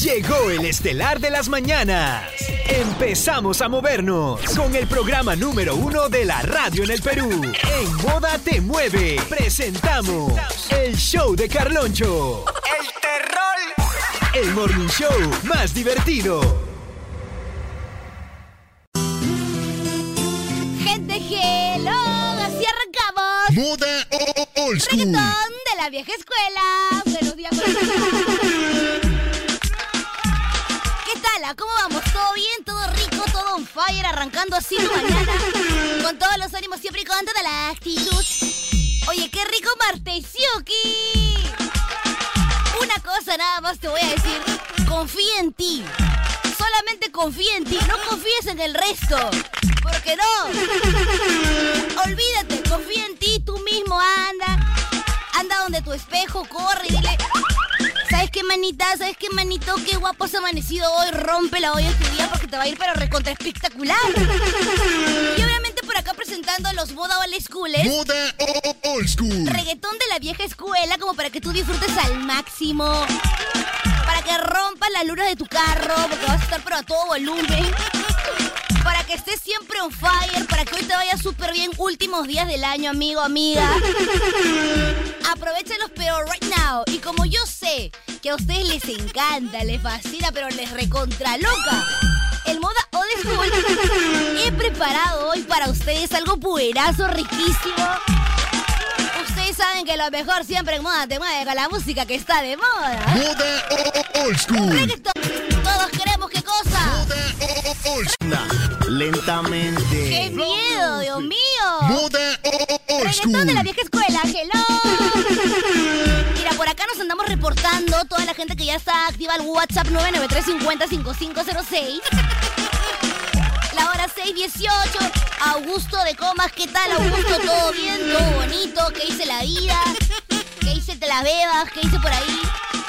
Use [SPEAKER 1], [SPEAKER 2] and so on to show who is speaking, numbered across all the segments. [SPEAKER 1] Llegó el estelar de las mañanas. Empezamos a movernos con el programa número uno de la radio en el Perú. En Moda Te Mueve, presentamos el show de Carloncho.
[SPEAKER 2] El terror.
[SPEAKER 1] El morning show más divertido.
[SPEAKER 3] Gente, hello, así arrancamos.
[SPEAKER 4] Moda o- o- Old School.
[SPEAKER 3] Reggaetón de la vieja escuela. Buenos días, buenos días. ¿Qué tal? Ah, ¿Cómo vamos? ¿Todo bien? ¿Todo rico? ¿Todo on fire? Arrancando así tu mañana. Con todos los ánimos siempre y con toda la actitud. Oye, qué rico Martesioki. Una cosa nada más te voy a decir. Confía en ti. Solamente confía en ti. No confíes en el resto. Porque no. Olvídate. Confía en ti. Tú mismo anda. Anda donde tu espejo. Corre y dile... ¿Sabes qué, manita? ¿Sabes qué, manito? Qué guapo has amanecido hoy. Rómpela hoy este día porque te va a ir pero recontra espectacular. Y obviamente por acá presentando a los Boda Old Schools
[SPEAKER 4] Moda o- o- Old School.
[SPEAKER 3] reggaetón de la vieja escuela como para que tú disfrutes al máximo. Para que rompas las lunas de tu carro, porque vas a estar pero a todo volumen. Para que estés siempre on fire, para que hoy te vaya súper bien últimos días del año, amigo, amiga. Aprovechalos pero right now. Y como yo sé que a ustedes les encanta, les fascina, pero les recontra loca. El moda old school. He preparado hoy para ustedes algo puerazo, riquísimo. Ustedes saben que lo mejor siempre en moda te mueve con la música que está de moda.
[SPEAKER 4] Moda o- o- Old School.
[SPEAKER 3] Reggaeton. Todos queremos qué cosa.
[SPEAKER 4] Moda o- o- Old School.
[SPEAKER 3] ¡Qué miedo, Dios mío!
[SPEAKER 4] Moda o- o- Old
[SPEAKER 3] Reggaetón de la
[SPEAKER 4] School.
[SPEAKER 3] vieja escuela, hello. Mira, por acá nos andamos reportando toda la gente que ya está activa al WhatsApp 993505506. La hora 618. Augusto de Comas, ¿qué tal, Augusto? ¿Todo bien? ¿Todo bonito? ¿Qué hice la vida? ¿Qué hice te las bebas? ¿Qué hice por ahí?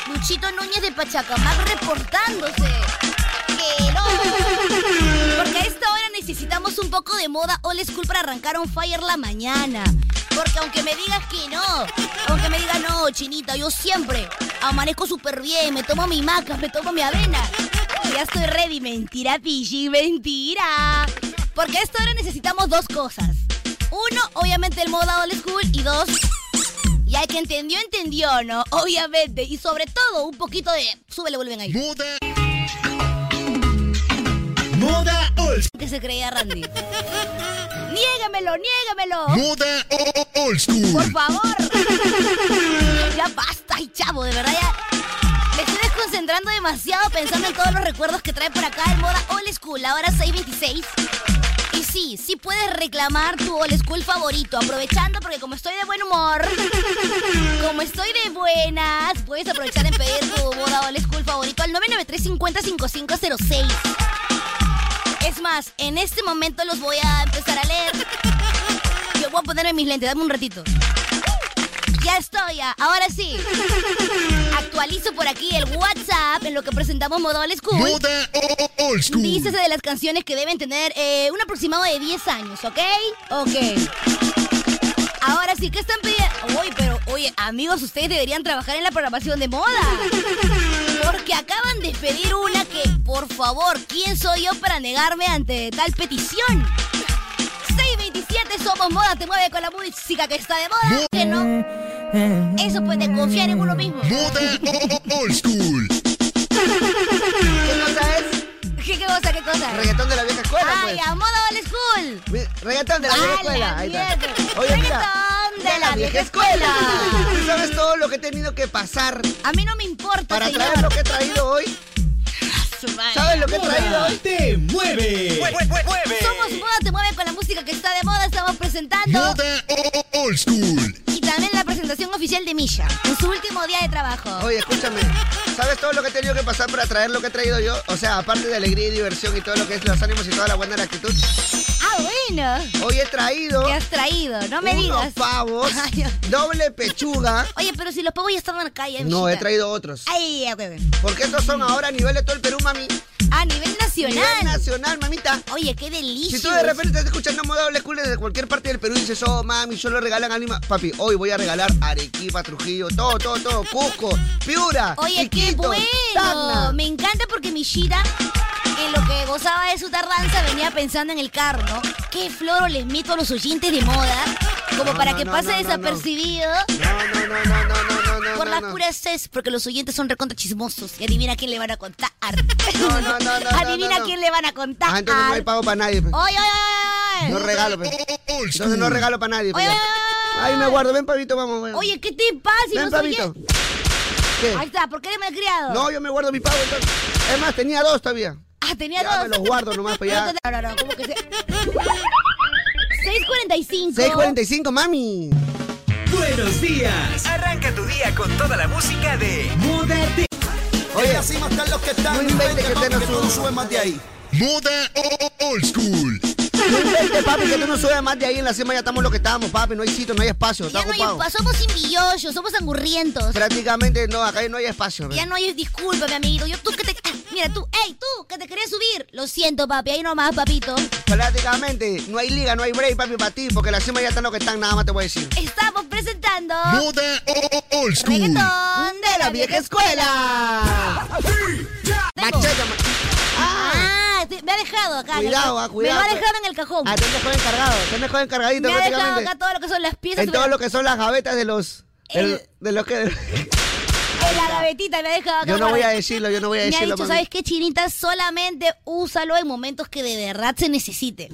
[SPEAKER 3] Luchito Núñez de Pachacamac reportándose. ¡Hello! Porque a esta hora necesitamos un poco de moda old school para arrancar un fire la mañana. Porque aunque me digas que no, aunque me digas no, chinita, yo siempre amanezco súper bien, me tomo mi maca, me tomo mi avena. Ya estoy ready, mentira, pichi, mentira. Porque a esta hora necesitamos dos cosas. Uno, obviamente el moda old school y dos, ya el que entendió, entendió, ¿no? Obviamente. Y sobre todo, un poquito de... Súbele, vuelven ahí.
[SPEAKER 4] Moda. Moda Old
[SPEAKER 3] Que se creía Randy. niégamelo, niégamelo.
[SPEAKER 4] Moda o- o- Old
[SPEAKER 3] Por
[SPEAKER 4] School.
[SPEAKER 3] favor. ya basta, ay, chavo, de verdad ya... Me estoy desconcentrando demasiado pensando en todos los recuerdos que trae por acá el moda old school, ahora 626. Y sí, sí puedes reclamar tu old school favorito, aprovechando porque como estoy de buen humor, como estoy de buenas, puedes aprovechar en pedir tu moda old school favorito al 993-50-5506. Es más, en este momento los voy a empezar a leer. Yo voy a ponerme mis lentes, dame un ratito. Ya estoy, ya. ahora sí. Actualizo por aquí el WhatsApp en lo que presentamos moda old school.
[SPEAKER 4] Moda o- o- Old School.
[SPEAKER 3] Dícese de las canciones que deben tener eh, un aproximado de 10 años, ¿ok? Ok. Ahora sí, ¿qué están pidiendo? Oye, pero, oye, amigos, ustedes deberían trabajar en la programación de moda. Porque acaban de pedir una que, por favor, ¿quién soy yo para negarme ante tal petición? 627 Somos Moda, te mueve con la música que está de moda. Que no. Eso puede confiar en uno mismo.
[SPEAKER 4] Moda o- o- Old School.
[SPEAKER 5] ¿Qué cosa es?
[SPEAKER 3] ¿Qué, qué cosa, qué cosa?
[SPEAKER 5] Reggaetón de la vieja escuela,
[SPEAKER 3] ¡Ay,
[SPEAKER 5] pues.
[SPEAKER 3] a moda old school!
[SPEAKER 5] Mi- Reggaetón de la vieja
[SPEAKER 3] ¡A
[SPEAKER 5] escuela.
[SPEAKER 3] la
[SPEAKER 5] Ahí está.
[SPEAKER 3] mierda!
[SPEAKER 5] Oye,
[SPEAKER 3] Reggaetón de la vieja escuela. Pues
[SPEAKER 5] Tú sabes todo lo que he tenido que pasar
[SPEAKER 3] A mí no me importa,
[SPEAKER 5] para
[SPEAKER 3] señor.
[SPEAKER 5] traer lo que he traído hoy.
[SPEAKER 3] Su madre.
[SPEAKER 5] ¿Sabes lo que he traído
[SPEAKER 1] Moda
[SPEAKER 5] hoy?
[SPEAKER 1] Te
[SPEAKER 5] pues.
[SPEAKER 1] Mueve.
[SPEAKER 3] Somos Moda Te Mueve con la música que está de moda. Estamos presentando.
[SPEAKER 4] Moda o- o- Old School.
[SPEAKER 3] Y también la presentación oficial de Misha. En su último día de trabajo.
[SPEAKER 5] Oye, escúchame. ¿Sabes todo lo que he tenido que pasar para traer lo que he traído yo? O sea, aparte de alegría y diversión y todo lo que es los ánimos y toda la buena actitud.
[SPEAKER 3] Ah, bueno.
[SPEAKER 5] Hoy he traído
[SPEAKER 3] ¿Qué has traído? No me
[SPEAKER 5] unos
[SPEAKER 3] digas.
[SPEAKER 5] pavos,
[SPEAKER 3] Ay,
[SPEAKER 5] doble pechuga.
[SPEAKER 3] Oye, pero si los pavos ya estaban acá ya,
[SPEAKER 5] No, he
[SPEAKER 3] Mishita.
[SPEAKER 5] traído otros.
[SPEAKER 3] Ay, ya, güey.
[SPEAKER 5] Porque estos son ahora a nivel de todo el Perú, mami.
[SPEAKER 3] A nivel nacional.
[SPEAKER 5] Nivel nacional, mamita.
[SPEAKER 3] Oye, qué delicia.
[SPEAKER 5] Si tú de repente estás escuchando moda doble cool desde cualquier parte del Perú y dices, oh mami, solo regalan a Lima. Papi, hoy voy a regalar Arequipa, Trujillo, todo, todo, todo, Cusco, Piura,
[SPEAKER 3] Oye, qué
[SPEAKER 5] Iquitos,
[SPEAKER 3] bueno.
[SPEAKER 5] Tacna.
[SPEAKER 3] Me encanta Ishida, en lo que gozaba de su tardanza, venía pensando en el carro, ¿no? ¿Qué floro les meto a los oyentes de moda? Como
[SPEAKER 5] No,
[SPEAKER 3] para
[SPEAKER 5] no,
[SPEAKER 3] que
[SPEAKER 5] no,
[SPEAKER 3] pase
[SPEAKER 5] no, no, no.
[SPEAKER 3] desapercibido
[SPEAKER 5] No, no, no, no, no, no, no.
[SPEAKER 3] por
[SPEAKER 5] no,
[SPEAKER 3] las
[SPEAKER 5] no.
[SPEAKER 3] puras ses, porque los oyentes son recontra chismosos. Y adivina quién le van a contar.
[SPEAKER 5] No, no, no, no,
[SPEAKER 3] adivina
[SPEAKER 5] no, no.
[SPEAKER 3] quién le van a contar.
[SPEAKER 5] Ah, entonces no hay pago para nadie. pues.
[SPEAKER 3] ¡Oye, oye, oye, oye!
[SPEAKER 5] No regalo, pues. Entonces no regalo para nadie. pues,
[SPEAKER 3] Oye,
[SPEAKER 5] ya.
[SPEAKER 3] oye, oye,
[SPEAKER 5] Ay, me guardo. Ven, Pavito, vamos. güey.
[SPEAKER 3] Oye, ¿qué te pasa? Si
[SPEAKER 5] Ven,
[SPEAKER 3] los oyentes-
[SPEAKER 5] Pavito. ¿Qué?
[SPEAKER 3] Ahí está, ¿por qué eres malcriado?
[SPEAKER 5] No, yo me guardo mi pago. entonces. Es más, tenía dos todavía.
[SPEAKER 3] Ah, tenía
[SPEAKER 5] Ya
[SPEAKER 3] dos.
[SPEAKER 5] me los guardo nomás, pues ya.
[SPEAKER 3] No, no, no, ¿cómo que se...? 6.45.
[SPEAKER 5] 6.45, mami.
[SPEAKER 1] Buenos días.
[SPEAKER 2] Arranca tu día con toda la música de
[SPEAKER 1] Múdate.
[SPEAKER 5] Oye,
[SPEAKER 6] Encima están los que están
[SPEAKER 5] no
[SPEAKER 6] en
[SPEAKER 5] inventes
[SPEAKER 6] frente,
[SPEAKER 5] que
[SPEAKER 6] papi,
[SPEAKER 5] tengas
[SPEAKER 6] que tú
[SPEAKER 5] un-
[SPEAKER 6] no subes más de ahí.
[SPEAKER 4] Moda o- o- old school.
[SPEAKER 5] no inventes, papi, que tú no subes más de ahí en la cima. Ya estamos lo que estamos, papi. No hay sitio, no hay espacio. Está
[SPEAKER 3] Ya no hay
[SPEAKER 5] ocupado.
[SPEAKER 3] espacio, somos simbillosos, somos angurrientos.
[SPEAKER 5] Prácticamente no, acá no hay espacio.
[SPEAKER 3] Ya no hay disculpa, mi amiguito. Yo, tú que te... ah, Mira, tú, ey, tú, que te querías subir. Lo siento, papi, ahí nomás, papito.
[SPEAKER 5] Prácticamente no hay liga, no hay break, papi, para ti. Porque en la cima ya están lo que están. Nada más te voy a decir.
[SPEAKER 3] Estamos presentando...
[SPEAKER 4] Moda o- o- old school.
[SPEAKER 3] Reggaetón de la vieja
[SPEAKER 5] escuela!
[SPEAKER 3] Tengo.
[SPEAKER 5] Machete, ma- ¡Ah!
[SPEAKER 3] Ah, te- me ha dejado acá. en el
[SPEAKER 5] Cuidado,
[SPEAKER 3] ca-
[SPEAKER 5] ah,
[SPEAKER 3] Me
[SPEAKER 5] cuidado.
[SPEAKER 3] lo ha dejado en el cajón.
[SPEAKER 5] Ah, tenés joven encargado, tenés joven encargadito
[SPEAKER 3] Me ha dejado
[SPEAKER 5] prácticamente.
[SPEAKER 3] acá todo lo que son las piezas.
[SPEAKER 5] En todo lo que son las gavetas de los. del-
[SPEAKER 3] El-
[SPEAKER 5] de los que.
[SPEAKER 3] En la gavetita me ha dejado acá.
[SPEAKER 5] Yo no voy a
[SPEAKER 3] guardado.
[SPEAKER 5] decirlo, yo no voy a
[SPEAKER 3] Me ha
[SPEAKER 5] decirlo.
[SPEAKER 3] dicho,
[SPEAKER 5] mami.
[SPEAKER 3] ¿sabes qué, Chinita? Solamente úsalo en momentos que de verdad se necesite.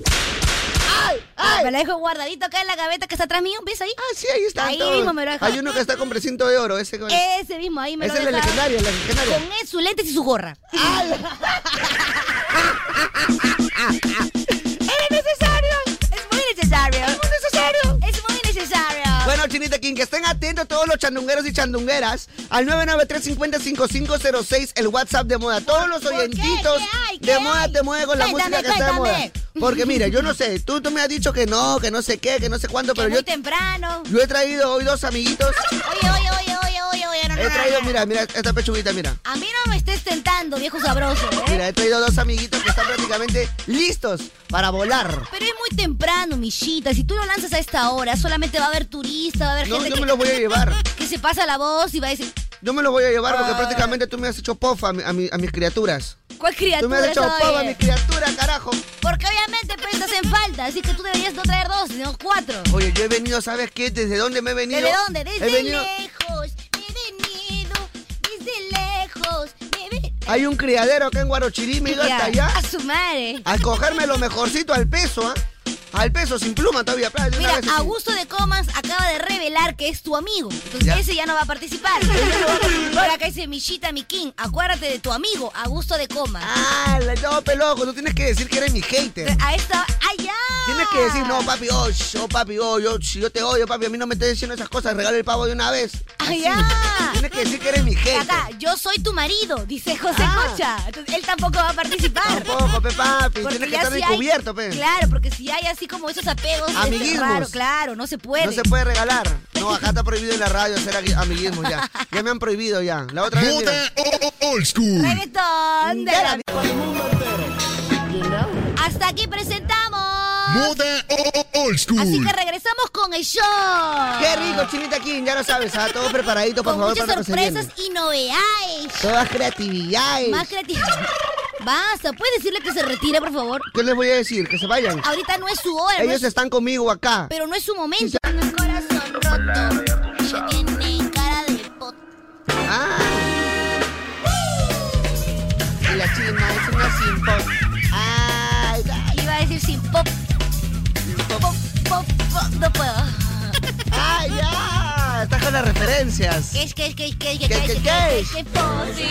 [SPEAKER 3] ¡Ay!
[SPEAKER 5] ay!
[SPEAKER 3] Me la dejo guardadito acá en la gaveta que está atrás mío. ¿Ves ahí?
[SPEAKER 5] Ah, sí, ahí está.
[SPEAKER 3] Ahí
[SPEAKER 5] todo.
[SPEAKER 3] mismo me lo Eh, deja.
[SPEAKER 5] Hay uno que está con precinto de oro, ese. con-
[SPEAKER 3] Ese mismo, ahí me
[SPEAKER 5] ese es
[SPEAKER 3] lo
[SPEAKER 5] el
[SPEAKER 3] deja.
[SPEAKER 5] legendario, el legendario.
[SPEAKER 3] Con él, sus lentes y su gorra. ¡Era necesario! ¡Es muy necesario! ¡Es muy necesario! ¡Es muy necesario!
[SPEAKER 5] Bueno, Chinita King, que estén atentos todos los chandungueros y chandungueras al 993-50-5506, el WhatsApp de moda. Todos los
[SPEAKER 3] ¿Por qué?
[SPEAKER 5] oyentitos
[SPEAKER 3] ¿Qué hay? ¿Qué
[SPEAKER 5] de moda
[SPEAKER 3] hay?
[SPEAKER 5] te mueve con la
[SPEAKER 3] Cuéntame,
[SPEAKER 5] música que está de moda.
[SPEAKER 3] cuéntame.
[SPEAKER 5] Porque mira, yo no sé, tú, tú me has dicho que no, que no sé qué, que no sé cuánto,
[SPEAKER 3] Que
[SPEAKER 5] pero
[SPEAKER 3] muy
[SPEAKER 5] yo,
[SPEAKER 3] temprano.
[SPEAKER 5] yo he traído hoy dos amiguitos.
[SPEAKER 3] Oye, oye, oye, oye, oye, oye, no, no,
[SPEAKER 5] He
[SPEAKER 3] no,
[SPEAKER 5] traído,
[SPEAKER 3] no.
[SPEAKER 5] mira, mira esta pechuguita, mira.
[SPEAKER 3] A mí no me estés tentando, viejo sabroso, ¿eh?
[SPEAKER 5] Mira, he traído dos amiguitos que están prácticamente listos para volar.
[SPEAKER 3] Pero es muy temprano, Michita. Si tú lo lanzas a esta hora, solamente va a haber turista, va a haber
[SPEAKER 5] No,
[SPEAKER 3] gente
[SPEAKER 5] yo
[SPEAKER 3] que,
[SPEAKER 5] me los voy a llevar.
[SPEAKER 3] que se pasa la voz y va a decir,
[SPEAKER 5] Yo me los voy a llevar porque
[SPEAKER 3] Ah.
[SPEAKER 5] prácticamente tú me has hecho pofa a, mi- a mi- a mis criaturas.
[SPEAKER 3] ¿cuál criatura
[SPEAKER 5] Tú me has hecho
[SPEAKER 3] soy?"
[SPEAKER 5] pofa a mis criaturas, carajo.
[SPEAKER 3] Porque obviamente pensas en falta, así que tú deberías no traer dos, sino cuatro.
[SPEAKER 5] Oye, yo he venido, ¿sabes qué? ¿Desde dónde me he venido?
[SPEAKER 3] ¿Desde dónde? Desde
[SPEAKER 5] He venido...
[SPEAKER 3] lejos, me he venido, desde lejos, me he venido.
[SPEAKER 5] Hay un criadero acá en Guarochirí, me he ido hasta allá
[SPEAKER 3] A su madre.
[SPEAKER 5] a cogerme lo mejorcito al peso, ¿ah? Al peso, sin pluma todavía. plá, de una
[SPEAKER 3] Mira,
[SPEAKER 5] vez así.
[SPEAKER 3] Augusto de Comas acaba de revelar que es tu amigo. Entonces
[SPEAKER 5] Ya.
[SPEAKER 3] ese ya no va a participar. Ahora acá dice Michita, mi king, acuérdate de tu amigo, Augusto de Comas.
[SPEAKER 5] Ah, la- no, peloco, tú tienes que decir que eres mi hater.
[SPEAKER 3] Eh, A esta. ¡Ay, ya!
[SPEAKER 5] Tienes que decir, no, papi, oh, sh- oh, papi, oh, yo, sh- yo te odio, papi, a mí no me estés diciendo esas cosas, regalo el pavo de una vez.
[SPEAKER 3] ¡Ay,
[SPEAKER 5] Así.
[SPEAKER 3] ya!
[SPEAKER 5] Tienes que decir que eres mi hater.
[SPEAKER 3] Acá, yo soy tu marido, dice José
[SPEAKER 5] Ah.
[SPEAKER 3] Cocha. Entonces él tampoco va a participar.
[SPEAKER 5] Tampoco, pe, papi,
[SPEAKER 3] Porque
[SPEAKER 5] tienes que
[SPEAKER 3] ya
[SPEAKER 5] estar
[SPEAKER 3] si hay-
[SPEAKER 5] encubierto, pe.
[SPEAKER 3] Claro, porque si hay así como esos apegos. este,
[SPEAKER 5] Amiguismos.
[SPEAKER 3] Claro, claro, no se puede.
[SPEAKER 5] No se puede regalar. No, acá está prohibido en la radio hacer agui- amiguismo ya. Ya me han prohibido ya. La otra vez. mira.
[SPEAKER 4] Moda o- o- old school.
[SPEAKER 3] Reggaetón de
[SPEAKER 5] Ya
[SPEAKER 3] la-
[SPEAKER 5] la-
[SPEAKER 3] Hasta aquí presentamos.
[SPEAKER 4] Moda o- o- old
[SPEAKER 3] Así
[SPEAKER 4] school.
[SPEAKER 3] que regresamos con el show.
[SPEAKER 5] Qué rico, Chinita King, ya lo sabes, ¿ah? todo preparadito, por
[SPEAKER 3] Con
[SPEAKER 5] favor, para
[SPEAKER 3] muchas
[SPEAKER 5] lo que se viene.
[SPEAKER 3] sorpresas y novedades.
[SPEAKER 5] Todas creatividades.
[SPEAKER 3] Más creatividad. Basta, ¿puedes decirle que se retire, por favor?
[SPEAKER 5] ¿Qué les voy a decir? Que se vayan.
[SPEAKER 3] Ahorita no es su hora, no
[SPEAKER 5] Ellos
[SPEAKER 3] es-
[SPEAKER 5] están conmigo acá.
[SPEAKER 3] pero no es su momento. Un corazón roto que tiene cara de pot.
[SPEAKER 5] Ah. Y la china es una simpón. Ay, ay,
[SPEAKER 3] Iba a decir sin pop,
[SPEAKER 5] simpón.
[SPEAKER 3] pop, pop, pop, no puedo.
[SPEAKER 5] ay, ya. Estás con las referencias.
[SPEAKER 3] ¿Qué es, qué es, qué es, qué es, qué
[SPEAKER 5] ¿Qué,
[SPEAKER 3] es,
[SPEAKER 5] qué,
[SPEAKER 3] qué es,
[SPEAKER 5] qué
[SPEAKER 3] qué
[SPEAKER 5] es?
[SPEAKER 3] es, qué es positivo?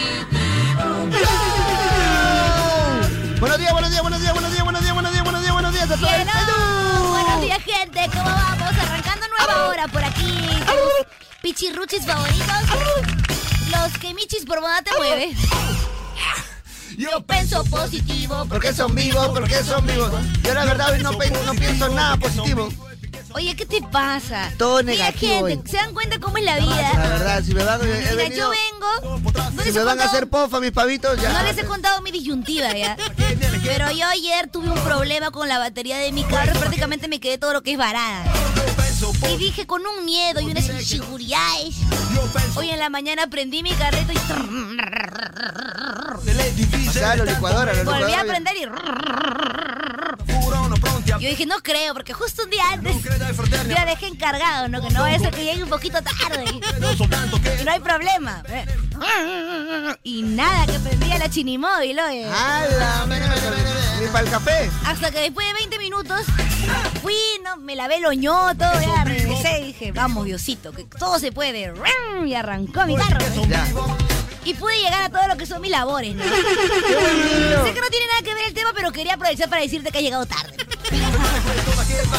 [SPEAKER 5] Buenos días, buenos días, buenos días, buenos días, buenos días, buenos días, buenos días, buenos días a todo el
[SPEAKER 3] Hello. Buenos
[SPEAKER 5] Perú.
[SPEAKER 3] días, gente, ¿cómo vamos? Arrancando nueva hora por aquí. Sus Pichirruchis favoritos. Los que michis por moda te mueve. Yo pienso positivo.
[SPEAKER 5] Porque son vivos, porque son vivos. Yo la verdad hoy no, pe- no pienso nada positivo.
[SPEAKER 3] Oye, ¿qué te pasa?
[SPEAKER 5] Todo
[SPEAKER 3] Mira,
[SPEAKER 5] negativo
[SPEAKER 3] gente,
[SPEAKER 5] hoy.
[SPEAKER 3] ¿se dan cuenta cómo es la
[SPEAKER 5] La
[SPEAKER 3] vida?
[SPEAKER 5] verdad, si me van, he
[SPEAKER 3] Mira, yo
[SPEAKER 5] venido,
[SPEAKER 3] vengo. No
[SPEAKER 5] si
[SPEAKER 3] les
[SPEAKER 5] me
[SPEAKER 3] he
[SPEAKER 5] van a
[SPEAKER 3] contado-
[SPEAKER 5] hacer pofa mis pavitos, ya.
[SPEAKER 3] No les he contado mi disyuntiva ya. Pero yo ayer tuve un problema con la batería de mi
[SPEAKER 5] Pues,
[SPEAKER 3] carro. Prácticamente me quedé todo lo que es varada. Y dije con un
[SPEAKER 5] Pues
[SPEAKER 3] miedo y unas inseguridades. Hoy en la mañana prendí mi carreta y.
[SPEAKER 5] Pasaba la licuadora, la
[SPEAKER 3] Volví a
[SPEAKER 5] licuadora.
[SPEAKER 3] aprender y... Yo dije, no creo, porque justo un día antes yo la dejé encargado, ¿no? Que no es que llegue un poquito tarde. Y no hay problema. ¿eh? Y nada, que prendía la chinimóvil, oye.
[SPEAKER 5] ¡Hala! mira, mira, mira, mira. Ni para el café.
[SPEAKER 3] Hasta que después de 20 minutos fui, no, me lavé el oñoto, ya regresé y dije, vamos Diosito, que todo se puede. ¡Rum! Y arrancó mi carro.
[SPEAKER 5] Ya.
[SPEAKER 3] Y pude llegar a todo lo que son mis labores, ¿no? Sé que no tiene nada que ver el tema, pero quería aprovechar para decirte que has llegado tarde.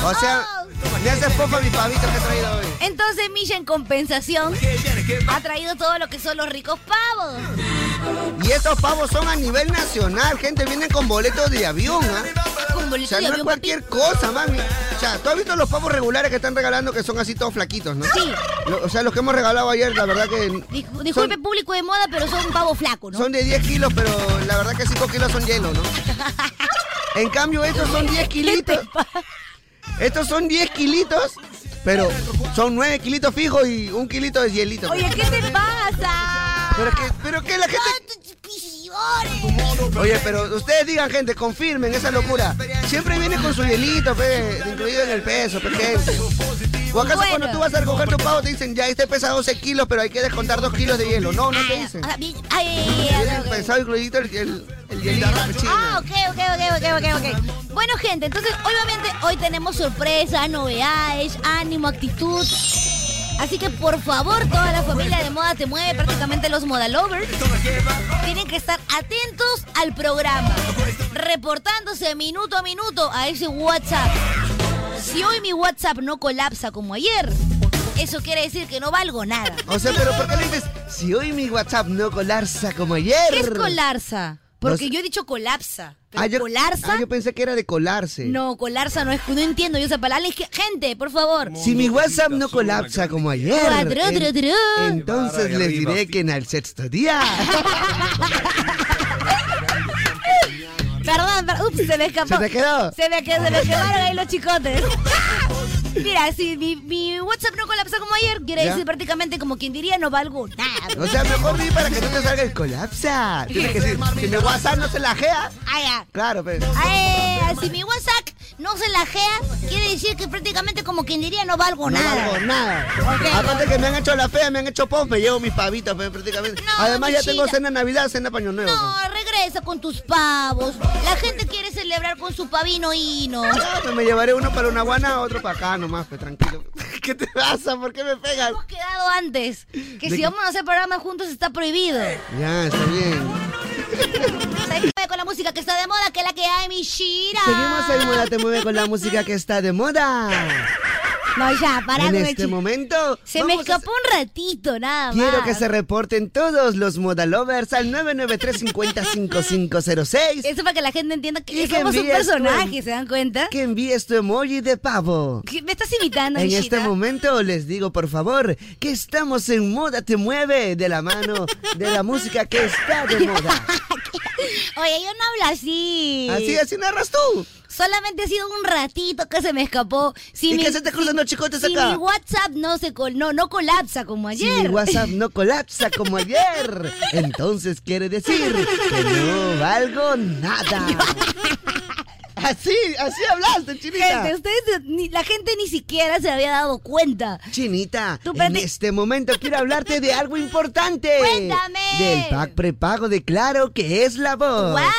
[SPEAKER 5] O sea,
[SPEAKER 3] Oh.
[SPEAKER 5] me haces pofa mi pavito que he traído hoy.
[SPEAKER 3] Entonces Misha en compensación ha traído todo lo que son los ricos pavos.
[SPEAKER 5] Y estos pavos son a nivel nacional, gente. Vienen con boletos de avión, ¿ah?
[SPEAKER 3] Con
[SPEAKER 5] O
[SPEAKER 3] boleto
[SPEAKER 5] sea,
[SPEAKER 3] de
[SPEAKER 5] no es
[SPEAKER 3] avión, papi.
[SPEAKER 5] cualquier cosa, mami. O sea, ¿tú has visto los pavos regulares que están regalando que son así todos flaquitos, no?
[SPEAKER 3] Sí.
[SPEAKER 5] Lo- o sea, los que hemos regalado ayer, la verdad que
[SPEAKER 3] Dis- disculpe
[SPEAKER 5] Son-
[SPEAKER 3] público de moda, pero son pavos flacos, ¿no?
[SPEAKER 5] son de 10 kilos, pero la verdad que 5 kilos son hielo, ¿no? En cambio, estos son 10 kilitos. Estos son 10 kilitos, pero son 9 kilitos fijos y un kilito de hielito.
[SPEAKER 3] Oye, ¿qué te pasa?
[SPEAKER 5] Pero que, pero que la gente...
[SPEAKER 3] ¡Cuántos pisiones!
[SPEAKER 5] Oye, pero ustedes digan, gente, confirmen esa locura. Siempre viene con su hielito, pe, incluido en el peso, pe, gente. ¿O acaso
[SPEAKER 3] Bueno.
[SPEAKER 5] cuando tú vas a recoger tu pavo te dicen, ya, este pesa 12 kilos, pero hay que descontar 2 kilos de hielo? No, no te
[SPEAKER 3] Ay,
[SPEAKER 5] dicen.
[SPEAKER 3] a mí- ay, ay, ay,
[SPEAKER 5] Viene
[SPEAKER 3] ay, ay,
[SPEAKER 5] pesado incluido el, el, el hielito, pe, chino.
[SPEAKER 3] Ah, ok, ok, ok, ok, ok, ok. Bueno, gente, entonces, obviamente, hoy tenemos sorpresas, novedades, ánimo, actitud. Así que, por favor, toda la familia de Moda Te Mueve, prácticamente los Moda Lovers, tienen que estar atentos al programa, reportándose minuto a minuto a ese WhatsApp. Si hoy mi WhatsApp no colapsa como ayer, eso quiere decir que no valgo nada.
[SPEAKER 5] O sea, pero ¿por qué le dices, si hoy mi WhatsApp no colarza como ayer?
[SPEAKER 3] ¿Qué es colarza? Porque
[SPEAKER 5] Los-
[SPEAKER 3] yo he dicho colapsa. Pero
[SPEAKER 5] Ah, yo,
[SPEAKER 3] colarza.
[SPEAKER 5] ah, yo pensé que era de colarse.
[SPEAKER 3] No, colarza no es. No entiendo yo esa palabra. Es que- gente, por favor.
[SPEAKER 5] Si mi WhatsApp no colapsa como ayer,
[SPEAKER 3] Cuadro,
[SPEAKER 5] en-
[SPEAKER 3] tru, tru.
[SPEAKER 5] entonces les diré que en el sexto día.
[SPEAKER 3] Perdón, per- ups, se me escapó.
[SPEAKER 5] ¿Se te quedó?
[SPEAKER 3] Se me quedó, se me quedaron ahí los chicotes. Mira, si mi, mi WhatsApp no colapsa como ayer, quiere
[SPEAKER 5] ¿Ya?
[SPEAKER 3] decir prácticamente como quien diría no valgo nada.
[SPEAKER 5] O sea, mejor vi para que no te salga el colapsa. Tienes que decir, si mi WhatsApp no se lajea,
[SPEAKER 3] Ay, ah.
[SPEAKER 5] claro, pues.
[SPEAKER 3] Ay, si mi WhatsApp no se lajea, quiere decir que prácticamente como quien diría no valgo
[SPEAKER 5] No
[SPEAKER 3] nada.
[SPEAKER 5] valgo nada.
[SPEAKER 3] Ok.
[SPEAKER 5] Aparte que me han hecho la fea, me han hecho pop, me llevo mis pavitos pues, prácticamente.
[SPEAKER 3] No,
[SPEAKER 5] Además ya
[SPEAKER 3] mi
[SPEAKER 5] tengo
[SPEAKER 3] chica.
[SPEAKER 5] cena de Navidad, cena de paño nuevo. pues.
[SPEAKER 3] No, regresa con tus pavos. La gente quiere celebrar con su pavino hino.
[SPEAKER 5] Ah, pues me llevaré uno para una guana, otro para acá nomás, pues tranquilo. ¿Qué te pasa? ¿Por qué me pegas?
[SPEAKER 3] Hemos quedado antes que
[SPEAKER 5] ¿De
[SPEAKER 3] si
[SPEAKER 5] qué?
[SPEAKER 3] vamos a hacer programas juntos está prohibido.
[SPEAKER 5] Ya, está bien.
[SPEAKER 3] Seguimos con la música que está de moda, que es la que hay, mi Shira.
[SPEAKER 5] Seguimos en Moda Te Mueve con la música que está de moda.
[SPEAKER 3] No, ya, para
[SPEAKER 5] en
[SPEAKER 3] con el
[SPEAKER 5] este
[SPEAKER 3] chiste.
[SPEAKER 5] momento.
[SPEAKER 3] Se me
[SPEAKER 5] vamos a-
[SPEAKER 3] escapó un ratito, nada más.
[SPEAKER 5] Quiero que se reporten todos los Moda Lovers al 993-50-5506.
[SPEAKER 3] Eso para que la gente entienda que
[SPEAKER 5] Y que
[SPEAKER 3] somos un
[SPEAKER 5] envíes tu-
[SPEAKER 3] personaje, ¿se dan cuenta?
[SPEAKER 5] Que envíes tu emoji de pavo.
[SPEAKER 3] ¿Qué- ¿Me estás imitando,
[SPEAKER 5] En
[SPEAKER 3] mi
[SPEAKER 5] este
[SPEAKER 3] Shira?
[SPEAKER 5] momento les digo, por favor, que estamos en Moda Te Mueve de la mano de la música que está de moda.
[SPEAKER 3] Oye, yo no hablo así.
[SPEAKER 5] Así, así narras tú.
[SPEAKER 3] Solamente ha sido un ratito que se me escapó. Si
[SPEAKER 5] ¿Y
[SPEAKER 3] mi-
[SPEAKER 5] qué se te cruzan los chicotes
[SPEAKER 3] si mi
[SPEAKER 5] acá?
[SPEAKER 3] WhatsApp no se col- no, no colapsa como
[SPEAKER 5] Si
[SPEAKER 3] ayer.
[SPEAKER 5] mi WhatsApp no colapsa como ayer, entonces quiere decir que no valgo nada. Así, así hablaste, chinita.
[SPEAKER 3] Gente, ustedes, ni- la gente ni siquiera se había dado cuenta.
[SPEAKER 5] Chinita,
[SPEAKER 3] Tú
[SPEAKER 5] en
[SPEAKER 3] perdi-
[SPEAKER 5] este momento quiero hablarte de algo importante.
[SPEAKER 3] Cuéntame.
[SPEAKER 5] Del pack prepago de Claro que es la voz.
[SPEAKER 3] ¡Guau!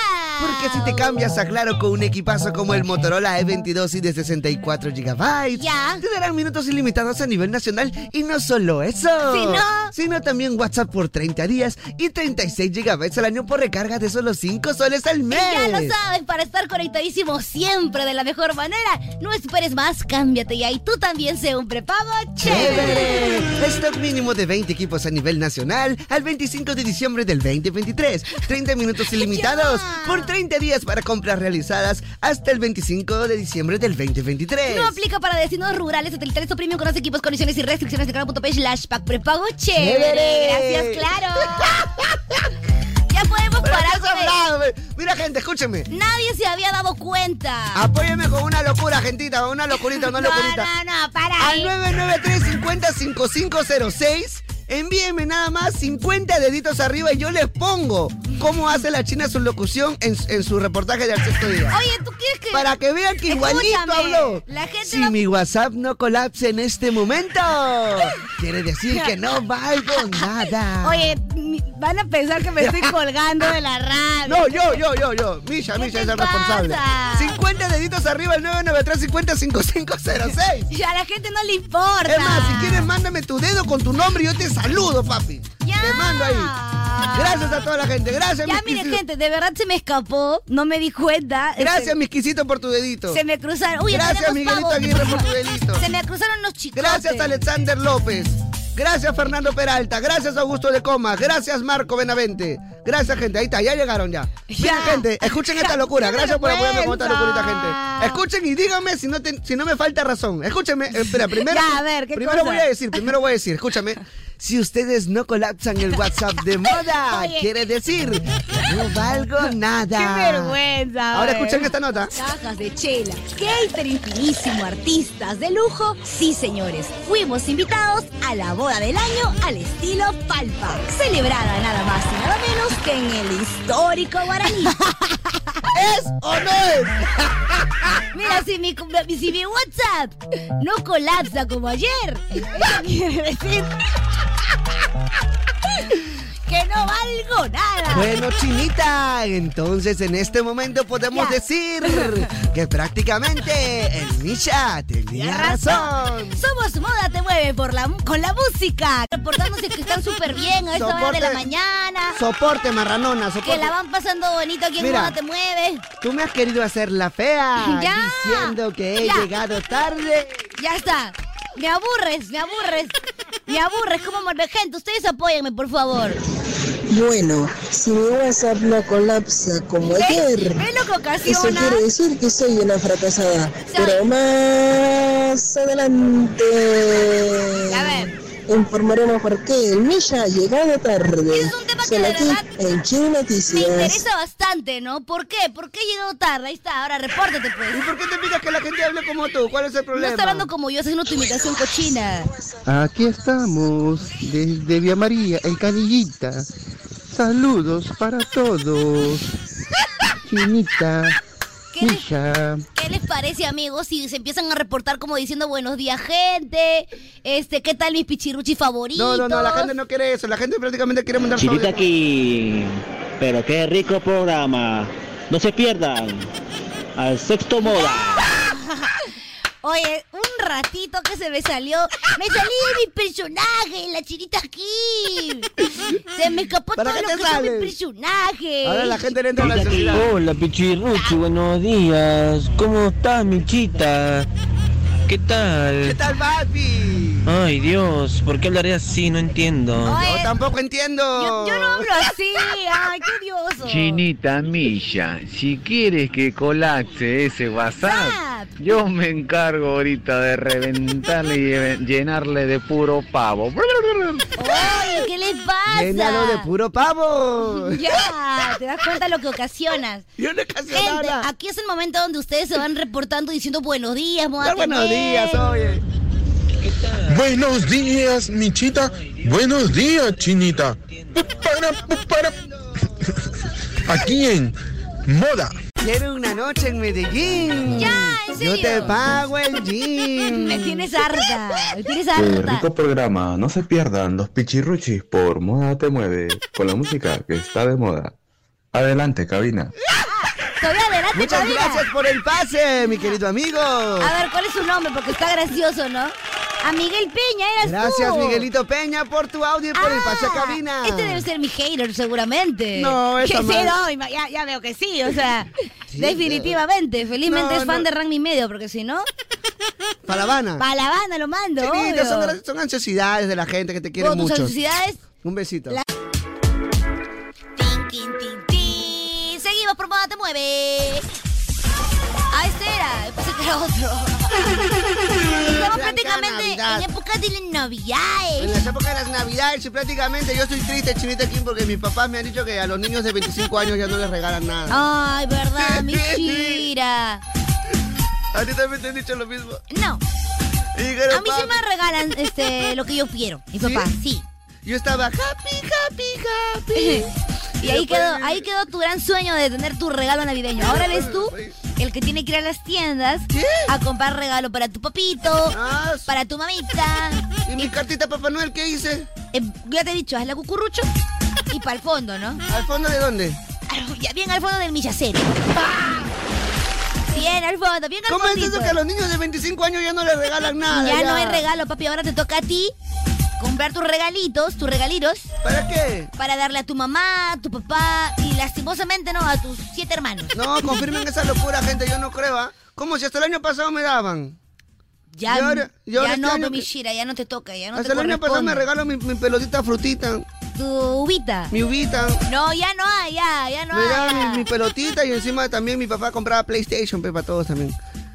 [SPEAKER 5] Porque si te cambias a Claro con un equipazo como el Motorola E22 y de 64 GB,
[SPEAKER 3] Ya.
[SPEAKER 5] te darán minutos ilimitados a nivel nacional y no solo eso,
[SPEAKER 3] Sino-
[SPEAKER 5] sino también WhatsApp por 30 días y 36 GB al año por recarga de solo 5 soles al mes.
[SPEAKER 3] Ya lo sabes, para estar conectadísimo siempre de la mejor manera, no esperes más, cámbiate ya y tú también sé un prepago chévere.
[SPEAKER 5] ¡Chévere! Stock mínimo de 20 equipos a nivel nacional al 25 de diciembre del 2023. 30 minutos ilimitados
[SPEAKER 3] Ya.
[SPEAKER 5] por 30 días para compras realizadas hasta el 25 de diciembre del 2023.
[SPEAKER 3] No aplica para destinos rurales, satelitales o premium con los equipos, condiciones y restricciones en claro.p slash pack prepago chévere.
[SPEAKER 5] Chévere.
[SPEAKER 3] Gracias, claro. ya podemos
[SPEAKER 5] ¿Pero qué
[SPEAKER 3] parar.
[SPEAKER 5] has
[SPEAKER 3] con el-
[SPEAKER 5] hablado? Ve- Mira, gente, escúcheme.
[SPEAKER 3] Nadie se había dado cuenta.
[SPEAKER 5] Apóyeme con una locura, gentita, con una locurita, una
[SPEAKER 3] no,
[SPEAKER 5] locurita.
[SPEAKER 3] no, no, para.
[SPEAKER 5] Al
[SPEAKER 3] ¿eh?
[SPEAKER 5] 993 50 5506 Envíenme nada más 50 deditos arriba y yo les pongo cómo hace la China su locución en, en su reportaje de al sexto día.
[SPEAKER 3] Oye, ¿tú quieres que.?
[SPEAKER 5] Para que vean que igualito
[SPEAKER 3] Escúchame,
[SPEAKER 5] habló.
[SPEAKER 3] La gente
[SPEAKER 5] Si
[SPEAKER 3] va-
[SPEAKER 5] mi WhatsApp no colapsa en este momento, quiere decir que no valgo nada.
[SPEAKER 3] Oye, mi- van a pensar que me estoy colgando de la radio.
[SPEAKER 5] No, yo, yo, yo, yo. Misha,
[SPEAKER 3] ¿Qué
[SPEAKER 5] Misha
[SPEAKER 3] te
[SPEAKER 5] es el responsable.
[SPEAKER 3] pasa?
[SPEAKER 5] 50 deditos arriba al 993-50-5506.
[SPEAKER 3] Y a la gente no le importa.
[SPEAKER 5] Es más, si quieres, mándame tu dedo con tu nombre y yo te saludo, papi.
[SPEAKER 3] Ya.
[SPEAKER 5] Te mando ahí. Gracias a toda la gente. Gracias,
[SPEAKER 3] Ya,
[SPEAKER 5] mis
[SPEAKER 3] mire,
[SPEAKER 5] quisitos.
[SPEAKER 3] gente, de verdad se me escapó. No me di cuenta.
[SPEAKER 5] Gracias,
[SPEAKER 3] Este,
[SPEAKER 5] mis quisitos, por tu dedito.
[SPEAKER 3] Se me cruzaron. Uy,
[SPEAKER 5] Gracias,
[SPEAKER 3] tenemos
[SPEAKER 5] Miguelito
[SPEAKER 3] pavo.
[SPEAKER 5] Aguirre, por tu delito.
[SPEAKER 3] Se me cruzaron los chicos.
[SPEAKER 5] Gracias, Alexander López. Gracias, Fernando Peralta. Gracias, Augusto de Comas. Gracias, Marco Benavente. Gracias, gente. Ahí está, ya llegaron ya.
[SPEAKER 3] Ya.
[SPEAKER 5] Miren, gente, escuchen esta
[SPEAKER 3] Ya,
[SPEAKER 5] locura.
[SPEAKER 3] qué
[SPEAKER 5] Gracias por apoyarme con esta
[SPEAKER 3] vergüenza.
[SPEAKER 5] locurita, gente. Escuchen y díganme si no, te- si no me falta razón. Escúchame. eh, Espera, primero,
[SPEAKER 3] Ya, a ver, ¿qué
[SPEAKER 5] primero
[SPEAKER 3] cosa?
[SPEAKER 5] voy a decir, primero voy a decir, escúchame. Si ustedes no colapsan el WhatsApp de moda,
[SPEAKER 3] Oye.
[SPEAKER 5] quiere decir, que no valgo nada.
[SPEAKER 3] Qué vergüenza.
[SPEAKER 5] Ahora
[SPEAKER 3] oye.
[SPEAKER 5] escuchen esta nota.
[SPEAKER 6] Cajas de chela, catering finísimo, artistas de lujo. Sí, señores, fuimos invitados a la boda del año al estilo Palpa, celebrada nada más y nada menos que en el histórico Guaraní.
[SPEAKER 5] ¿Es o no es?
[SPEAKER 3] Mira, si mi, si mi WhatsApp no colapsa como ayer, eso quiere decir que no valgo nada.
[SPEAKER 5] Bueno, Chinita, entonces en este momento podemos
[SPEAKER 3] Ya.
[SPEAKER 5] decir que prácticamente el Misha tenía
[SPEAKER 3] Tienes
[SPEAKER 5] razón.
[SPEAKER 3] Somos Moda Te Mueve por la, con la música. Reportándose que están súper bien a esta hora de
[SPEAKER 5] Soporte.
[SPEAKER 3] la mañana.
[SPEAKER 5] Soporte, marranona,
[SPEAKER 3] que
[SPEAKER 5] soporte.
[SPEAKER 3] la van pasando bonito aquí en
[SPEAKER 5] Mira.
[SPEAKER 3] Moda Te Mueve.
[SPEAKER 5] Tú me has querido hacer la fea
[SPEAKER 3] Ya.
[SPEAKER 5] diciendo que he
[SPEAKER 3] Ya.
[SPEAKER 5] llegado tarde.
[SPEAKER 3] Ya está. Me aburres, me aburres. Me aburres como gente. Ustedes apóyenme, por favor.
[SPEAKER 7] Bueno, si mi WhatsApp no colapsa como
[SPEAKER 3] ¿Ves
[SPEAKER 7] ayer,
[SPEAKER 3] lo que
[SPEAKER 7] eso
[SPEAKER 3] ocasiona?
[SPEAKER 7] quiere decir que soy una fracasada.
[SPEAKER 3] ¿ah? Soy.
[SPEAKER 7] Pero más adelante
[SPEAKER 3] A ver.
[SPEAKER 7] informaremos por qué el Misha ha llegado tarde.
[SPEAKER 3] Es un tema que
[SPEAKER 7] Solo
[SPEAKER 3] de
[SPEAKER 7] aquí
[SPEAKER 3] verdad
[SPEAKER 7] en Chile
[SPEAKER 3] Me
[SPEAKER 7] Noticias.
[SPEAKER 3] interesa bastante, ¿no? ¿Por qué? ¿Por qué llegó tarde? Ahí está, ahora repórtate, pues.
[SPEAKER 5] ¿Y por qué te pidas que la gente hable como tú? ¿Cuál es el
[SPEAKER 3] No
[SPEAKER 5] problema?
[SPEAKER 3] está hablando como yo, haciendo tu imitación cochina.
[SPEAKER 8] Aquí estamos desde Vía María, en Canillita. Saludos para todos. Chinita,
[SPEAKER 3] ¿Qué les,
[SPEAKER 8] Misha.
[SPEAKER 3] qué les parece, amigos, si se empiezan a reportar como diciendo buenos días, gente? Este, ¿qué tal mis pichiruchis
[SPEAKER 5] No,
[SPEAKER 3] favoritos?
[SPEAKER 5] no, no, la gente no quiere eso. La gente prácticamente quiere mandar
[SPEAKER 9] Chirita
[SPEAKER 5] audio.
[SPEAKER 9] aquí, pero qué rico programa. No se pierdan. Al sexto moda.
[SPEAKER 3] Oye, un ratito que se me salió. Me salí de mi personaje, la chinita aquí. Se me escapó
[SPEAKER 5] ¿Para
[SPEAKER 3] todo
[SPEAKER 5] qué
[SPEAKER 3] lo
[SPEAKER 5] te
[SPEAKER 3] que son
[SPEAKER 5] sales?
[SPEAKER 3] mis personajes.
[SPEAKER 5] Ahora la gente le entra en la ansiedad.
[SPEAKER 10] Hola Pichirruchi, buenos días. ¿Cómo estás, Michita? ¿Qué
[SPEAKER 5] ¿Qué
[SPEAKER 10] tal?
[SPEAKER 5] tal, papi?
[SPEAKER 10] Ay, Dios, ¿por qué hablaré así? No entiendo.
[SPEAKER 5] Yo
[SPEAKER 3] Oye,
[SPEAKER 5] tampoco entiendo.
[SPEAKER 3] yo, yo no hablo así. Ay, qué odioso.
[SPEAKER 11] Chinita Milla, si quieres que colapse ese WhatsApp,
[SPEAKER 3] Zap.
[SPEAKER 11] yo me encargo ahorita de reventarle y lle- llenarle de puro pavo.
[SPEAKER 3] Oye, ¿qué les pasa?
[SPEAKER 5] Llénalo de puro pavo.
[SPEAKER 3] Ya, te das cuenta lo que ocasionas.
[SPEAKER 5] Yo no casi
[SPEAKER 3] Gente,
[SPEAKER 5] nada.
[SPEAKER 3] aquí es el momento donde ustedes se van reportando diciendo buenos días, moda
[SPEAKER 5] Dar buenos
[SPEAKER 3] TV.
[SPEAKER 5] días, oye.
[SPEAKER 4] Buenos días, Michita. Buenos días, Chinita. Para, para. Aquí en Moda.
[SPEAKER 5] Quiero una noche en Medellín.
[SPEAKER 3] Ya, en
[SPEAKER 5] Yo
[SPEAKER 3] serio.
[SPEAKER 5] te pago el gym.
[SPEAKER 3] Me tienes harta, me tienes harta.
[SPEAKER 8] programa, no se pierdan los pichirruchis por Moda Te Mueve, con la música que está de moda. Adelante, cabina.
[SPEAKER 3] Todavía adelante,
[SPEAKER 5] Muchas
[SPEAKER 3] todavía.
[SPEAKER 5] gracias por el pase, mi querido amigo.
[SPEAKER 3] A ver, ¿cuál es su nombre? Porque está gracioso, ¿no? A Miguel Peña, eras
[SPEAKER 5] Gracias,
[SPEAKER 3] tú.
[SPEAKER 5] Miguelito Peña, por tu audio y por el pase a
[SPEAKER 3] Ah,
[SPEAKER 5] cabina.
[SPEAKER 3] Este debe ser mi hater, seguramente.
[SPEAKER 5] No,
[SPEAKER 3] Que
[SPEAKER 5] esa
[SPEAKER 3] sí,
[SPEAKER 5] madre-
[SPEAKER 3] no, ima- ya, ya veo que sí, o sea,
[SPEAKER 5] Sí,
[SPEAKER 3] definitivamente. Felizmente
[SPEAKER 5] No,
[SPEAKER 3] es fan
[SPEAKER 5] no.
[SPEAKER 3] de Rank Mi Medio, porque si no,
[SPEAKER 5] Para La Habana.
[SPEAKER 3] pa' la banda lo mando,
[SPEAKER 5] Chinita, son,
[SPEAKER 3] obvio.
[SPEAKER 5] gra- son ansiosidades de la gente que te quiere
[SPEAKER 3] Con tus
[SPEAKER 5] mucho.
[SPEAKER 3] ansiedades,
[SPEAKER 5] Un besito.
[SPEAKER 3] La- Tin, tin, tin, tin. Seguimos por Moda Te Mueve. Ah, este era. Después que era otro. Estamos
[SPEAKER 5] Blanca
[SPEAKER 3] prácticamente
[SPEAKER 5] Navidad.
[SPEAKER 3] en época de las
[SPEAKER 5] En
[SPEAKER 3] navidades.
[SPEAKER 5] las épocas de las navidades, y prácticamente yo estoy triste, Chinita Kim, porque mis papás me han dicho que a los niños de 25 años ya no les regalan nada.
[SPEAKER 3] Ay, verdad, mentira.
[SPEAKER 5] A ti también te han dicho lo mismo.
[SPEAKER 3] No,
[SPEAKER 5] Y que
[SPEAKER 3] Ah. a
[SPEAKER 5] los
[SPEAKER 3] mí sí
[SPEAKER 5] papás-
[SPEAKER 3] me regalan este, lo que yo quiero. Mi papá, sí.
[SPEAKER 5] Yo estaba happy, happy, happy.
[SPEAKER 3] Y ahí quedó, ahí quedó tu gran sueño de tener tu regalo navideño.
[SPEAKER 5] Ah,
[SPEAKER 3] Ahora ves tú
[SPEAKER 5] pues.
[SPEAKER 3] el que tiene que ir a las tiendas a comprar regalo para tu papito,
[SPEAKER 5] Ah.
[SPEAKER 3] para tu mamita.
[SPEAKER 5] ¿Y mi cartita Papá Noel qué hice?
[SPEAKER 3] Eh, ya te he dicho, haz la cucurucho y para el fondo, ¿no?
[SPEAKER 5] ¿Al fondo de dónde?
[SPEAKER 3] Ya bien al fondo del millacero. Bien al fondo, bien al
[SPEAKER 5] ¿Cómo es eso que a los niños de 25 años ya no les regalan nada?
[SPEAKER 3] Ya, no hay regalo, papi. Ahora te toca a ti comprar tus regalitos, tus regalitos.
[SPEAKER 5] ¿Para qué?
[SPEAKER 3] Para darle a tu mamá, a tu papá y lastimosamente no, a tus siete hermanos.
[SPEAKER 5] No, confirmen esa locura, gente. Yo no creo, ¿ah? Como si hasta el año pasado me daban.
[SPEAKER 3] Ya,
[SPEAKER 5] Y ahora- y ahora
[SPEAKER 3] ya
[SPEAKER 5] este
[SPEAKER 3] no,
[SPEAKER 5] año
[SPEAKER 3] pues,
[SPEAKER 5] que-
[SPEAKER 3] Mishira, ya no te toca, ya no
[SPEAKER 5] hasta el
[SPEAKER 3] te
[SPEAKER 5] año pasado me
[SPEAKER 3] corresponde.
[SPEAKER 5] regaló mi, mi pelotita frutita.
[SPEAKER 3] Tu uvita.
[SPEAKER 5] Mi uvita.
[SPEAKER 3] No, ya no hay, ya, ya no
[SPEAKER 5] me
[SPEAKER 3] hay.
[SPEAKER 5] daban mi, mi pelotita y encima también mi papá compraba PlayStation pe, para todos también.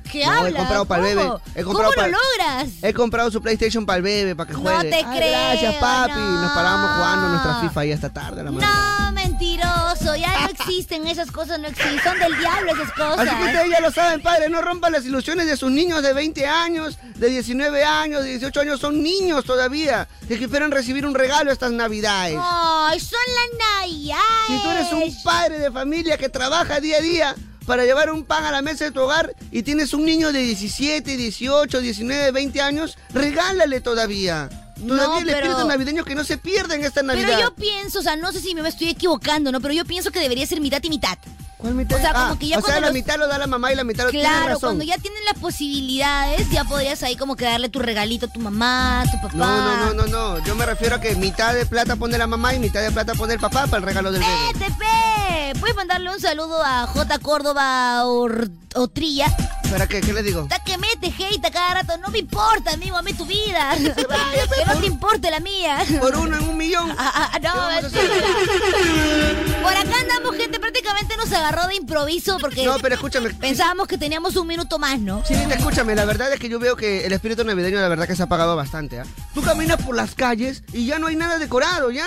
[SPEAKER 3] ¿Qué
[SPEAKER 5] No,
[SPEAKER 3] hablas?
[SPEAKER 5] he comprado para el bebé.
[SPEAKER 3] ¿Cómo?
[SPEAKER 5] He comprado
[SPEAKER 3] ¿Cómo
[SPEAKER 5] pa'l-
[SPEAKER 3] lo logras?
[SPEAKER 5] He comprado su PlayStation para el bebé, para que juegue.
[SPEAKER 3] te
[SPEAKER 5] Ay, Gracias,
[SPEAKER 3] creo,
[SPEAKER 5] papi. Nos parábamos jugando nuestra FIFA ahí hasta tarde a la mañana.
[SPEAKER 3] No, mentiroso, ya no existen esas cosas, no existen, son del diablo esas cosas.
[SPEAKER 5] Así que ustedes ya lo saben, padre, no rompan las ilusiones de sus niños de 20 años, de 19 años, de 18 años, son niños todavía, de que esperan recibir un regalo estas navidades.
[SPEAKER 3] Ay, son las navidades.
[SPEAKER 5] Si tú eres un padre de familia que trabaja día a día para llevar un pan a la mesa de tu hogar y tienes un niño de 17, 18, 19, 20 años, regálale todavía. Todavía el
[SPEAKER 3] pero-
[SPEAKER 5] espíritu navideño que no se pierda en esta Navidad.
[SPEAKER 3] Pero yo pienso, o sea, no sé si me estoy equivocando, ¿no? Pero yo pienso que debería ser mitad y mitad.
[SPEAKER 5] ¿Cuál mitad?
[SPEAKER 3] O sea,
[SPEAKER 5] Ah,
[SPEAKER 3] como que ya
[SPEAKER 5] o sea,
[SPEAKER 3] cuando
[SPEAKER 5] la
[SPEAKER 3] los-
[SPEAKER 5] mitad lo da la mamá y la mitad lo tiene
[SPEAKER 3] Claro,
[SPEAKER 5] razón.
[SPEAKER 3] cuando ya tienen las posibilidades, ya podrías ahí como que darle tu regalito a tu mamá, a tu papá.
[SPEAKER 5] No, no, no, no, no. Yo me refiero a que mitad de plata pone la mamá y mitad de plata pone el papá para el regalo del bebé.
[SPEAKER 3] Vete, pe. Puedes mandarle un saludo a J. Córdoba Or- Otrilla.
[SPEAKER 5] ¿Para qué? ¿Qué les digo?
[SPEAKER 3] Está que mete hate a cada rato. No me importa, amigo, amé tu vida. que no te importe la mía.
[SPEAKER 5] Por uno en un millón.
[SPEAKER 3] Ah, ah, no, mentira. Por acá andamos, gente. Prácticamente nos agarró de improviso porque
[SPEAKER 5] No, pero escúchame.
[SPEAKER 3] pensábamos que teníamos un minuto más, ¿no?
[SPEAKER 5] Chinita, escúchame, la verdad es que yo veo que el espíritu navideño la verdad que se ha apagado bastante, ¿ah? Tú caminas por las calles y ya no hay nada decorado, ya.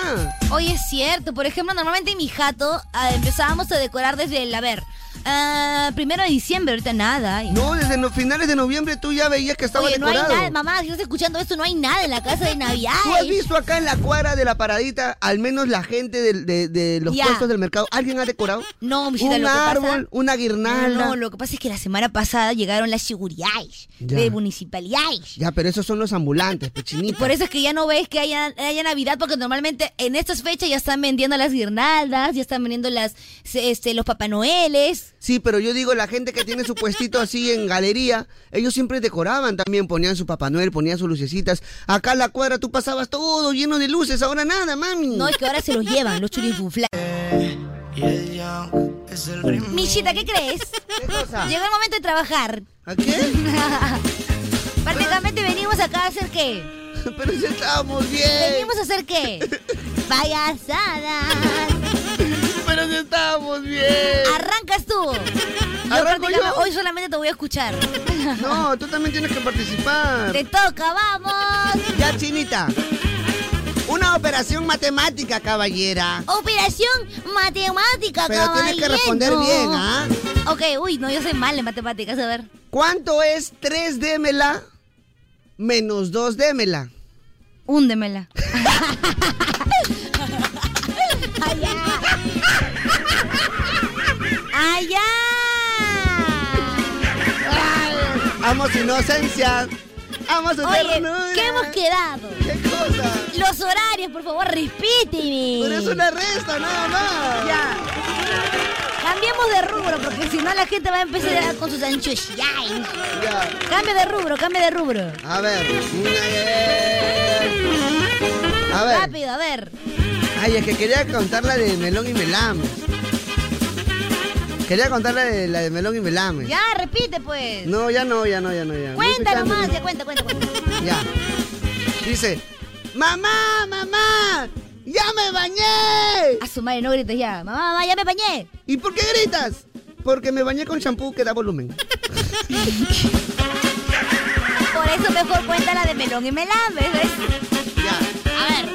[SPEAKER 3] Oye, es cierto. Por ejemplo, normalmente en mi jato ah, empezábamos a decorar desde el, a ver, ah, primero de diciembre, ahorita nada. ay.
[SPEAKER 5] No, desde los finales de noviembre tú ya veías que estaba
[SPEAKER 3] Oye, no hay
[SPEAKER 5] decorado.
[SPEAKER 3] nada, mamá, si estás escuchando esto, no hay nada en la casa de Navidad.
[SPEAKER 5] ¿Tú has visto acá en la cuadra de la paradita, al menos la gente del- de, de los
[SPEAKER 3] Ya.
[SPEAKER 5] puestos del mercado, alguien ha decorado?
[SPEAKER 3] No, mijita,
[SPEAKER 5] Un
[SPEAKER 3] lo que pasa-
[SPEAKER 5] árbol, una guirnalda.
[SPEAKER 3] No, lo que pasa es que la semana pasada llegaron las seguridades
[SPEAKER 5] Ya.
[SPEAKER 3] de municipalidades.
[SPEAKER 5] Ya, pero esos son los ambulantes, pechinita.
[SPEAKER 3] Por eso es que ya no ves que haya, haya Navidad, porque normalmente en estas fechas ya están vendiendo las guirnaldas, ya están vendiendo las se- este, los Papá Noeles.
[SPEAKER 5] Sí, pero yo digo, la gente que tiene su puestito así en galería, ellos siempre decoraban también, ponían su Papá Noel, ponían sus lucecitas. Acá en la cuadra tú pasabas todo lleno de luces, ahora nada, mami.
[SPEAKER 3] No, es que ahora se los llevan, los churinfuflados. Michita, ¿qué crees? Llegó el momento de trabajar.
[SPEAKER 5] ¿A qué?
[SPEAKER 3] Prácticamente venimos acá a hacer qué?
[SPEAKER 5] Pero ya estábamos bien.
[SPEAKER 3] ¿Venimos a hacer qué? Payasadas.
[SPEAKER 5] Pero ya estábamos bien.
[SPEAKER 3] Arrancas tú. Yo
[SPEAKER 5] ¿Arranco
[SPEAKER 3] prácticamente-
[SPEAKER 5] yo?
[SPEAKER 3] Hoy solamente te voy a escuchar.
[SPEAKER 5] No, tú también tienes que participar.
[SPEAKER 3] Te toca, vamos.
[SPEAKER 5] Ya, chinita. Una operación matemática, caballera.
[SPEAKER 3] Operación matemática,
[SPEAKER 5] Pero tienes que responder bien, ¿ah?
[SPEAKER 3] Ok, uy, no, yo soy mal en matemáticas, a ver.
[SPEAKER 5] ¿Cuánto es 3 démela menos 2 démela?
[SPEAKER 3] Húndemela. ¡Allá!
[SPEAKER 5] Amo su inocencia. Amo su
[SPEAKER 3] Oye,
[SPEAKER 5] ternura.
[SPEAKER 3] ¿qué hemos quedado?
[SPEAKER 5] ¿Qué cosa?
[SPEAKER 3] Los horarios, por favor, respíteme.
[SPEAKER 5] Pero es una resta, nada más.
[SPEAKER 3] Ya. Cambiemos de rubro, porque si no la gente va a empezar a- con sus anchos. eh.
[SPEAKER 5] Ya.
[SPEAKER 3] Cambia de rubro, cambia de rubro.
[SPEAKER 5] A ver. A ver.
[SPEAKER 3] Rápido, a ver.
[SPEAKER 5] Ay, es que quería contar la de Melón y Melame. Quería contar la de, la de Melón y Melame.
[SPEAKER 3] Ya, repite, pues.
[SPEAKER 5] No, ya no, ya no, ya no, ya. Voy
[SPEAKER 3] Cuéntalo
[SPEAKER 5] picando.
[SPEAKER 3] más, ya cuenta, cuenta, cuenta.
[SPEAKER 5] Ya. Dice, mamá, mamá, ya me bañé.
[SPEAKER 3] A su madre, no grites ya. Mamá, mamá, ya me bañé.
[SPEAKER 5] ¿Y por qué gritas? Porque me bañé con champú que da volumen.
[SPEAKER 3] Por eso mejor cuenta la de melón y melambe, ¿ves?
[SPEAKER 5] Ya.
[SPEAKER 3] A ver,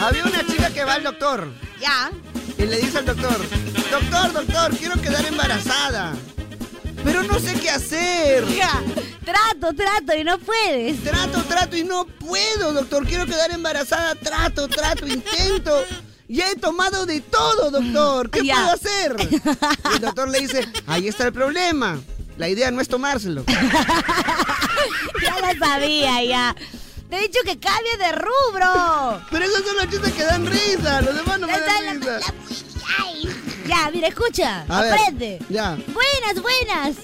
[SPEAKER 5] Había una chica que va al doctor
[SPEAKER 3] ya.
[SPEAKER 5] y le dice al doctor, doctor, doctor, quiero quedar embarazada. Pero no sé qué hacer.
[SPEAKER 3] Ya, trato, trato y no puedes.
[SPEAKER 5] Trato, trato y no puedo, doctor. Quiero quedar embarazada. Trato, trato, intento. Ya he tomado de todo, doctor. ¿Qué
[SPEAKER 3] Ya.
[SPEAKER 5] puedo hacer? Y el doctor le dice, ahí está el problema. La idea no es tomárselo.
[SPEAKER 3] Ya la sabía, ya. Te he dicho que cambie de rubro.
[SPEAKER 5] Pero esos son los chistes que dan risa. Los demás no me
[SPEAKER 3] Esa
[SPEAKER 5] dan
[SPEAKER 3] es la-
[SPEAKER 5] risa.
[SPEAKER 3] Ay, Ya, mira, escucha.
[SPEAKER 5] A ver,
[SPEAKER 3] Aprende.
[SPEAKER 5] ya.
[SPEAKER 3] Buenas, buenas.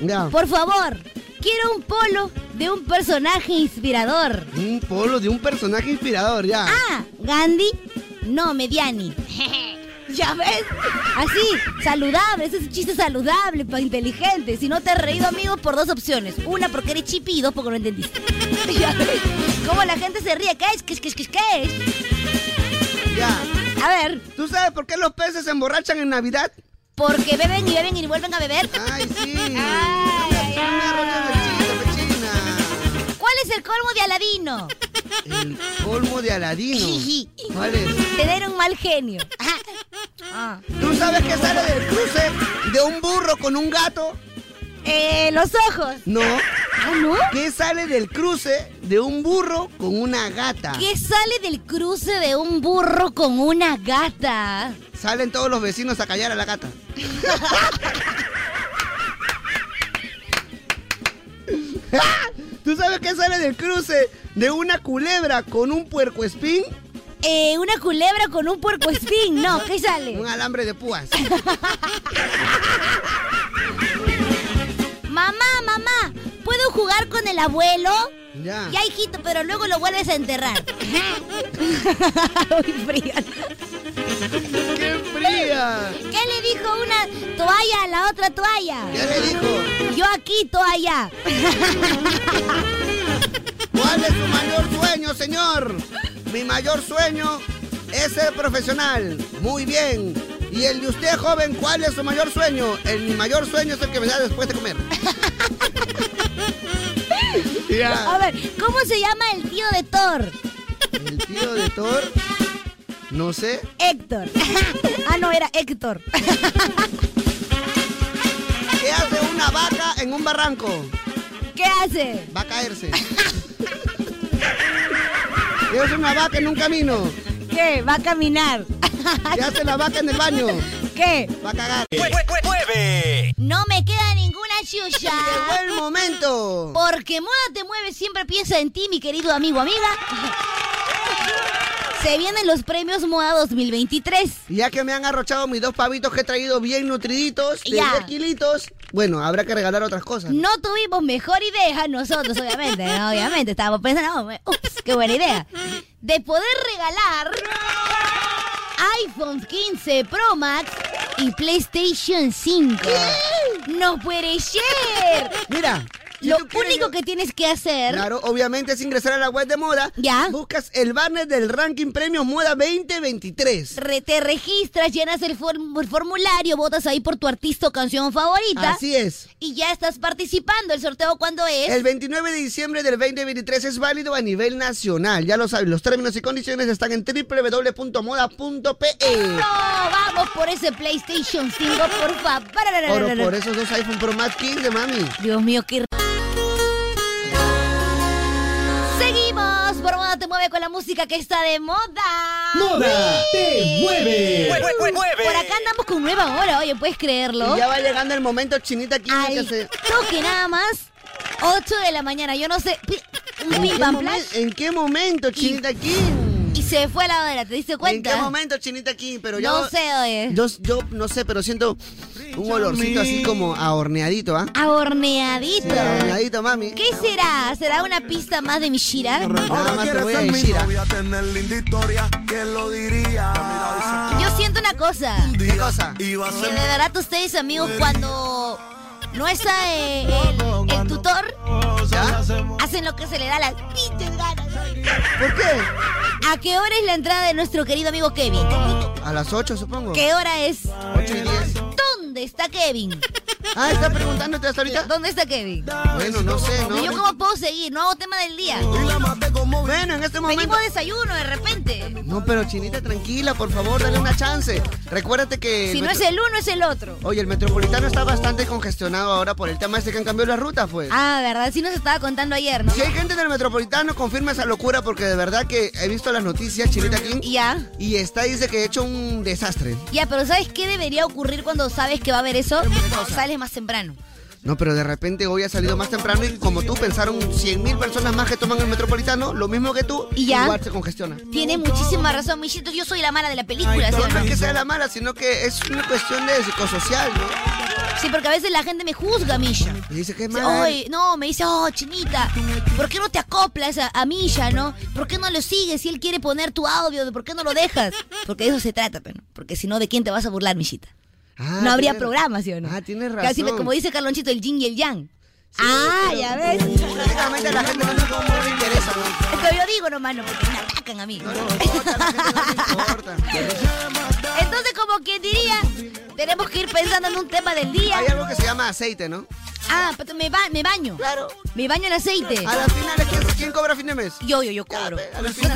[SPEAKER 5] Ya.
[SPEAKER 3] Por favor, quiero un polo de un personaje inspirador.
[SPEAKER 5] Un polo de un personaje inspirador, ya.
[SPEAKER 3] Ah, Gandhi, no Mediani. ¿Ya ves? Así, saludable, ese es un chiste saludable, pa inteligente. Si no te has reído, amigos, por dos opciones. Una porque eres chipi y dos porque no entendiste. ¿Ya ves? ¿Cómo la gente se ríe? ¿Qué es? ¿Qué es? ¿Qué es? ¿Qué es? ¿Qué es?
[SPEAKER 5] Ya.
[SPEAKER 3] A ver.
[SPEAKER 5] ¿Tú sabes por qué los peces se emborrachan en Navidad?
[SPEAKER 3] Porque beben y beben y vuelven a beber.
[SPEAKER 5] Ay, sí.
[SPEAKER 3] Ay, ay, ¿Cuál es el colmo de Aladino?
[SPEAKER 5] El colmo de Aladino. ¿Cuál es?
[SPEAKER 3] Tener un mal genio. Ah.
[SPEAKER 5] ¿Tú sabes qué sale del cruce de un burro con un gato?
[SPEAKER 3] Eh, los ojos.
[SPEAKER 5] No.
[SPEAKER 3] no?
[SPEAKER 5] ¿Qué sale del cruce de un burro con una gata?
[SPEAKER 3] ¿Qué sale del cruce de un burro con una gata?
[SPEAKER 5] Salen todos los vecinos a callar a la gata. ¿Tú sabes qué sale del cruce de una culebra con un puerco espín?
[SPEAKER 3] Eh, una culebra con un puerco espín. No, ¿qué sale?
[SPEAKER 5] Un alambre de púas.
[SPEAKER 3] Mamá, mamá, ¿puedo jugar con el abuelo?
[SPEAKER 5] Ya.
[SPEAKER 3] Ya, hijito, pero luego lo vuelves a enterrar. Muy fría.
[SPEAKER 5] ¡Qué fría!
[SPEAKER 3] ¿Qué le dijo una toalla a la otra toalla?
[SPEAKER 5] ¿Qué le dijo?
[SPEAKER 3] Yo aquí, toalla.
[SPEAKER 5] ¿Cuál es su mayor sueño, señor? Mi mayor sueño es ser profesional. Muy bien. ¿Y el de usted, joven, cuál es su mayor sueño? El mi mayor sueño es el que me da después de comer. Ya.
[SPEAKER 3] A ver, ¿cómo se llama el tío de Thor?
[SPEAKER 5] ¿El tío de Thor? No sé.
[SPEAKER 3] Héctor. ah, no, era Héctor.
[SPEAKER 5] ¿Qué hace una vaca en un barranco?
[SPEAKER 3] ¿Qué hace?
[SPEAKER 5] Va a caerse. ¿Qué hace una vaca en un camino?
[SPEAKER 3] ¿Qué? Va a caminar.
[SPEAKER 5] ¿Qué hace la vaca en el baño?
[SPEAKER 3] ¿Qué?
[SPEAKER 5] Va a cagar.
[SPEAKER 2] ¡Mueve!
[SPEAKER 3] No me queda ninguna chucha.
[SPEAKER 5] Llegó el momento.
[SPEAKER 3] Porque Moda Te Mueve siempre piensa en ti, mi querido amigo, amiga. Se vienen los premios Moda 2023.
[SPEAKER 5] Ya que me han arrochado mis dos pavitos que he traído bien nutriditos, de
[SPEAKER 3] Ya.
[SPEAKER 5] 10 kilitos, bueno, habrá que regalar otras cosas.
[SPEAKER 3] No tuvimos mejor idea nosotros, obviamente, ¿no? obviamente. Estábamos pensando, "Oh, ups, qué buena idea. De poder regalar iPhone 15 Pro Max y PlayStation 5. ¡No puede ser!
[SPEAKER 5] Mira, si
[SPEAKER 3] Lo
[SPEAKER 5] tú quieres,
[SPEAKER 3] único
[SPEAKER 5] yo-
[SPEAKER 3] que tienes que hacer...
[SPEAKER 5] Claro, obviamente es ingresar a la web de moda.
[SPEAKER 3] Ya.
[SPEAKER 5] Buscas el banner del ranking premios moda 2023.
[SPEAKER 3] Re- te registras, llenas el, form- el formulario, votas ahí por tu artista o canción favorita.
[SPEAKER 5] Así es.
[SPEAKER 3] Y ya estás participando. ¿El sorteo cuándo es?
[SPEAKER 5] El 29 de diciembre del 2023 es válido a nivel nacional. Ya lo saben, los términos y condiciones están en www.moda.pe.
[SPEAKER 3] ¡No! Vamos por ese PlayStation 5, por favor.
[SPEAKER 5] Por, por esos dos iPhone Pro Max 15, mami.
[SPEAKER 3] Dios mío, qué... r- Seguimos por Moda Te Mueve con la música que está de moda.
[SPEAKER 1] Moda te mueve.
[SPEAKER 2] ¡Mueve, mueve, mueve!
[SPEAKER 3] Por acá andamos con nueva hora, oye, ¿puedes creerlo?
[SPEAKER 5] Y ya va llegando el momento chinita aquí. que
[SPEAKER 3] Al
[SPEAKER 5] se-
[SPEAKER 3] toque nada más, 8 de la mañana, yo no sé... pi- Un
[SPEAKER 5] ¿En
[SPEAKER 3] pim
[SPEAKER 5] qué,
[SPEAKER 3] pam
[SPEAKER 5] momen-
[SPEAKER 3] flash.
[SPEAKER 5] en qué momento, Chinita Kim?
[SPEAKER 3] Y se fue a la hora, ¿te diste
[SPEAKER 5] ¿En
[SPEAKER 3] cuenta?
[SPEAKER 5] qué momento, Chinita Kim? Pero yo,
[SPEAKER 3] No sé, oye.
[SPEAKER 5] yo, yo no sé, pero siento un olorcito así como a horneadito, ¿ah?
[SPEAKER 3] A horneadito.
[SPEAKER 5] A horneadito, mami.
[SPEAKER 3] ¿Qué será? ¿Será una pista más de mi Shira?
[SPEAKER 5] Nada más te voy a decir, ¿ah?
[SPEAKER 12] tener linda historia, ¿quién lo diría?
[SPEAKER 5] Ah.
[SPEAKER 3] Yo siento una cosa.
[SPEAKER 5] ¿Qué cosa?
[SPEAKER 12] Iba a
[SPEAKER 3] Que de
[SPEAKER 12] ser
[SPEAKER 3] verdad ustedes, amigos, cuando no está eh, el, el tutor,
[SPEAKER 5] ¿Ya?
[SPEAKER 3] hacen lo que se le da las pinches ganas.
[SPEAKER 5] ¿Por qué?
[SPEAKER 3] ¿A qué hora es la entrada de nuestro querido amigo Kevin?
[SPEAKER 5] A las 8, supongo.
[SPEAKER 3] ¿Qué hora es?
[SPEAKER 5] 8 y 10.
[SPEAKER 3] ¿Dónde está Kevin?
[SPEAKER 5] Ah, ¿estás preguntándote hasta ahorita?
[SPEAKER 3] ¿Dónde está Kevin?
[SPEAKER 5] Bueno, no sé,
[SPEAKER 3] ¿Y yo
[SPEAKER 5] ¿no?
[SPEAKER 3] cómo puedo seguir? No hago tema del día.
[SPEAKER 12] la maté con
[SPEAKER 5] Bueno, en este momento.
[SPEAKER 3] Pedimos desayuno de repente.
[SPEAKER 5] No, pero Chinita, tranquila, por favor, dale una chance. Recuérdate que.
[SPEAKER 3] Si no es
[SPEAKER 5] metro-
[SPEAKER 3] el uno, es el otro.
[SPEAKER 5] Oye, el metropolitano está bastante congestionado ahora por el tema este que han cambiado la ruta, pues.
[SPEAKER 3] Ah, verdad, sí nos estaba contando ayer, ¿no?
[SPEAKER 5] Si hay gente en el metropolitano, confirma esa locura porque de verdad que he visto las noticias, Chinita King.
[SPEAKER 3] Ya.
[SPEAKER 5] Y está, dice que ha hecho un desastre.
[SPEAKER 3] Ya, pero ¿sabes qué debería ocurrir cuando sabes que va a haber eso? Sales más temprano.
[SPEAKER 5] No, pero de repente hoy ha salido más temprano y como tú pensaron 100.000 personas más que toman el metropolitano, lo mismo que tú,
[SPEAKER 3] ¿Y ya?
[SPEAKER 5] igual se congestiona.
[SPEAKER 3] Tiene muchísima razón, Michito. Yo soy la mala de la película, ¿sí
[SPEAKER 5] Pero
[SPEAKER 3] o
[SPEAKER 5] no
[SPEAKER 3] no?
[SPEAKER 5] es que sea la mala, sino que es una cuestión de psicosocial, ¿no?
[SPEAKER 3] Sí, porque a veces la gente me juzga, Misha.
[SPEAKER 5] Me dice que es
[SPEAKER 3] Dice,
[SPEAKER 5] mala.
[SPEAKER 3] "Ay, no, me dice, oh, chinita, ¿por qué no te acoplas a, a Misha, no? ¿Por qué no lo sigues si él quiere poner tu audio? ¿Por qué no lo dejas? Porque de eso se trata, pero Porque si no, ¿de quién te vas a burlar, Mishita? no habría
[SPEAKER 5] Ah, tiene-
[SPEAKER 3] programa, ¿sí o no? Ah, tienes
[SPEAKER 5] razón.
[SPEAKER 3] Casi como dice Carlonchito, el yin y el yang. ah, ya ves. Prácticamente
[SPEAKER 5] la gente no le interesa, ¿no?
[SPEAKER 3] Es que yo digo nomás, no, porque me atacan a mí. Entonces, como quien diría, tenemos que ir pensando en un tema del día.
[SPEAKER 5] Hay algo que se llama aceite, ¿no?
[SPEAKER 3] Ah, pero me, ba- me baño. Claro. Me baño en aceite.
[SPEAKER 5] A la final, ¿quién, quién cobra a fin de mes?
[SPEAKER 3] Yo, yo, yo cobro.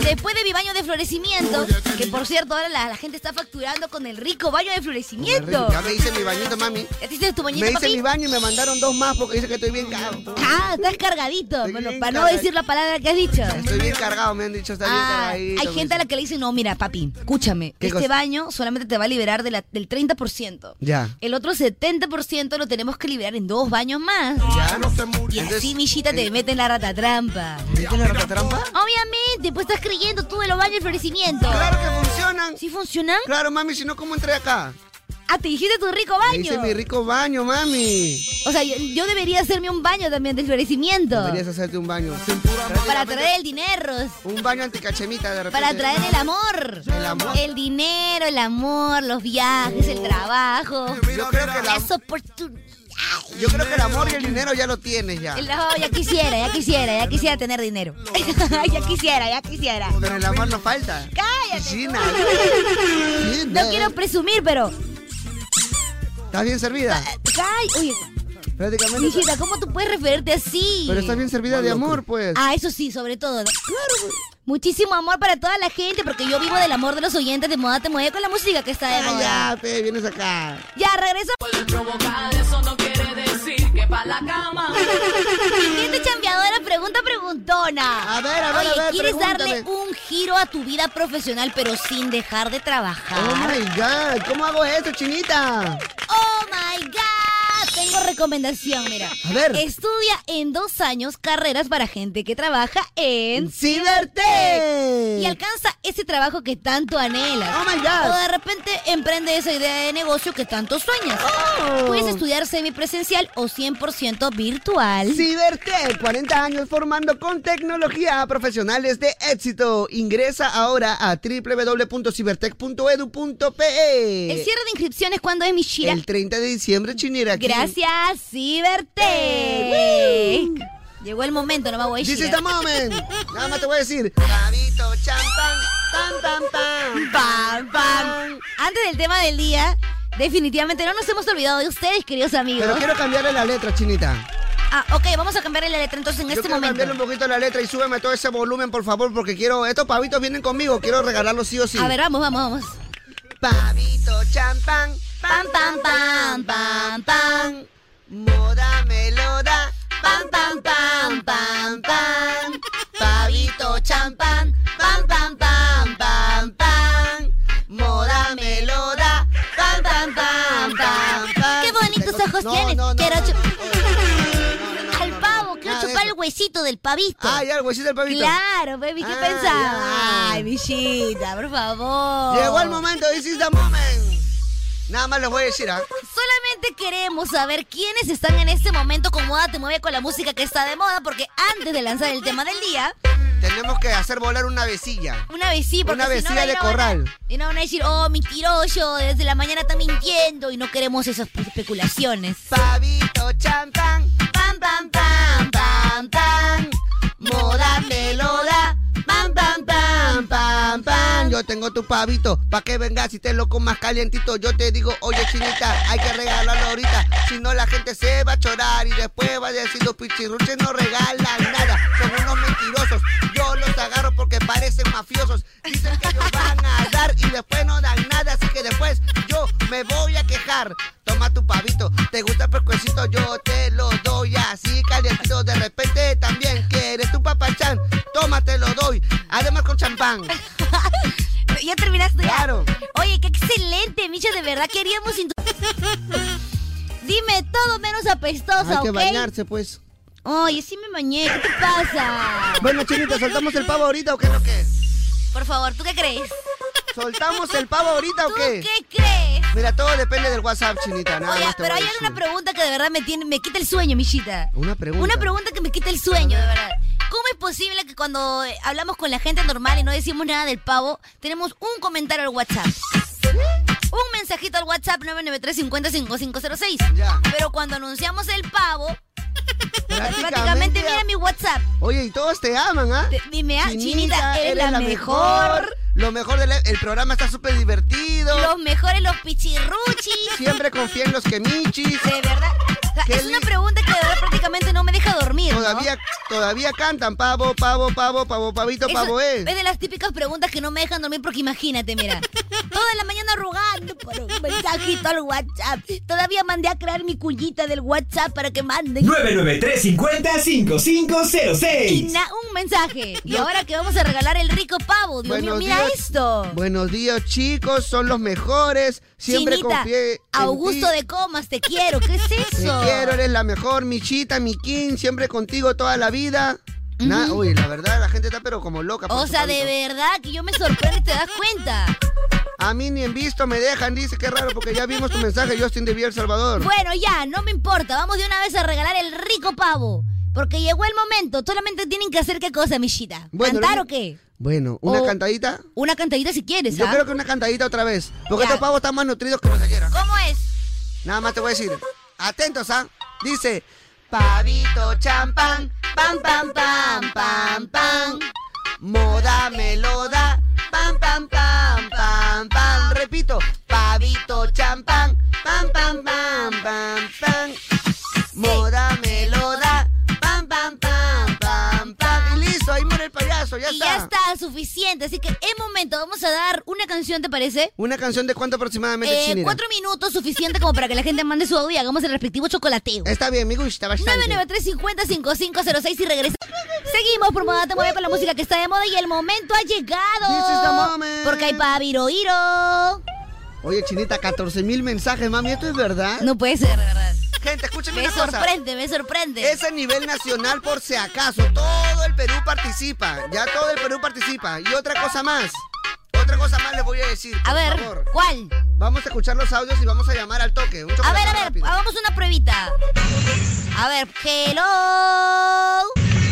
[SPEAKER 3] Después de mi baño de florecimiento, que por cierto ahora la, la gente está facturando con el rico baño de florecimiento.
[SPEAKER 5] Ya me hice mi bañito, mami.
[SPEAKER 3] ¿Ya te hiciste tu bañito,
[SPEAKER 5] Me hice
[SPEAKER 3] papi?
[SPEAKER 5] mi baño y me mandaron dos más porque dice que estoy bien cargado.
[SPEAKER 3] Ah, estás cargadito, bueno, para no
[SPEAKER 5] cargadito.
[SPEAKER 3] decir la palabra que has dicho.
[SPEAKER 5] Estoy bien cargado, me han dicho, está bien
[SPEAKER 3] Ah,
[SPEAKER 5] cargadito.
[SPEAKER 3] hay gente a la que le dice, no, mira, papi, escúchame,
[SPEAKER 5] ¿Qué
[SPEAKER 3] este
[SPEAKER 5] cosa?
[SPEAKER 3] baño solamente te va a liberar de la- del 30%.
[SPEAKER 5] Ya.
[SPEAKER 3] El otro 70% lo tenemos que liberar en dos baños más. Y así, millita, te meten la ratatrampa.
[SPEAKER 5] ¿Viste la ratatrampa?
[SPEAKER 3] Obviamente, pues estás creyendo tú de los baños de florecimiento.
[SPEAKER 5] Claro que funcionan.
[SPEAKER 3] ¿Sí funcionan?
[SPEAKER 5] Claro, mami, si no, ¿cómo entré acá?
[SPEAKER 3] Ah, te dijiste tu rico
[SPEAKER 5] Me hice
[SPEAKER 3] baño.
[SPEAKER 5] mi rico baño, mami.
[SPEAKER 3] O sea, yo, yo debería hacerme un baño también de florecimiento.
[SPEAKER 5] Deberías hacerte un baño.
[SPEAKER 3] Para traer el dinero.
[SPEAKER 5] Un baño anticachemita de repente.
[SPEAKER 3] Para traer el amor.
[SPEAKER 5] El amor.
[SPEAKER 3] El dinero, el amor, los viajes, el trabajo.
[SPEAKER 5] Yo creo que la-
[SPEAKER 3] Las oportunidades.
[SPEAKER 5] Yo creo que el amor y el dinero ya lo tienes ya.
[SPEAKER 3] No, ya quisiera, ya quisiera, ya quisiera tener dinero. ya quisiera, ya quisiera.
[SPEAKER 5] Pero el amor no falta.
[SPEAKER 3] ¡Cállate!
[SPEAKER 5] Gina.
[SPEAKER 3] No quiero presumir, pero.
[SPEAKER 5] ¿Estás bien servida?
[SPEAKER 3] Ay, oye,
[SPEAKER 5] Prácticamente.
[SPEAKER 3] mijita, ¿cómo tú puedes referirte así?
[SPEAKER 5] Pero estás bien servida de amor, pues.
[SPEAKER 3] Ah, eso sí, sobre todo. Claro, Muchísimo amor para toda la gente, porque yo vivo del amor de los oyentes de Moda Te Mueve con la música que está de moda.
[SPEAKER 5] Ah, ya, pe, vienes acá.
[SPEAKER 3] Ya, regreso. eso no quiere decir que pa' la cama. Gente chambeadora, pregunta preguntona.
[SPEAKER 5] A ver, a ver,
[SPEAKER 3] Oye,
[SPEAKER 5] a ver,
[SPEAKER 3] ¿quieres
[SPEAKER 5] pregúntame.
[SPEAKER 3] darle un giro a tu vida profesional, pero sin dejar de trabajar?
[SPEAKER 5] Oh my god, ¿cómo hago esto, chinita?
[SPEAKER 3] Oh my God. Tengo recomendación, mira.
[SPEAKER 5] A ver.
[SPEAKER 3] Estudia en dos años carreras para gente que trabaja en
[SPEAKER 5] Cibertech.
[SPEAKER 3] Y alcanza ese trabajo que tanto anhelas.
[SPEAKER 5] Oh my God.
[SPEAKER 3] O de repente emprende esa idea de negocio que tanto sueñas.
[SPEAKER 5] Oh.
[SPEAKER 3] Puedes estudiar semipresencial o 100% virtual.
[SPEAKER 5] Cibertech, 40 Oh. años formando con tecnología a profesionales de éxito. Ingresa ahora a www.cibertech.edu.pe.
[SPEAKER 3] El cierre de inscripciones cuando es mi Shira.
[SPEAKER 5] El 30 de diciembre, chinira. aquí.
[SPEAKER 3] Gracias, Cibertech. Llegó el momento, no me voy a
[SPEAKER 5] This is
[SPEAKER 3] Shira.
[SPEAKER 5] the moment. Nada más te voy a decir. Tan, tan, tan.
[SPEAKER 3] Pam, pam. Antes del tema del día, definitivamente no nos hemos olvidado de ustedes, queridos amigos.
[SPEAKER 5] Pero quiero cambiarle la letra, chinita.
[SPEAKER 3] Ah, ok, vamos a cambiarle la letra entonces en
[SPEAKER 5] Yo
[SPEAKER 3] este
[SPEAKER 5] quiero
[SPEAKER 3] momento.
[SPEAKER 5] cambiarle un poquito la letra y súbeme todo ese volumen, por favor, porque quiero. Estos pavitos vienen conmigo, quiero regalarlos sí o sí.
[SPEAKER 3] A ver, vamos, vamos, vamos.
[SPEAKER 5] Pavito champán,
[SPEAKER 3] pam, pam, pam, pam, pam.
[SPEAKER 5] Moda meloda, pam, pam, pam, pam, pam. Pavito champán, pam, pam, pam, pam, pam. Moda meloda, pam, pam, pam, pam, pam.
[SPEAKER 3] Qué bonitos ojos
[SPEAKER 5] No,
[SPEAKER 3] tienes.
[SPEAKER 5] no, no,
[SPEAKER 3] quiero
[SPEAKER 5] no,
[SPEAKER 3] chu-
[SPEAKER 5] no, no,
[SPEAKER 3] Al
[SPEAKER 5] no,
[SPEAKER 3] pavo,
[SPEAKER 5] no,
[SPEAKER 3] quiero
[SPEAKER 5] nada de
[SPEAKER 3] chupar
[SPEAKER 5] eso.
[SPEAKER 3] el huesito del pavito.
[SPEAKER 5] Ah, ya, el huesito del pavito.
[SPEAKER 3] Claro, baby, ¿qué
[SPEAKER 5] Ah,
[SPEAKER 3] pensaba?
[SPEAKER 5] ya.
[SPEAKER 3] Ay, bichita, por favor.
[SPEAKER 5] Llegó el momento, this is the moment. Nada más les voy a decir, ¿ah?
[SPEAKER 3] Solamente queremos saber quiénes están en este momento con Moda Te Mueve con la música que está de moda, porque antes de lanzar el tema del día,
[SPEAKER 5] Tenemos que hacer volar una vecilla.
[SPEAKER 3] una vez sí, porque
[SPEAKER 5] Una
[SPEAKER 3] si no,
[SPEAKER 5] vecilla
[SPEAKER 3] ahí
[SPEAKER 5] de
[SPEAKER 3] la van a-
[SPEAKER 5] corral.
[SPEAKER 3] Y no van a decir, oh, mentiroso, desde la mañana está mintiendo y no queremos esas especulaciones.
[SPEAKER 5] Pavito champán,
[SPEAKER 3] Pam, pam, pam, pam, pam.
[SPEAKER 5] moda meloda, pam, pam, pam, pam, pam. Yo tengo tu pavito, pa' que vengas y te lo comas calientito. Yo te digo, oye, chinita, hay que regalarlo ahorita. Si no, la gente se va a chorar y después va a decir, los pichirruches no regalan nada. Son unos mentirosos. Yo los agarro porque parecen mafiosos. Dicen que nos van a dar y después no dan nada, así que después yo me voy a quejar. Toma tu pavito, te gusta el percuecito, yo te lo doy así calientito. De repente también quieres tu papachán, toma, te lo doy. Además con champán.
[SPEAKER 3] ¿Ya terminaste? ya?
[SPEAKER 5] Claro.
[SPEAKER 3] Oye, qué excelente, Micho, de verdad queríamos... sin tu- Dime todo menos apestosa,
[SPEAKER 5] Hay que
[SPEAKER 3] ¿ok?
[SPEAKER 5] bañarse, pues.
[SPEAKER 3] Oye, sí me mañé, ¿qué te pasa?
[SPEAKER 5] Bueno, chinita, ¿soltamos el pavo ahorita o qué es lo que es?
[SPEAKER 3] Por favor, ¿tú qué crees?
[SPEAKER 5] ¿Soltamos el pavo ahorita o qué?
[SPEAKER 3] ¿Qué crees?
[SPEAKER 5] Mira, todo depende del WhatsApp, chinita. Nada
[SPEAKER 3] Oye,
[SPEAKER 5] más te
[SPEAKER 3] pero
[SPEAKER 5] voy
[SPEAKER 3] hay
[SPEAKER 5] a decir.
[SPEAKER 3] una pregunta que de verdad me tiene, me quita el sueño, Michita.
[SPEAKER 5] Una pregunta.
[SPEAKER 3] Una pregunta que me quita el sueño, de verdad. ¿Cómo es posible que cuando eh, hablamos con la gente normal y no decimos nada del pavo, tenemos un comentario al WhatsApp? Un mensajito al WhatsApp 993
[SPEAKER 5] Ya.
[SPEAKER 3] Pero cuando anunciamos el pavo,
[SPEAKER 5] Prácticamente-
[SPEAKER 3] prácticamente mira mi WhatsApp.
[SPEAKER 5] Oye, y todos te aman, ¿ah?
[SPEAKER 3] Te- Dime, ah, chinita, eres, la, mejor.
[SPEAKER 5] Lo mejor del el programa está súper divertido.
[SPEAKER 3] Los mejores, los pichirruchis.
[SPEAKER 5] Siempre confía en los quemichis.
[SPEAKER 3] De verdad. O sea,
[SPEAKER 5] Qué
[SPEAKER 3] es una
[SPEAKER 5] li-
[SPEAKER 3] pregunta que de verdad prácticamente no me deja dormir. ¿no?
[SPEAKER 5] Todavía, todavía cantan pavo, pavo, pavo, pavo, pavito,
[SPEAKER 3] Eso
[SPEAKER 5] pavo es.
[SPEAKER 3] de las típicas preguntas que no me dejan dormir porque imagínate, mira. Toda la mañana rogando por un mensajito al WhatsApp. Todavía mandé a crear mi cuñita del WhatsApp para que manden.
[SPEAKER 1] 993505506.
[SPEAKER 3] Y na- un mensaje. Y ahora que vamos a regalar el rico pavo. Dios mío, mira esto.
[SPEAKER 5] Buenos días, chicos, son los mejores. Siempre
[SPEAKER 3] Chinita,
[SPEAKER 5] confié en
[SPEAKER 3] Augusto
[SPEAKER 5] ti.
[SPEAKER 3] de Comas, te quiero. ¿Qué es
[SPEAKER 5] Te
[SPEAKER 3] eso?
[SPEAKER 5] quiero, eres la mejor, Michita, mi king, siempre contigo toda la vida. Na-
[SPEAKER 3] Ujú.
[SPEAKER 5] Uy, la verdad, la gente está pero como loca. por
[SPEAKER 3] O
[SPEAKER 5] su
[SPEAKER 3] sea, de
[SPEAKER 5] pavito.
[SPEAKER 3] verdad que yo me sorprendo, ¿te das cuenta?
[SPEAKER 5] A mí ni en visto me dejan, dice, qué raro, porque ya vimos tu mensaje, Justin de Vía El Salvador.
[SPEAKER 3] Bueno, ya, no me importa. Vamos de una vez a regalar el rico pavo. Porque llegó el momento. Solamente tienen que hacer qué cosa, Michita.
[SPEAKER 5] Bueno,
[SPEAKER 3] ¿Cantar
[SPEAKER 5] lo-
[SPEAKER 3] o qué?
[SPEAKER 5] Bueno, ¿una
[SPEAKER 3] O-
[SPEAKER 5] cantadita?
[SPEAKER 3] Una cantadita si quieres,
[SPEAKER 5] Yo
[SPEAKER 3] ¿ah?
[SPEAKER 5] creo que una cantadita otra vez, porque
[SPEAKER 3] Ya.
[SPEAKER 5] estos pavos están más nutridos que los de ayer. ¿ah?
[SPEAKER 3] ¿Cómo es?
[SPEAKER 5] Nada más te voy a decir. Atentos, ¿ah? Dice, pavito champán, pam, pam, pam, pam, pam. Moda me lo da, pam, pam, pam, pam, pam. Repito, pavito champán, pam, pam, pam, pam, pam. Moda me lo da, pam, pam, pam, pam, pam. Y listo, ahí muere el payaso, ya
[SPEAKER 3] y
[SPEAKER 5] está.
[SPEAKER 3] ya está, suficiente. Así que es momento. Vamos a dar una canción, ¿te parece?
[SPEAKER 5] ¿Una canción de cuánto aproximadamente,
[SPEAKER 3] Eh,
[SPEAKER 5] Chinera?
[SPEAKER 3] cuatro minutos, suficiente como para que la gente mande su audio y hagamos el respectivo chocolateo.
[SPEAKER 5] Está bien, me gusta bastante.
[SPEAKER 3] 993-50-5506 y regresa. Seguimos por Moda Te Mueve con la música que está de moda y el momento ha llegado.
[SPEAKER 5] This is the moment.
[SPEAKER 3] Porque hay paviro hiro.
[SPEAKER 5] Oye, Chinita, 14 mil mensajes, mami, ¿esto es verdad?
[SPEAKER 3] No puede ser, de verdad.
[SPEAKER 5] Gente, escúchame
[SPEAKER 3] Me
[SPEAKER 5] una cosa.
[SPEAKER 3] sorprende, me sorprende.
[SPEAKER 5] Es a nivel nacional por si acaso. Todo el Perú participa. Ya todo el Perú participa. Y otra cosa más. Otra cosa más les voy a decir.
[SPEAKER 3] A
[SPEAKER 5] por
[SPEAKER 3] ver,
[SPEAKER 5] favor.
[SPEAKER 3] ¿cuál?
[SPEAKER 5] Vamos a escuchar los audios y vamos a llamar al toque. Un
[SPEAKER 3] A
[SPEAKER 5] chocolate
[SPEAKER 3] ver, a ver,
[SPEAKER 5] rápido.
[SPEAKER 3] hagamos una pruebita. A ver, hello.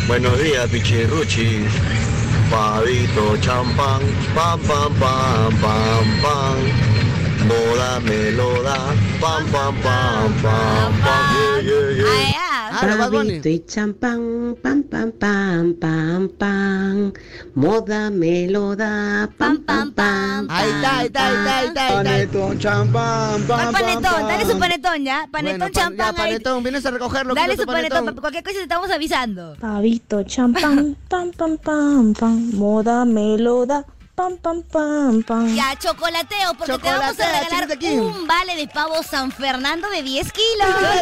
[SPEAKER 13] Buenos días, pichirruchis. Pavito, champán, pam, pam, pam, pam, pam. Moda, meloda, pam, pam, pam, pam, pam. Yeah, yeah, yeah.
[SPEAKER 3] Ah,
[SPEAKER 5] lo Bad Bunny.
[SPEAKER 14] Pavito y champán, pam, pam, pam, pam, pam. Moda, meloda, pam, pam, pam.
[SPEAKER 5] Ahí está, ahí está, ahí está, ahí está. Panetón, champán,
[SPEAKER 3] ¿Cuál panetón? Dale su panetón ya. Panetón champán. ahí.
[SPEAKER 5] panetón, vienes a recogerlo.
[SPEAKER 3] Dale
[SPEAKER 5] quiero
[SPEAKER 3] su
[SPEAKER 5] tu
[SPEAKER 3] panetón. pa- Cualquier cosa te estamos avisando.
[SPEAKER 15] Pavito, champán, pam, pam, pam, pam, moda, meloda, pam, pam, pam, pam.
[SPEAKER 3] Ya, chocolateo, porque te
[SPEAKER 5] Chocolatea,
[SPEAKER 3] vamos a regalar
[SPEAKER 5] chiquita Kim.
[SPEAKER 3] un vale de pavo San Fernando de 10 kilos.
[SPEAKER 5] ¡Qué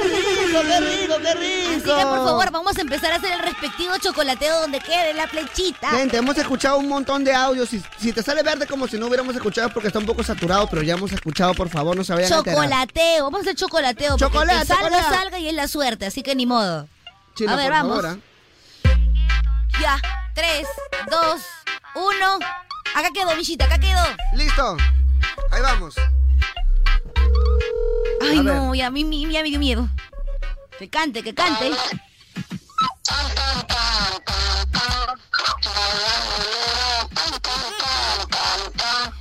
[SPEAKER 5] rico, qué rico!
[SPEAKER 3] Así que, por favor, vamos a empezar a hacer el respectivo chocolateo donde quede la flechita.
[SPEAKER 5] Gente, hemos escuchado un montón de audios. Si, si te sale verde como si no hubiéramos escuchado porque está un poco saturado, pero ya hemos escuchado, por favor, no se vayan a alterar.
[SPEAKER 3] Chocolateo, vamos a hacer chocolateo. porque
[SPEAKER 5] Chocolate,
[SPEAKER 3] que salga,
[SPEAKER 5] chocolate.
[SPEAKER 3] salga y es la suerte, así que ni modo.
[SPEAKER 5] Chino,
[SPEAKER 3] a ver,
[SPEAKER 5] por
[SPEAKER 3] vamos.
[SPEAKER 5] favor, ¿ah?
[SPEAKER 3] Ya, 3, 2, 1. Acá quedó, Villita, acá quedó.
[SPEAKER 5] Listo. Ahí vamos.
[SPEAKER 3] Ay,
[SPEAKER 5] A ver.
[SPEAKER 3] no, ya, mi- mi- ya me dio miedo. Que cante, que cante.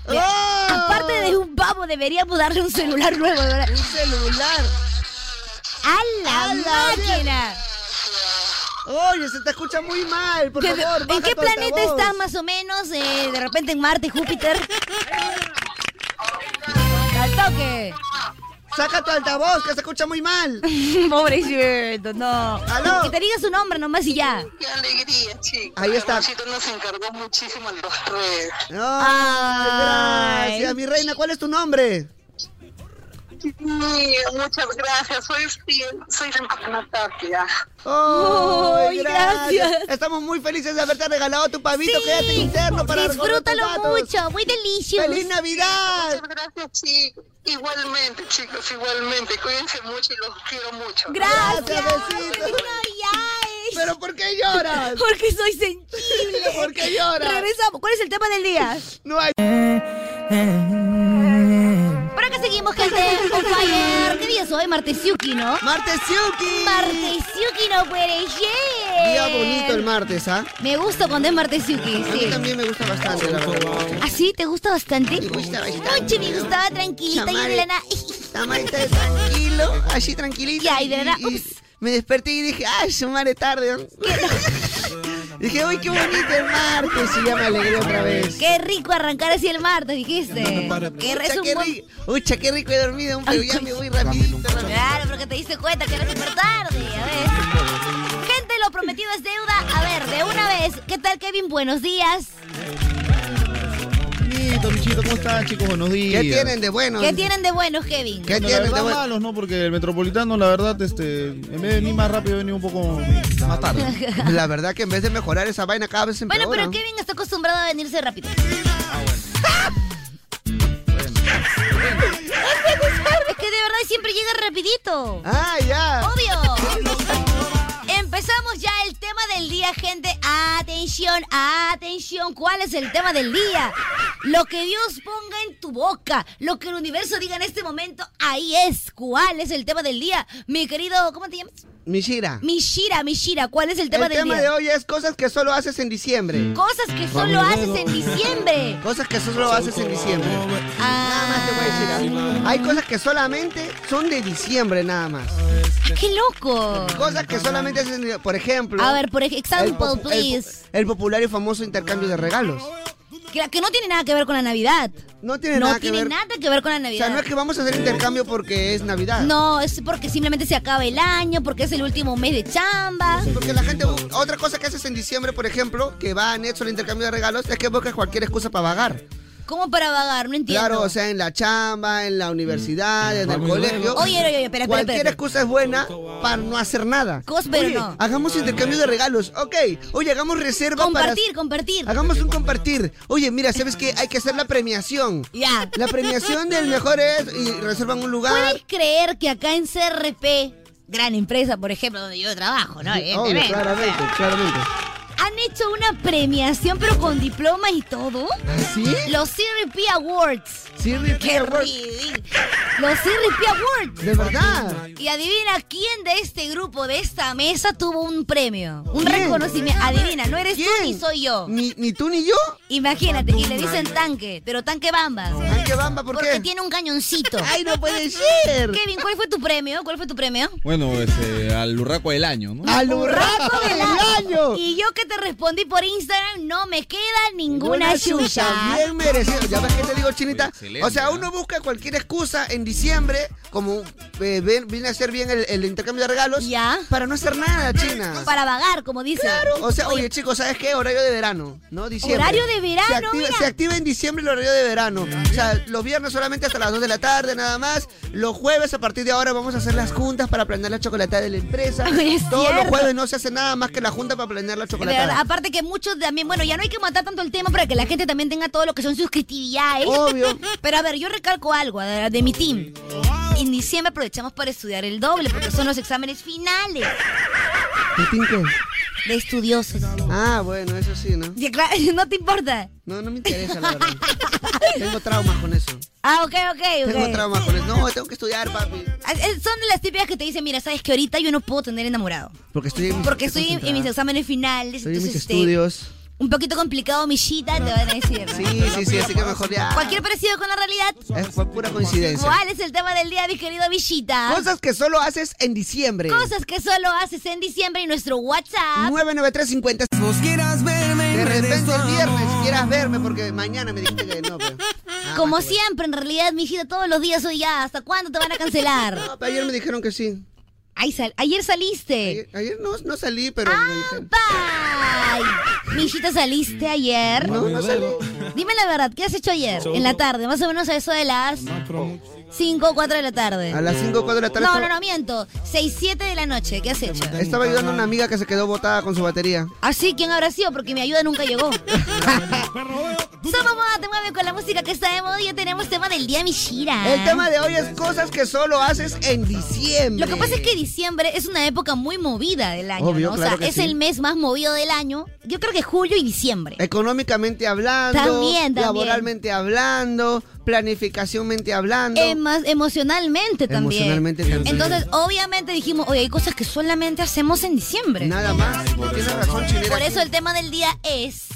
[SPEAKER 3] Mira,
[SPEAKER 5] ¡Ah!
[SPEAKER 3] Aparte de un pavo, deberíamos darle un celular nuevo. Un
[SPEAKER 5] celular.
[SPEAKER 3] ¡A la máquina!
[SPEAKER 5] Oye, se te escucha muy mal, por
[SPEAKER 3] ¿Qué-
[SPEAKER 5] favor.
[SPEAKER 3] ¿En
[SPEAKER 5] baja
[SPEAKER 3] qué
[SPEAKER 5] tu
[SPEAKER 3] planeta
[SPEAKER 5] altavoz.
[SPEAKER 3] estás más o menos? Eh, de repente en Marte, Júpiter. Al toque.
[SPEAKER 5] Saca tu altavoz, que se escucha muy mal.
[SPEAKER 3] Pobrecito, no.
[SPEAKER 5] ¿Aló?
[SPEAKER 3] Que te diga su nombre nomás y ya.
[SPEAKER 16] Qué alegría, chicos.
[SPEAKER 5] Ahí está.
[SPEAKER 16] Ramoncito nos encargó muchísimo en los redes.
[SPEAKER 5] Ay, gracias, mi reina. ¿Cuál es tu nombre?
[SPEAKER 16] Sí, muchas gracias. Soy, fiel- soy Rimacana Tapia.
[SPEAKER 5] Ay,
[SPEAKER 16] Ay, gracias.
[SPEAKER 5] Estamos muy felices de haberte regalado tu pavito.
[SPEAKER 16] Sí,
[SPEAKER 5] Quédate interno para
[SPEAKER 16] disfrútalo
[SPEAKER 5] mucho.
[SPEAKER 3] Muy delicioso.
[SPEAKER 5] ¡Feliz Navidad!
[SPEAKER 16] Muchas gracias, chicos. Igualmente, chicos, igualmente. Cuídense mucho y los quiero mucho.
[SPEAKER 5] Gracias, besitos. ¿Pero por qué lloras?
[SPEAKER 3] Porque soy sensible.
[SPEAKER 5] ¿Por qué lloras?
[SPEAKER 3] Regresamos. ¿Cuál es el tema del día?
[SPEAKER 5] No hay.
[SPEAKER 3] Por acá seguimos, gente. On fire. ¿Qué día es hoy? Martesuki, ¿no?
[SPEAKER 5] Martesuki.
[SPEAKER 3] Martesuki no puede ser.
[SPEAKER 5] Día bonito el martes, ¿ah?
[SPEAKER 3] Me gusta cuando es Martesuki,
[SPEAKER 5] A mí
[SPEAKER 3] sí.
[SPEAKER 5] también me gusta bastante, la verdad.
[SPEAKER 3] ¿Ah, sí? ¿Te gusta bastante? Me gusta bastante. Noche me gustaba tranquilita y de la nada.
[SPEAKER 5] Tamarita tranquilo, allí tranquilita.
[SPEAKER 3] Ya, y de la nada,
[SPEAKER 5] y me desperté y dije, ay, su madre tarde. ¿no?". dije, uy, qué bonito el martes. Y ya me alegré otra vez.
[SPEAKER 3] Qué rico arrancar así el martes, dijiste. Qué
[SPEAKER 5] Ucha,
[SPEAKER 3] rezo
[SPEAKER 5] qué rico. Ucha, qué rico he dormido, pero ya me voy rapidito.
[SPEAKER 3] Claro, porque te diste cuenta que era súper tarde. A ver. Gente, lo prometido es deuda. A ver, de una vez. ¿Qué tal, Kevin? Buenos días.
[SPEAKER 17] Amiguito, Luchito, ¿cómo estás, chicos? Buenos días.
[SPEAKER 5] ¿Qué tienen de bueno?
[SPEAKER 3] ¿Qué tienen de bueno, Kevin?
[SPEAKER 17] ¿Qué tienen de bueno? malos, ¿no? Porque el Metropolitano, la verdad, este, en vez de venir más rápido, venía un poco más tarde.
[SPEAKER 5] La verdad que en vez de mejorar esa vaina cada vez se
[SPEAKER 3] Bueno,
[SPEAKER 5] empeora.
[SPEAKER 3] pero Kevin está acostumbrado a venirse rápido. Es que de verdad siempre llega rapidito.
[SPEAKER 5] Ah, ya.
[SPEAKER 3] Obvio. Empezamos ya el tema del día, gente. Atención, atención. ¿Cuál es el tema del día? Lo que Dios ponga en tu boca, lo que el universo diga en este momento, ahí es. ¿Cuál es el tema del día? Mi querido, ¿cómo te llamas?
[SPEAKER 5] Mishira.
[SPEAKER 3] Mishira, Mishira, ¿cuál es el tema
[SPEAKER 5] el
[SPEAKER 3] del
[SPEAKER 5] tema
[SPEAKER 3] día?
[SPEAKER 5] de hoy es cosas que solo haces en diciembre.
[SPEAKER 3] Cosas que solo haces en diciembre.
[SPEAKER 5] Cosas que solo haces en diciembre.
[SPEAKER 3] Nada
[SPEAKER 5] más te voy a decir. algo. Hay cosas que solamente son de diciembre nada más.
[SPEAKER 3] Ah, ¡Qué loco!
[SPEAKER 5] Cosas que solamente haces en diciembre. Por ejemplo.
[SPEAKER 3] A ver, por ej- example,
[SPEAKER 5] el po- el po-
[SPEAKER 3] please.
[SPEAKER 5] El, popular y famoso intercambio de regalos.
[SPEAKER 3] Que, que no tiene nada que ver con la Navidad.
[SPEAKER 5] No tiene nada que ver.
[SPEAKER 3] nada que ver con la
[SPEAKER 5] O
[SPEAKER 3] Navidad.
[SPEAKER 5] sea, no es que vamos a hacer intercambio porque es Navidad.
[SPEAKER 3] No, es porque simplemente se acaba el año, porque es el último mes de chamba.
[SPEAKER 5] Porque la gente, bu- otra cosa que haces en diciembre, por ejemplo, que va a Nexo el intercambio de regalos, es que buscas cualquier excusa para vagar.
[SPEAKER 3] ¿Cómo para vagar? No entiendo.
[SPEAKER 5] Claro, o sea, en la chamba, en la universidad, en el colegio.
[SPEAKER 3] Oye, oye, oye, espera, espera,
[SPEAKER 5] Cualquier
[SPEAKER 3] espera.
[SPEAKER 5] excusa es buena para no hacer nada.
[SPEAKER 3] Cos, pero
[SPEAKER 5] Oye,
[SPEAKER 3] no.
[SPEAKER 5] Hagamos intercambio de regalos, ok. Oye, hagamos reserva
[SPEAKER 3] Compartir,
[SPEAKER 5] para...
[SPEAKER 3] compartir.
[SPEAKER 5] Hagamos un compartir. Oye, mira, ¿sabes qué? Hay que hacer la premiación.
[SPEAKER 3] Ya.
[SPEAKER 5] La premiación del mejor es... Y reservan un lugar.
[SPEAKER 3] ¿Puedes creer que acá en CRP, gran empresa, por ejemplo, donde yo trabajo, ¿no? Eh,
[SPEAKER 5] Obvio,
[SPEAKER 3] Evidentemente,
[SPEAKER 5] Oh, claramente, claramente.
[SPEAKER 3] Han hecho una premiación, pero con diploma y todo.
[SPEAKER 5] ¿Sí?
[SPEAKER 3] Los CRP Awards.
[SPEAKER 5] CRP
[SPEAKER 3] Qué
[SPEAKER 5] Awards.
[SPEAKER 3] ridículo. Los CRP Awards.
[SPEAKER 5] De verdad.
[SPEAKER 3] Y adivina quién de este grupo, de esta mesa, tuvo un premio. Un
[SPEAKER 5] ¿Quién?
[SPEAKER 3] reconocimiento. Adivina, no eres tú
[SPEAKER 5] ¿Quién?
[SPEAKER 3] ni soy yo.
[SPEAKER 5] Ni, ni tú ni yo.
[SPEAKER 3] Imagínate, y le dicen tanque, pero tanque bamba.
[SPEAKER 5] ¿Tanque bamba por
[SPEAKER 3] Porque
[SPEAKER 5] qué?
[SPEAKER 3] tiene un cañoncito.
[SPEAKER 5] ¡Ay, no puede ser!
[SPEAKER 3] Kevin, ¿cuál fue tu premio? ¿Cuál fue tu premio?
[SPEAKER 18] Bueno, este, al urraco del año, ¿no?
[SPEAKER 5] ¡Al
[SPEAKER 3] Urraco del
[SPEAKER 5] año!
[SPEAKER 3] Y yo que te respondí por Instagram, no me queda ninguna,
[SPEAKER 5] Una
[SPEAKER 3] chucha.
[SPEAKER 5] chucha, Bien merecido. ¿Ya ves qué te digo, Chinita?
[SPEAKER 18] excelente,
[SPEAKER 5] O sea, uno busca cualquier excusa en diciembre, como eh, ven- viene a ser bien el, el intercambio de regalos, para no hacer nada, China.
[SPEAKER 3] Para vagar, como dicen.
[SPEAKER 5] Claro. O sea, oye, chicos, ¿sabes qué? Horario de verano, ¿no? Diciembre.
[SPEAKER 3] Horario de verano,
[SPEAKER 5] Se activa,
[SPEAKER 3] mira.
[SPEAKER 5] se activa en diciembre el horario de verano. O sea, los viernes solamente hasta las 2 de la tarde, nada más. Los jueves, a partir de ahora, vamos a hacer las juntas para planear la chocolatada de la empresa.
[SPEAKER 3] Es
[SPEAKER 5] Todos los
[SPEAKER 3] cierto.
[SPEAKER 5] jueves no se hace nada más que la junta para planear la
[SPEAKER 3] De verdad,
[SPEAKER 5] chocolatada.
[SPEAKER 3] aparte que muchos también, bueno, ya no hay que matar tanto el tema para que la gente también tenga todo lo que son sus actividades.
[SPEAKER 5] Obvio.
[SPEAKER 3] Pero a ver, yo recalco algo de, de mi team. En diciembre aprovechamos para estudiar el doble, porque son los exámenes finales de estudiosos.
[SPEAKER 5] Ah, bueno, eso sí, ¿no?
[SPEAKER 3] Ya, claro, no te importa.
[SPEAKER 5] No, no me interesa, la verdad. Tengo traumas con eso.
[SPEAKER 3] Ah, ok, ok, ok.
[SPEAKER 5] Tengo traumas con eso. No, tengo que estudiar, papi.
[SPEAKER 3] Ah, eh, Son de las típicas que te dicen, mira, sabes que ahorita yo no puedo tener enamorado.
[SPEAKER 5] Porque estoy en mis,
[SPEAKER 3] Porque estoy en, en mis exámenes finales.
[SPEAKER 5] estoy en mis
[SPEAKER 3] entonces, este,
[SPEAKER 5] estudios.
[SPEAKER 3] Un poquito complicado, Millita, te van a decir. ¿no?
[SPEAKER 5] Sí, sí, sí, así que mejor ya.
[SPEAKER 3] Cualquier parecido con la realidad.
[SPEAKER 5] Es, fue pura coincidencia.
[SPEAKER 3] ¿Cuál es el tema del día, mi querido Millita?
[SPEAKER 5] Cosas que solo haces en diciembre.
[SPEAKER 3] Cosas que solo haces en diciembre y nuestro WhatsApp.
[SPEAKER 5] 99350. Vos quieras verme. De repente el viernes quieras verme porque mañana me dijiste que no, pero. Ah,
[SPEAKER 3] Como siempre, en realidad, Mijita, todos los días soy ya. ¿Hasta cuándo te van a cancelar?
[SPEAKER 5] No, pero ayer me dijeron que sí.
[SPEAKER 3] Ay, sal- ayer saliste.
[SPEAKER 5] Ayer, ayer no, no salí, pero
[SPEAKER 3] Ah,
[SPEAKER 5] me dijeron.
[SPEAKER 3] Ay, Millita, ¿saliste ayer?
[SPEAKER 5] No, no salí.
[SPEAKER 3] Dime la verdad, ¿qué has hecho ayer? En la tarde, más o menos a eso de las 5 o 4 de la tarde.
[SPEAKER 5] A las 5 o 4 de la tarde.
[SPEAKER 3] No, no,
[SPEAKER 5] estaba-
[SPEAKER 3] no, miento. 6, 7 de la noche, ¿qué has hecho?
[SPEAKER 5] Estaba ayudando a una amiga que se quedó botada con su batería.
[SPEAKER 3] Ah, sí, ¿quién habrá sido? Porque mi ayuda nunca llegó. Somos Moda Te Mueve con la música que está de moda y ya tenemos tema del día Mishira.
[SPEAKER 5] El tema de hoy es cosas que solo haces en diciembre.
[SPEAKER 3] Lo que pasa es que diciembre es una época muy movida del año,
[SPEAKER 5] Obvio,
[SPEAKER 3] ¿no? O
[SPEAKER 5] claro
[SPEAKER 3] sea,
[SPEAKER 5] que
[SPEAKER 3] es
[SPEAKER 5] sí.
[SPEAKER 3] el mes más movido del año. Yo creo que julio y diciembre.
[SPEAKER 5] Económicamente hablando,
[SPEAKER 3] También, también.
[SPEAKER 5] laboralmente hablando, planificacionmente hablando.
[SPEAKER 3] Emas- emocionalmente también.
[SPEAKER 5] Emocionalmente también.
[SPEAKER 3] Entonces, obviamente dijimos, oye, hay cosas que solamente hacemos en diciembre.
[SPEAKER 5] Nada más. Tienes razón, chinera.
[SPEAKER 3] Por eso el tema del día es.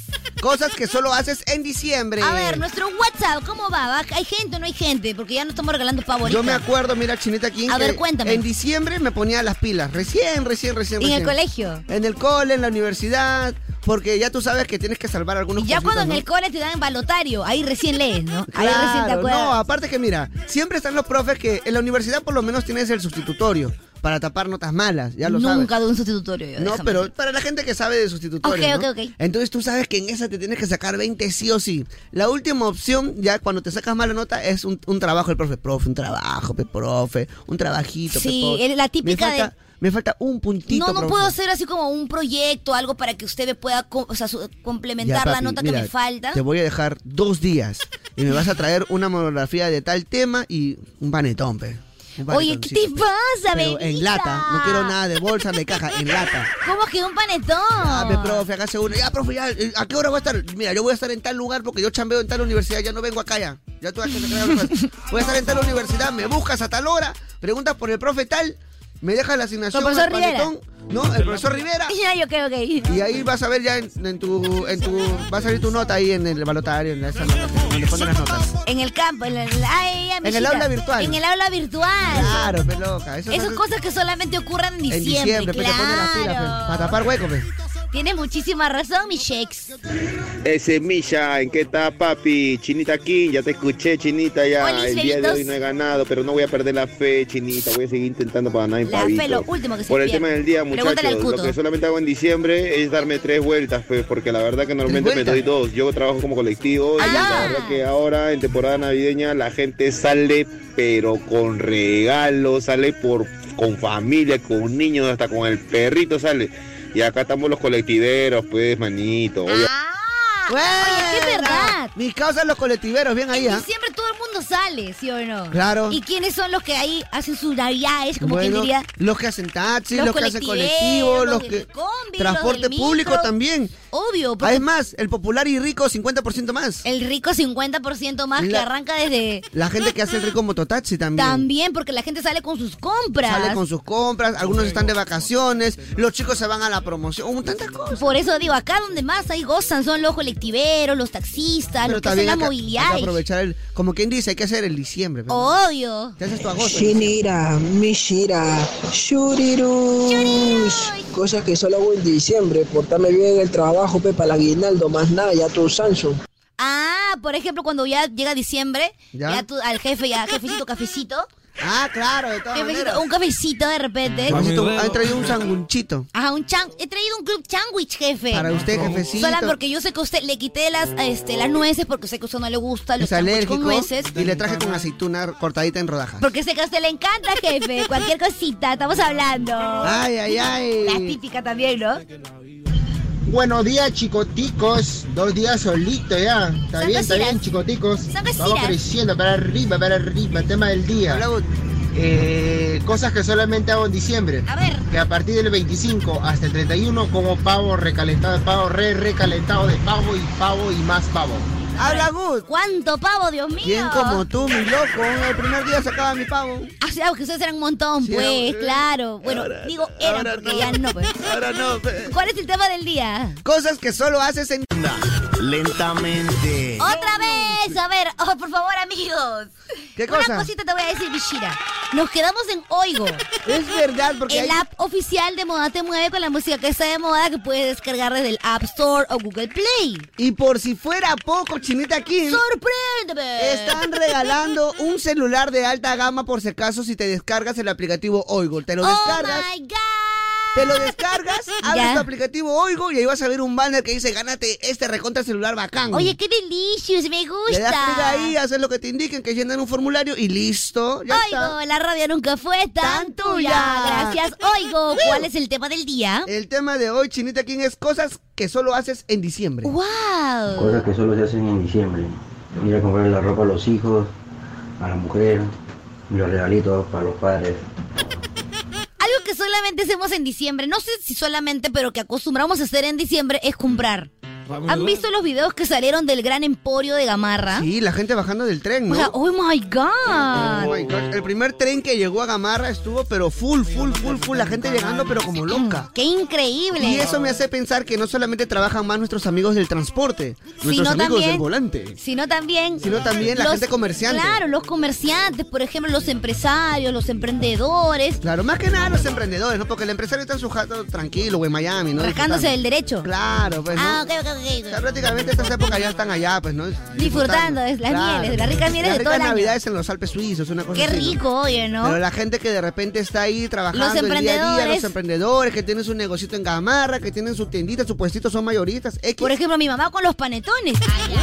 [SPEAKER 5] Cosas que solo haces en diciembre.
[SPEAKER 3] A ver, nuestro WhatsApp, ¿cómo va? ¿Va? ¿Hay gente o no hay gente? Porque ya no estamos regalando favoritos.
[SPEAKER 5] Yo me acuerdo, mira, Chinita aquí.
[SPEAKER 3] A
[SPEAKER 5] que
[SPEAKER 3] ver, cuéntame.
[SPEAKER 5] En diciembre me ponía las pilas. Recién, recién, recién.
[SPEAKER 3] ¿Y en el
[SPEAKER 5] recién.
[SPEAKER 3] colegio?
[SPEAKER 5] En el cole, en la universidad. Porque ya tú sabes que tienes que salvar algunos
[SPEAKER 3] Ya
[SPEAKER 5] cositas,
[SPEAKER 3] cuando en
[SPEAKER 5] ¿no?
[SPEAKER 3] el cole te dan balotario, ahí recién lees, ¿no? Ahí
[SPEAKER 5] Claro,
[SPEAKER 3] recién te acuerdas.
[SPEAKER 5] No, aparte que mira, siempre están los profes que en la universidad por lo menos tienes el sustitutorio para tapar notas malas, ya lo sabes.
[SPEAKER 3] Nunca de un sustitutorio. yo,
[SPEAKER 5] No,
[SPEAKER 3] déjame.
[SPEAKER 5] pero para la gente que sabe de sustitutorio.
[SPEAKER 3] Ok,
[SPEAKER 5] ¿no?
[SPEAKER 3] ok, ok.
[SPEAKER 5] Entonces tú sabes que en esa te tienes que sacar 20 sí o sí. La última opción, ya cuando te sacas mala nota, es un, un trabajo el profe. Profe, un trabajo, pe, profe, un trabajito. pe,
[SPEAKER 3] Sí,
[SPEAKER 5] profe.
[SPEAKER 3] es la típica
[SPEAKER 5] me falta,
[SPEAKER 3] de-
[SPEAKER 5] Me falta un puntito.
[SPEAKER 3] No, no
[SPEAKER 5] profe.
[SPEAKER 3] puedo hacer así como un proyecto, algo para que usted me pueda co- o sea, su-
[SPEAKER 5] Ya,
[SPEAKER 3] complementar la
[SPEAKER 5] papi,
[SPEAKER 3] nota
[SPEAKER 5] mira,
[SPEAKER 3] que me falta.
[SPEAKER 5] Te voy a dejar dos días y me vas a traer una monografía de tal tema y un panetón, pe. Un
[SPEAKER 3] Oye, ¿qué te
[SPEAKER 5] panetoncito.
[SPEAKER 3] pasa,
[SPEAKER 5] Pero en
[SPEAKER 3] bebita?
[SPEAKER 5] lata, no
[SPEAKER 3] ah.
[SPEAKER 5] quiero nada de bolsa, de caja, en lata.
[SPEAKER 3] ¿Cómo que un panetón?
[SPEAKER 5] Ah, pe, profe, acá seguro. Ya, profe, ya, eh, ¿a qué hora voy a estar? Mira, yo voy a estar en tal lugar porque yo chambeo en tal universidad, ya no vengo acá ya. Ya tú vas a tener que crear otra vez. Voy a estar en tal universidad, me buscas a tal hora, preguntas por el profe tal, me dejas la asignación.
[SPEAKER 3] Con el profesor
[SPEAKER 5] el
[SPEAKER 3] Rivera.
[SPEAKER 5] panetón, No, el profesor Rivera.
[SPEAKER 3] Ya, yo creo que.
[SPEAKER 5] Y ahí vas a ver ya en, en tu, en tu. Va a salir tu nota ahí en el balotario, en la esa nota, donde ponen las notas.
[SPEAKER 3] En el campo, en, la- en la- ay, ya,
[SPEAKER 5] En
[SPEAKER 3] mijita.
[SPEAKER 5] el aula virtual.
[SPEAKER 3] En el aula virtual.
[SPEAKER 5] Claro, pe loca. Eso
[SPEAKER 3] Esas
[SPEAKER 5] es-
[SPEAKER 3] cosas que solamente ocurren en
[SPEAKER 5] en
[SPEAKER 3] diciembre,
[SPEAKER 5] diciembre, pe, te ponen las pilas,
[SPEAKER 3] claro.
[SPEAKER 5] pe, para tapar hueco, pe.
[SPEAKER 3] Tienes muchísima razón, mi Shex.
[SPEAKER 19] Ese Misha, ¿en qué está papi? Chinita aquí, ya te escuché, Chinita, ya.
[SPEAKER 3] Hola,
[SPEAKER 19] el día de hoy
[SPEAKER 3] bebitos.
[SPEAKER 19] no he ganado, pero no voy a perder la fe, Chinita. Voy a seguir intentando para ganar en
[SPEAKER 3] La fe,
[SPEAKER 19] pavito.
[SPEAKER 3] lo último que se
[SPEAKER 19] Por el
[SPEAKER 3] pierde.
[SPEAKER 19] tema del día,
[SPEAKER 3] Pregúntale al
[SPEAKER 19] muchachos, lo
[SPEAKER 3] Cuto.
[SPEAKER 19] que solamente hago en diciembre es darme tres vueltas, pues, porque la verdad que normalmente me
[SPEAKER 20] vueltas?
[SPEAKER 19] doy dos. Yo trabajo como colectivo y
[SPEAKER 3] Ah.
[SPEAKER 19] la verdad que ahora en temporada navideña la gente sale, pero con regalos, sale por con familia, con niños, hasta con el perrito sale. Y acá estamos los colectiveros, pues, manito. obvia-
[SPEAKER 5] Oye,
[SPEAKER 3] Ah. es verdad.
[SPEAKER 5] Mis causas los colectiveros, bien ahí,
[SPEAKER 3] En
[SPEAKER 5] ¿ah?
[SPEAKER 3] diciembre todo el mundo sale, ¿sí o no?
[SPEAKER 5] Claro.
[SPEAKER 3] ¿Y quiénes son los que ahí hacen sus navidades? Como quien
[SPEAKER 5] Bueno,
[SPEAKER 3] diría.
[SPEAKER 5] Los que hacen taxi,
[SPEAKER 3] Los
[SPEAKER 5] los, que hacen
[SPEAKER 3] colectivos,
[SPEAKER 5] colectivos, los
[SPEAKER 3] los
[SPEAKER 5] que.
[SPEAKER 3] del combi,
[SPEAKER 5] transporte
[SPEAKER 3] los del
[SPEAKER 5] público
[SPEAKER 3] micro.
[SPEAKER 5] también. Ah,
[SPEAKER 3] Obvio, porque
[SPEAKER 5] Es más, el popular y rico 50% más.
[SPEAKER 3] el rico 50% más que
[SPEAKER 5] La-
[SPEAKER 3] arranca desde.
[SPEAKER 5] La gente que hace el rico mototaxi también.
[SPEAKER 3] También, porque la gente sale con sus compras.
[SPEAKER 5] Sale con sus compras, algunos están de vacaciones, los chicos se van a la promoción, un tantas cosas.
[SPEAKER 3] Por eso digo, acá donde más ahí gozan son los colectiveros, los taxistas,
[SPEAKER 5] Pero
[SPEAKER 3] los Ah, que hacen
[SPEAKER 5] también
[SPEAKER 3] las
[SPEAKER 5] hay que- hay que
[SPEAKER 3] movilidades.
[SPEAKER 5] aprovechar el, como quien dice, hay que hacer el diciembre.
[SPEAKER 3] Oh.
[SPEAKER 5] pe.
[SPEAKER 3] Obvio.
[SPEAKER 5] Te haces tu agosto.
[SPEAKER 7] Shinira, Oh, Mishira, Shurirush. Cosas que solo hago en diciembre. Portarme bien en el trabajo, Pepa, la aguinaldo, más nada, ya tu Samsung.
[SPEAKER 3] Ah, por ejemplo, cuando ya llega diciembre, ya,
[SPEAKER 7] ¿Ya?
[SPEAKER 3] tú, al jefe, ya, jefecito, cafecito.
[SPEAKER 5] Ah, claro, de todas
[SPEAKER 3] Jefecito,
[SPEAKER 5] maneras.
[SPEAKER 3] Un cafecito de repente.
[SPEAKER 5] Mamacito, Han traído un sangunchito.
[SPEAKER 3] Ajá, un chan, he traído un club sandwich, jefe.
[SPEAKER 5] Para usted, jefecito.
[SPEAKER 3] Solo porque yo sé que a usted le quité las, este, las nueces porque sé que a usted no le gusta los
[SPEAKER 5] Es
[SPEAKER 3] sándwiches
[SPEAKER 5] alérgico
[SPEAKER 3] con nueces.
[SPEAKER 5] y le traje con aceituna cortadita en rodajas.
[SPEAKER 3] Porque sé que a usted le encanta, jefe. Cualquier cosita, estamos hablando.
[SPEAKER 21] Ay, ay, ay.
[SPEAKER 3] La típica también, ¿no?
[SPEAKER 21] Buenos días, chicoticos. Dos días solito ya. Está
[SPEAKER 3] Son
[SPEAKER 21] bien, está
[SPEAKER 3] cositas.
[SPEAKER 21] bien, chicoticos. Vamos
[SPEAKER 3] cositas.
[SPEAKER 21] creciendo para arriba, para arriba. Tema del día. Eh, cosas que solamente hago en diciembre.
[SPEAKER 3] A ver.
[SPEAKER 21] Que a partir del 25 hasta el 31 como pavo recalentado de pavo, re recalentado de pavo y pavo y más pavo.
[SPEAKER 5] Habla Gus.
[SPEAKER 3] ¿Cuánto pavo, Dios mío?
[SPEAKER 5] Bien como tú, mi loco. El primer día sacaba mi pavo.
[SPEAKER 3] Ah, sí, ah, porque ustedes eran un montón,
[SPEAKER 5] Sí,
[SPEAKER 3] pues,
[SPEAKER 5] ahora- eh,
[SPEAKER 3] claro. Bueno, digo eran porque ya no, pues.
[SPEAKER 5] Ahora no, pe.
[SPEAKER 3] ¿Cuál es el tema del día?
[SPEAKER 5] Cosas que solo haces en
[SPEAKER 20] onda, lentamente.
[SPEAKER 5] Oh,
[SPEAKER 3] ¡Otra vez! A ver, oh, por favor, amigos.
[SPEAKER 5] ¿Qué
[SPEAKER 3] Una
[SPEAKER 5] cosa?
[SPEAKER 3] cosita te voy a decir, Bishira. Nos quedamos en Oigo.
[SPEAKER 5] Es verdad, porque
[SPEAKER 3] El
[SPEAKER 5] hay-
[SPEAKER 3] app oficial de Moda Te Mueve con la música que está de moda que puedes descargar desde el App Store o Google Play.
[SPEAKER 5] Y por si fuera poco, Chinita Kim.
[SPEAKER 3] ¡Sorpréndeme!
[SPEAKER 5] Están regalando un celular de alta gama por si acaso si te descargas el aplicativo Oigo. Te lo
[SPEAKER 3] ¡Oh,
[SPEAKER 5] descargas.
[SPEAKER 3] my God!
[SPEAKER 5] Te lo descargas, abres
[SPEAKER 3] Ya.
[SPEAKER 5] tu aplicativo Oigo y ahí vas a ver un banner que dice gánate este recontra celular bacán.
[SPEAKER 3] Oye, qué delicious, me gusta.
[SPEAKER 5] Le das clic ahí, haces lo que te indiquen, que llenan un formulario y listo. Ya está.
[SPEAKER 3] Oigo, la radio nunca fue tan tuya. Gracias. Oigo, ¿cuál es el tema del día?
[SPEAKER 5] El tema de hoy, Chinita King, es cosas que solo haces en diciembre.
[SPEAKER 3] ¡Wow!
[SPEAKER 22] Cosas que solo se hacen en diciembre. Ir a comprar la ropa a los hijos, a la mujer, y los regalitos para los padres.
[SPEAKER 3] Algo que solamente hacemos en diciembre, no sé si solamente, pero que acostumbramos a hacer en diciembre es comprar. ¿Han visto los videos que salieron del gran emporio de Gamarra?
[SPEAKER 5] Sí, la gente bajando del
[SPEAKER 3] O
[SPEAKER 5] tren, ¿no? Eh,
[SPEAKER 3] sea, oh my
[SPEAKER 5] Oh
[SPEAKER 3] god.
[SPEAKER 5] my gosh, El primer tren que llegó a Gamarra estuvo, pero full, full, full, full. La gente llegando, pero como loca.
[SPEAKER 3] ¡Qué increíble!
[SPEAKER 5] Y eso me hace pensar que no solamente trabajan más nuestros amigos del transporte, nuestros
[SPEAKER 3] Sino
[SPEAKER 5] amigos
[SPEAKER 3] también-
[SPEAKER 5] del volante.
[SPEAKER 3] Sino también.
[SPEAKER 5] Sino también la gente comerciante.
[SPEAKER 3] Claro, los comerciantes, por ejemplo, los empresarios, los emprendedores.
[SPEAKER 5] Claro, más que nada los emprendedores, ¿no? Porque el empresario está en su jato tranquilo, güey, en Miami, ¿no?
[SPEAKER 3] Rascándose
[SPEAKER 5] Disfrutando.
[SPEAKER 3] del derecho.
[SPEAKER 5] Claro, pues, ¿no?
[SPEAKER 3] Ah, ok, ok, ok.
[SPEAKER 5] Ya prácticamente estas épocas ya están allá, pues, ¿no?
[SPEAKER 3] Disfrutando, es las mieles, de las ricas mieles de
[SPEAKER 5] Las ricas
[SPEAKER 3] todo el año.
[SPEAKER 5] navidades en los Alpes suizos, una cosa
[SPEAKER 3] Qué
[SPEAKER 5] así, ¿no?
[SPEAKER 3] rico, oye, ¿no?
[SPEAKER 5] Pero la gente que de repente está ahí trabajando
[SPEAKER 3] Los
[SPEAKER 5] el día a día,
[SPEAKER 3] emprendedores.
[SPEAKER 5] los emprendedores, que tienen su negocito en Gamarra, que tienen su tiendita, su puestito, son mayoristas. X.
[SPEAKER 3] Por ejemplo, mi mamá con los panetones.
[SPEAKER 5] me,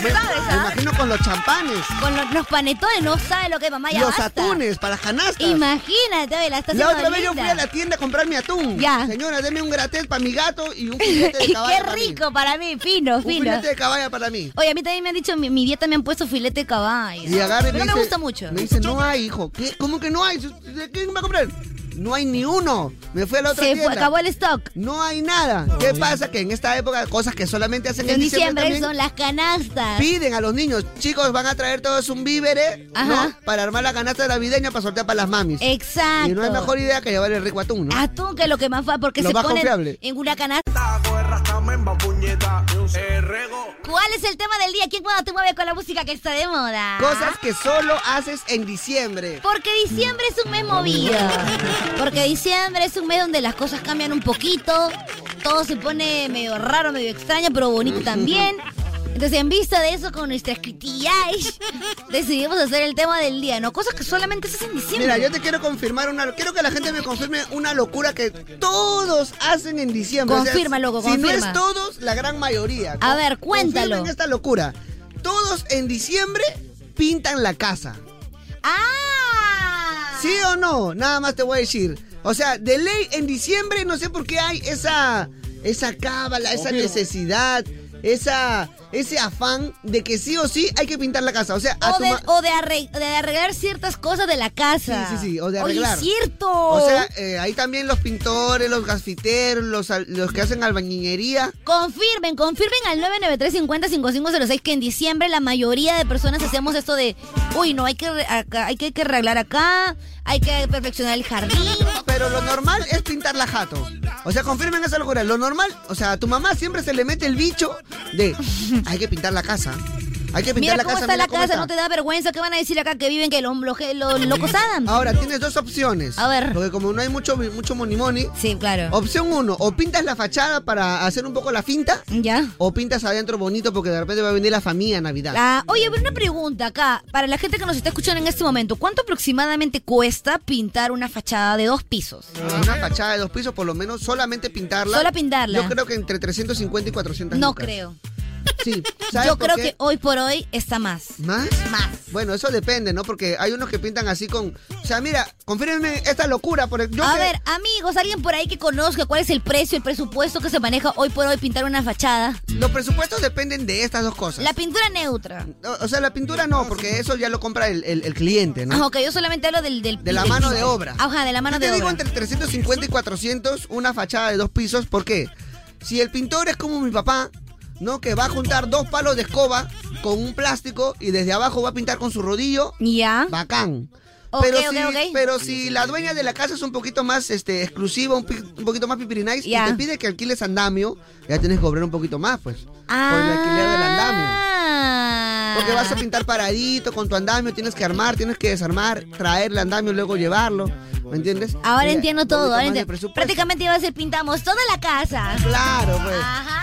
[SPEAKER 5] me imagino con los champanes.
[SPEAKER 3] ah? Con lo- los panetones, no sabe lo que es, mamá ya
[SPEAKER 5] los
[SPEAKER 3] basta.
[SPEAKER 5] atunes para las canastas.
[SPEAKER 3] Imagínate, oye, la estás
[SPEAKER 5] la otra vez yo fui a la tienda a comprar mi atún.
[SPEAKER 3] Ya.
[SPEAKER 5] Señora, deme un gratel para mi gato y un filete de caballo.
[SPEAKER 3] Qué
[SPEAKER 5] para mí.
[SPEAKER 3] rico para mí, fino,
[SPEAKER 5] Un
[SPEAKER 3] fino.
[SPEAKER 5] filete de caballo para mí.
[SPEAKER 3] Oye, a mí también me han dicho, mi, mi dieta me han puesto filete de caballo.
[SPEAKER 5] Y agarra
[SPEAKER 3] Pero
[SPEAKER 5] y me
[SPEAKER 3] no me
[SPEAKER 5] dice-
[SPEAKER 3] gusta mucho.
[SPEAKER 5] Me dice, no hay, hijo. ¿Qué? ¿Cómo que no hay? ¿De quién va a comprar? No hay ni uno. Me fui a la otra
[SPEAKER 3] Se fue-
[SPEAKER 5] tienda.
[SPEAKER 3] acabó el stock.
[SPEAKER 5] No hay nada. ¿Qué pasa? Que en esta época, cosas que solamente hacen en,
[SPEAKER 3] en diciembre
[SPEAKER 5] también,
[SPEAKER 3] son las canastas.
[SPEAKER 5] Piden a los niños, chicos, van a traer todos un víveres ¿no?
[SPEAKER 3] Ajá.
[SPEAKER 5] para armar la canasta navideña para sortear para las mamis.
[SPEAKER 3] Exacto.
[SPEAKER 5] Y no hay mejor idea que llevar el rico atún, ¿no?
[SPEAKER 3] Atún que es lo que más va, porque
[SPEAKER 5] Lo
[SPEAKER 3] se
[SPEAKER 5] más
[SPEAKER 3] ponen
[SPEAKER 5] confiable.
[SPEAKER 3] en una canasta. ¿Cuál es el tema del día? ¿Quién cuando te mueve con la música que está de moda?
[SPEAKER 5] Cosas que solo haces en diciembre.
[SPEAKER 3] Porque diciembre es un mes movido. Porque diciembre es un mes donde las cosas cambian un poquito. Todo se pone medio raro, medio extraño, pero bonito también. Entonces, en vista de eso, con nuestras critillais, decidimos hacer el tema del día, ¿no? Cosas que solamente se hacen en diciembre.
[SPEAKER 5] Mira, yo te quiero confirmar una. Quiero que la gente me confirme una locura que todos hacen en diciembre. O sea,
[SPEAKER 3] Confirma, loco,
[SPEAKER 5] si no
[SPEAKER 3] confirma.
[SPEAKER 5] es todos, la gran mayoría.
[SPEAKER 3] A ver,
[SPEAKER 5] confirmen
[SPEAKER 3] cuéntalo.
[SPEAKER 5] esta locura. Todos en diciembre pintan la casa.
[SPEAKER 3] ¡Ah!
[SPEAKER 5] ¿Sí o no? Nada más te voy a decir. O sea, de ley en diciembre, no sé por qué hay esa, esa cábala, esa necesidad, esa, ese afán de que sí o sí hay que pintar la casa. O sea, a
[SPEAKER 3] O
[SPEAKER 5] tu
[SPEAKER 3] de,
[SPEAKER 5] ma-
[SPEAKER 3] o de arreg- de arreglar ciertas cosas de la casa.
[SPEAKER 5] Sí, sí, sí, o de
[SPEAKER 3] Oye,
[SPEAKER 5] arreglar.
[SPEAKER 3] es cierto.
[SPEAKER 5] O sea,
[SPEAKER 3] Oh.
[SPEAKER 5] eh, ahí también los pintores, los gasfiteros, los, al- los que hacen albañilería.
[SPEAKER 3] Confirmen, confirmen al 993-50-5506 que en diciembre la mayoría de personas hacemos esto de, uy, no, hay que, re- acá- hay que, hay que arreglar acá, hay que perfeccionar el jardín.
[SPEAKER 5] Pero lo normal es pintar la jato. O sea, confirmen esa locura. Lo normal, o sea, a tu mamá siempre se le mete el bicho de hay que pintar la casa. Hay que pintar
[SPEAKER 3] Mira
[SPEAKER 5] la
[SPEAKER 3] cómo
[SPEAKER 5] casa.
[SPEAKER 3] está
[SPEAKER 5] mira
[SPEAKER 3] la
[SPEAKER 5] cómo
[SPEAKER 3] casa,
[SPEAKER 5] está.
[SPEAKER 3] no te da vergüenza. ¿Qué van a decir acá que viven que los, los, los locos Adam?
[SPEAKER 5] Ahora, tienes dos opciones. A ver. Porque como no hay mucho, mucho monimoni.
[SPEAKER 3] Sí, claro.
[SPEAKER 5] Opción uno, o pintas la fachada para hacer un poco la finta.
[SPEAKER 3] Ya.
[SPEAKER 5] O pintas adentro bonito porque de repente va a venir la familia a Navidad.
[SPEAKER 3] Ah, oye, pero una pregunta acá, para la gente que nos está escuchando en este momento, ¿cuánto aproximadamente cuesta pintar una fachada de dos pisos?
[SPEAKER 5] Una fachada de dos pisos, por lo menos, solamente pintarla.
[SPEAKER 3] Solo pintarla.
[SPEAKER 5] Yo creo que entre 350 y 400
[SPEAKER 3] No
[SPEAKER 5] lucas.
[SPEAKER 3] creo.
[SPEAKER 5] Sí. ¿sabes
[SPEAKER 3] Yo
[SPEAKER 5] por
[SPEAKER 3] creo
[SPEAKER 5] qué?
[SPEAKER 3] que hoy por hoy está más.
[SPEAKER 5] ¿Más?
[SPEAKER 3] Más.
[SPEAKER 5] Bueno, eso depende, ¿no? Porque hay unos que pintan así con... O sea, mira, confírmenme esta locura. Porque yo
[SPEAKER 3] a
[SPEAKER 5] que-
[SPEAKER 3] ver, amigos, alguien por ahí que conozca cuál es el precio, el presupuesto que se maneja hoy por hoy pintar una fachada.
[SPEAKER 5] Los presupuestos dependen de estas dos cosas.
[SPEAKER 3] La pintura neutra.
[SPEAKER 5] O- O sea, la pintura no, porque eso ya lo compra el, el- el cliente, ¿no?
[SPEAKER 3] Ah, ok, yo solamente hablo del... del
[SPEAKER 5] De la
[SPEAKER 3] del- Ah,
[SPEAKER 5] mano de obra.
[SPEAKER 3] Ajá, de la mano
[SPEAKER 5] Yo
[SPEAKER 3] de
[SPEAKER 5] te digo
[SPEAKER 3] obra.
[SPEAKER 5] entre 350 y 400 una fachada de dos pisos, ¿por qué? Si el pintor es como mi papá, ¿no? Que va a juntar dos palos de escoba con un plástico y desde abajo va a pintar con su rodillo.
[SPEAKER 3] Ya.
[SPEAKER 5] Bacán.
[SPEAKER 3] Ok,
[SPEAKER 5] pero
[SPEAKER 3] ok,
[SPEAKER 5] si,
[SPEAKER 3] ok.
[SPEAKER 5] pero si la dueña de la casa es un poquito más este, exclusiva, un, pi- un poquito más pipirinais,
[SPEAKER 3] Ya.
[SPEAKER 5] y te pide que alquiles andamio, ya tienes que cobrar un poquito más, pues. Por el alquiler del
[SPEAKER 3] Ah.
[SPEAKER 5] andamio. Porque vas a pintar paradito con tu andamio, tienes que armar, tienes que desarmar, traer el andamio, luego llevarlo. ¿Me entiendes?
[SPEAKER 3] Ahora
[SPEAKER 5] Mira,
[SPEAKER 3] entiendo todo.
[SPEAKER 5] poquito
[SPEAKER 3] Ahora
[SPEAKER 5] más de
[SPEAKER 3] entiendo. Prácticamente Ah. iba a ser pintamos toda la casa.
[SPEAKER 5] Claro, pues.
[SPEAKER 3] Ajá.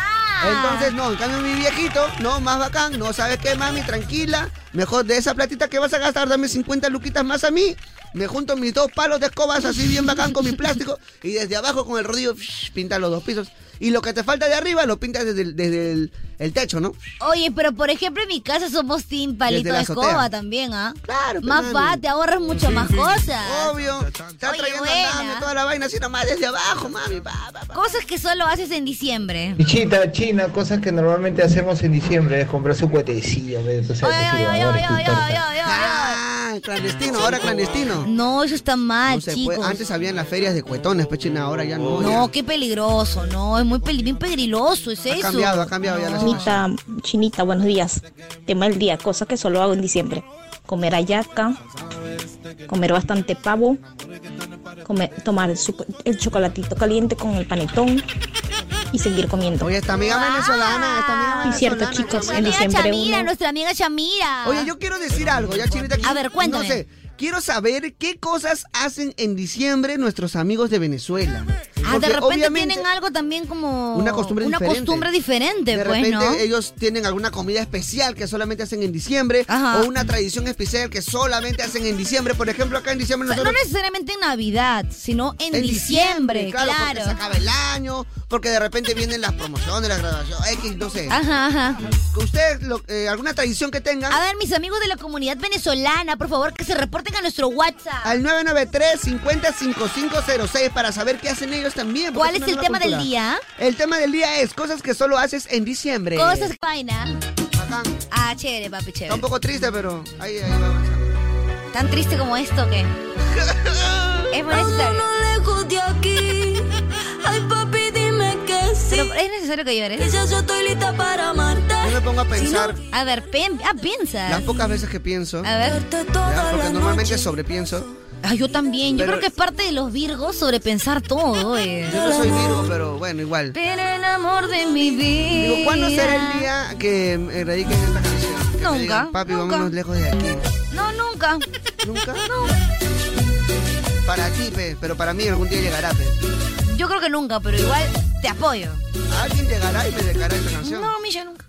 [SPEAKER 5] Entonces, no, en cambio mi viejito, no, más bacán, no, ¿sabes qué, mami? Tranquila, mejor de esa platita que vas a gastar, dame 50 luquitas más a mí. Me junto mis dos palos de escobas así bien bacán con mi plástico y desde abajo con el rodillo psh, pinta los dos pisos. Y lo que te falta de arriba lo pintas desde el, desde el, el techo, ¿no?
[SPEAKER 3] Oye, pero por ejemplo en mi casa somos team palito
[SPEAKER 5] Desde la
[SPEAKER 3] de
[SPEAKER 5] azotea.
[SPEAKER 3] escoba también, ¿ah?
[SPEAKER 5] Claro, pues,
[SPEAKER 3] Más
[SPEAKER 5] mami.
[SPEAKER 3] va, te ahorras muchas más cosas.
[SPEAKER 5] Obvio. Está trayendo andamio, toda la vaina así nomás desde abajo, mami. pa, pa, pa.
[SPEAKER 3] Cosas que solo haces en diciembre.
[SPEAKER 6] Chita, China, cosas que normalmente hacemos en diciembre es comprar su cuetecillo, ¿ves? Tú sabes, tus silbadores, tus tortas.
[SPEAKER 5] Ah, clandestino, ahora clandestino.
[SPEAKER 3] No, eso está mal,
[SPEAKER 5] se puede.
[SPEAKER 3] Ah, chicos.
[SPEAKER 5] Antes habían las ferias de cuetones, pechina, ahora ya no.
[SPEAKER 3] No, qué peligroso, no, es muy peli- bien peligroso, es eso.
[SPEAKER 5] cambiado, ha cambiado ya la
[SPEAKER 15] Chinita, Chinita, buenos días. Tema del día, cosa que solo hago en diciembre. Comer ayaca, comer bastante pavo, comer- tomar el, suco- el chocolatito caliente con el panetón y seguir comiendo. Oye,
[SPEAKER 5] esta amiga venezolana, esta amiga
[SPEAKER 15] Y cierto, chicos, en diciembre uno...
[SPEAKER 3] nuestra amiga Shamira.
[SPEAKER 5] Oye, yo quiero decir algo, ya chinita. A ver, cuéntame. No sé, quiero saber qué cosas hacen en diciembre nuestros amigos de Venezuela.
[SPEAKER 3] Ah,
[SPEAKER 5] Porque
[SPEAKER 3] de repente
[SPEAKER 5] obviamente
[SPEAKER 3] tienen algo también como
[SPEAKER 5] una costumbre
[SPEAKER 3] una
[SPEAKER 5] diferente.
[SPEAKER 3] costumbre diferente,
[SPEAKER 5] de
[SPEAKER 3] pues,
[SPEAKER 5] repente
[SPEAKER 3] ¿no?
[SPEAKER 5] ellos tienen alguna comida especial que solamente hacen en diciembre o una tradición especial que solamente hacen en diciembre. Por ejemplo, acá en diciembre
[SPEAKER 3] O sea,
[SPEAKER 5] nosotros
[SPEAKER 3] no necesariamente en Navidad, sino en,
[SPEAKER 5] En
[SPEAKER 3] diciembre,
[SPEAKER 5] diciembre,
[SPEAKER 3] claro.
[SPEAKER 5] claro, porque se acaba el año, porque de repente vienen las promociones, las graduaciones, X, no sé.
[SPEAKER 3] Ajá, ajá.
[SPEAKER 5] Usted, lo- eh, alguna tradición que tengan.
[SPEAKER 3] A ver, mis amigos de la comunidad venezolana, por favor, que se reporten a nuestro WhatsApp.
[SPEAKER 5] Al 993-505506 para saber qué hacen ellos también. porque
[SPEAKER 3] ¿Cuál
[SPEAKER 5] una
[SPEAKER 3] es el
[SPEAKER 5] nueva
[SPEAKER 3] tema del
[SPEAKER 5] cultura.
[SPEAKER 3] día?
[SPEAKER 5] El tema del día es cosas que solo haces en diciembre.
[SPEAKER 3] Cosas vaina.
[SPEAKER 5] Bacán.
[SPEAKER 3] Ah, chévere, papi, chévere.
[SPEAKER 5] Está un poco triste, pero ahí, ahí
[SPEAKER 3] ¿Tan triste como esto o qué? es necesario.
[SPEAKER 9] lejos de aquí. Ay, papi, dime que sí.
[SPEAKER 3] Pero es necesario que llores.
[SPEAKER 9] Que ya yo estoy lista para amarte.
[SPEAKER 5] Yo me pongo a
[SPEAKER 9] Si no,
[SPEAKER 5] pensar
[SPEAKER 3] A ver, pen- ah, piensa.
[SPEAKER 5] las pocas veces que pienso.
[SPEAKER 3] A ver.
[SPEAKER 5] ya, Porque normalmente sobrepienso.
[SPEAKER 3] Ah, yo también. Yo
[SPEAKER 5] Pero-
[SPEAKER 3] creo que es parte de los virgos sobrepensar todo, eh.
[SPEAKER 5] Yo no soy Virgo, pero bueno, igual.
[SPEAKER 3] Pero el amor de mi vida.
[SPEAKER 5] Digo, ¿cuándo será el día que eh, radiquen esta canción? Que me
[SPEAKER 3] Nunca,
[SPEAKER 5] digan, Papi,
[SPEAKER 3] nunca.
[SPEAKER 5] vámonos lejos de aquí.
[SPEAKER 3] No, nunca.
[SPEAKER 5] ¿Nunca?
[SPEAKER 3] No.
[SPEAKER 5] Para ti, pe, pero para mí algún día llegará, pe.
[SPEAKER 3] Yo creo que nunca, pero igual te apoyo.
[SPEAKER 5] Alguien llegará y me dedicará esta canción.
[SPEAKER 3] No, Misha, nunca.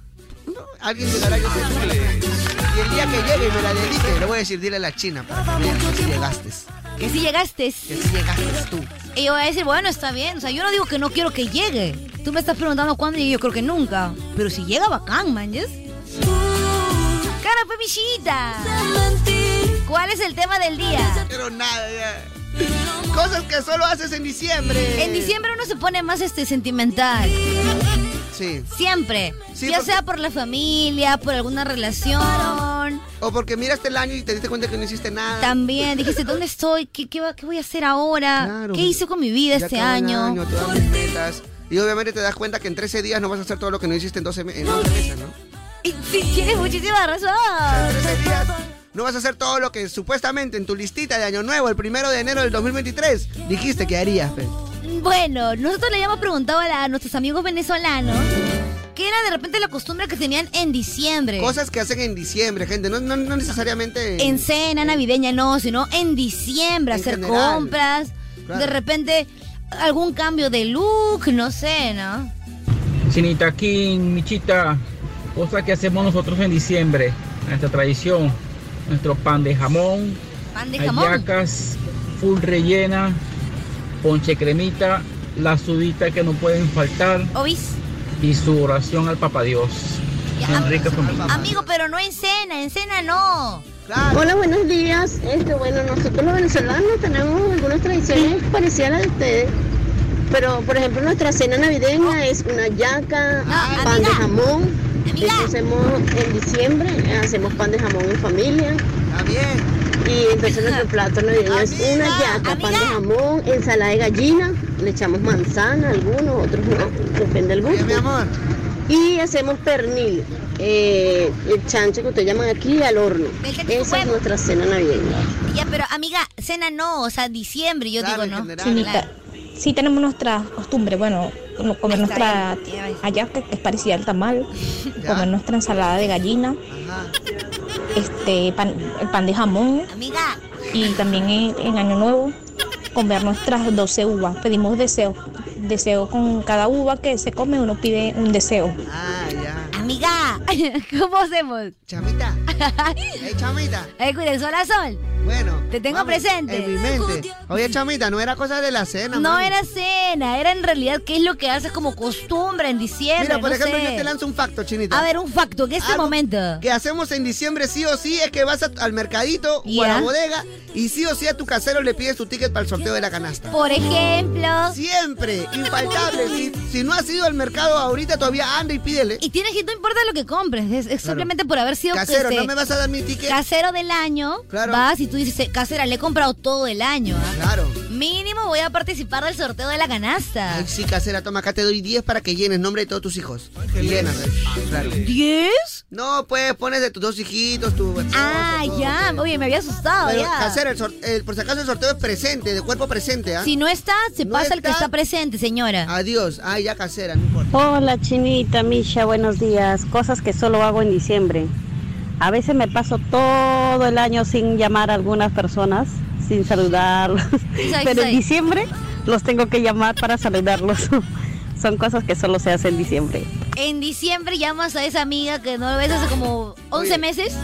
[SPEAKER 5] Alguien llegará y yo te Y el día que llegue y me la dedique, le voy a decir, dile a la china, para que vean que sí llegaste.
[SPEAKER 3] Que si llegaste. Que
[SPEAKER 5] si llegaste tú.
[SPEAKER 3] Y yo voy a decir, bueno, está bien. O sea, yo no digo que no quiero que llegue. Tú me estás preguntando cuándo y yo creo que nunca. Pero si llega, bacán, manches. Cara, pues, Mishita. ¿Cuál es el tema del día?
[SPEAKER 5] Pero nada, ya. Cosas que solo haces en diciembre.
[SPEAKER 3] En diciembre uno se pone más este sentimental.
[SPEAKER 5] Sí.
[SPEAKER 3] Siempre.
[SPEAKER 5] Sí,
[SPEAKER 3] ya
[SPEAKER 5] porque-
[SPEAKER 3] sea por la familia, por alguna relación.
[SPEAKER 5] O porque miraste el año y te diste cuenta que no hiciste nada.
[SPEAKER 3] También dijiste, ¿dónde estoy? ¿Qué, qué, va- qué voy a hacer ahora?
[SPEAKER 5] Claro.
[SPEAKER 3] ¿Qué hice con mi vida
[SPEAKER 5] Ya
[SPEAKER 3] este
[SPEAKER 5] acabó el
[SPEAKER 3] año?
[SPEAKER 5] todas mis metas. Y obviamente te das cuenta que en 13 días no vas a hacer todo lo que no hiciste en 12, me- en 12 meses, ¿no?
[SPEAKER 3] Y sí, tienes muchísima razón.
[SPEAKER 5] No vas a hacer todo lo que supuestamente en tu listita de año nuevo, el primero de enero del 2023, dijiste que harías. pues. Fe.
[SPEAKER 3] Bueno, nosotros le habíamos preguntado a, la- a nuestros amigos venezolanos qué era de repente la costumbre que tenían en diciembre.
[SPEAKER 5] Cosas que hacen en diciembre, gente, no, no- no necesariamente...
[SPEAKER 3] en cena navideña no, sino en diciembre,
[SPEAKER 5] En
[SPEAKER 3] hacer
[SPEAKER 5] general.
[SPEAKER 3] compras,
[SPEAKER 5] Claro.
[SPEAKER 3] de repente algún cambio de look, no sé, ¿no?
[SPEAKER 23] Chinita King, Michita, cosa que hacemos nosotros en diciembre, nuestra tradición, nuestro pan de jamón,
[SPEAKER 3] Pan de jamón.
[SPEAKER 23] hallacas, full rellena, ponche cremita, la sudita que no pueden faltar
[SPEAKER 3] ¿Oís?
[SPEAKER 23] y su oración al Papa Dios. Enrique Familia.
[SPEAKER 3] Amigo, pero no en cena, en cena no.
[SPEAKER 24] Hola, buenos días. Este, bueno, nosotros los venezolanos tenemos algunas tradiciones parecidas a las de ustedes. Pero, por ejemplo, nuestra cena navideña es una yaca, Ah, pan de jamón. Eso hacemos en diciembre, eh, hacemos pan de jamón en familia. Y entonces nuestro
[SPEAKER 5] Ah,
[SPEAKER 24] plato navideño es una yaca, pan de jamón, ensalada de gallina. Le echamos
[SPEAKER 5] eh,
[SPEAKER 24] manzana a algunos, otros no, depende del gusto. Y hacemos pernil. eh, el chancho que ustedes llaman aquí al horno. Esa es nuestra cena navideña.
[SPEAKER 3] Ya, pero amiga, cena no, o sea, diciembre, yo digo, ¿no?
[SPEAKER 15] Sí, Nita, sí tenemos nuestra costumbre, bueno, como comer nuestra hallaca, que es parecida al tamal, comer nuestra ensalada de gallina, este pan- el pan de jamón
[SPEAKER 3] Amiga,
[SPEAKER 15] y también en, en Año Nuevo comer nuestras 12 uvas. Pedimos deseos, deseo con cada uva que se come uno pide un deseo.
[SPEAKER 5] Ah,
[SPEAKER 3] amiga, ¿cómo hacemos?
[SPEAKER 5] Chamita. Ey, chamita.
[SPEAKER 3] Ey, cuida el sol a sol.
[SPEAKER 5] Bueno.
[SPEAKER 3] Te tengo
[SPEAKER 5] Vamos,
[SPEAKER 3] presente.
[SPEAKER 5] En mi mente. Oye, chamita, no era cosa de la cena,
[SPEAKER 3] No
[SPEAKER 5] mami.
[SPEAKER 3] era cena, era en realidad qué es lo que haces como costumbre en diciembre.
[SPEAKER 5] Mira, por
[SPEAKER 3] no
[SPEAKER 5] ejemplo,
[SPEAKER 3] sé.
[SPEAKER 5] yo te lanzo Ah, un facto, chinita.
[SPEAKER 3] A ver, un facto, en este momento.
[SPEAKER 5] que hacemos en diciembre sí o sí es que vas a- al mercadito o a
[SPEAKER 3] Ya.
[SPEAKER 5] la bodega y sí o sí a tu casero le pides tu ticket para el sorteo de la canasta.
[SPEAKER 3] Por ejemplo.
[SPEAKER 5] Siempre, infaltable. Si, si no has ido al mercado ahorita, todavía anda y pídele.
[SPEAKER 3] Y tienes que, no importa lo que compres, es, es simplemente por haber sido
[SPEAKER 5] Casero,
[SPEAKER 3] este,
[SPEAKER 5] ¿no me vas a dar mi ticket?
[SPEAKER 3] Casero del año,
[SPEAKER 5] Claro.
[SPEAKER 3] vas y tú dices, "Eh, casera, le he comprado todo el año. ¿ah?
[SPEAKER 5] Claro.
[SPEAKER 3] Mínimo voy a participar del sorteo de la canasta.
[SPEAKER 5] Ay, Ah, sí, casera, toma, acá te doy 10 para que llenes nombre de todos tus hijos. Llenas. Claro.
[SPEAKER 3] ¿10?
[SPEAKER 5] No, pues pones de tus dos hijitos, tu esposo,
[SPEAKER 3] Ah,
[SPEAKER 5] todo,
[SPEAKER 3] ya,
[SPEAKER 5] todo.
[SPEAKER 3] oye, me había asustado,
[SPEAKER 5] Pero,
[SPEAKER 3] ya.
[SPEAKER 5] casera, el sor- el- por si acaso el sorteo es presente, de cuerpo presente, ¿ah?
[SPEAKER 3] Si no está, se
[SPEAKER 5] No
[SPEAKER 3] pasa el que
[SPEAKER 5] está. Ah.
[SPEAKER 3] está presente, señora.
[SPEAKER 5] Adiós. Ay, ya casera, no importa.
[SPEAKER 4] Hola Chinita, Misha, buenos días. Cosas que solo hago en diciembre. A veces me paso todo el año sin llamar a algunas personas, sin saludarlos. Pero en
[SPEAKER 3] soy.
[SPEAKER 4] diciembre los tengo que llamar para saludarlos. Son cosas que solo se hacen en diciembre.
[SPEAKER 3] En diciembre llamas a esa amiga que no ves hace como 11 meses.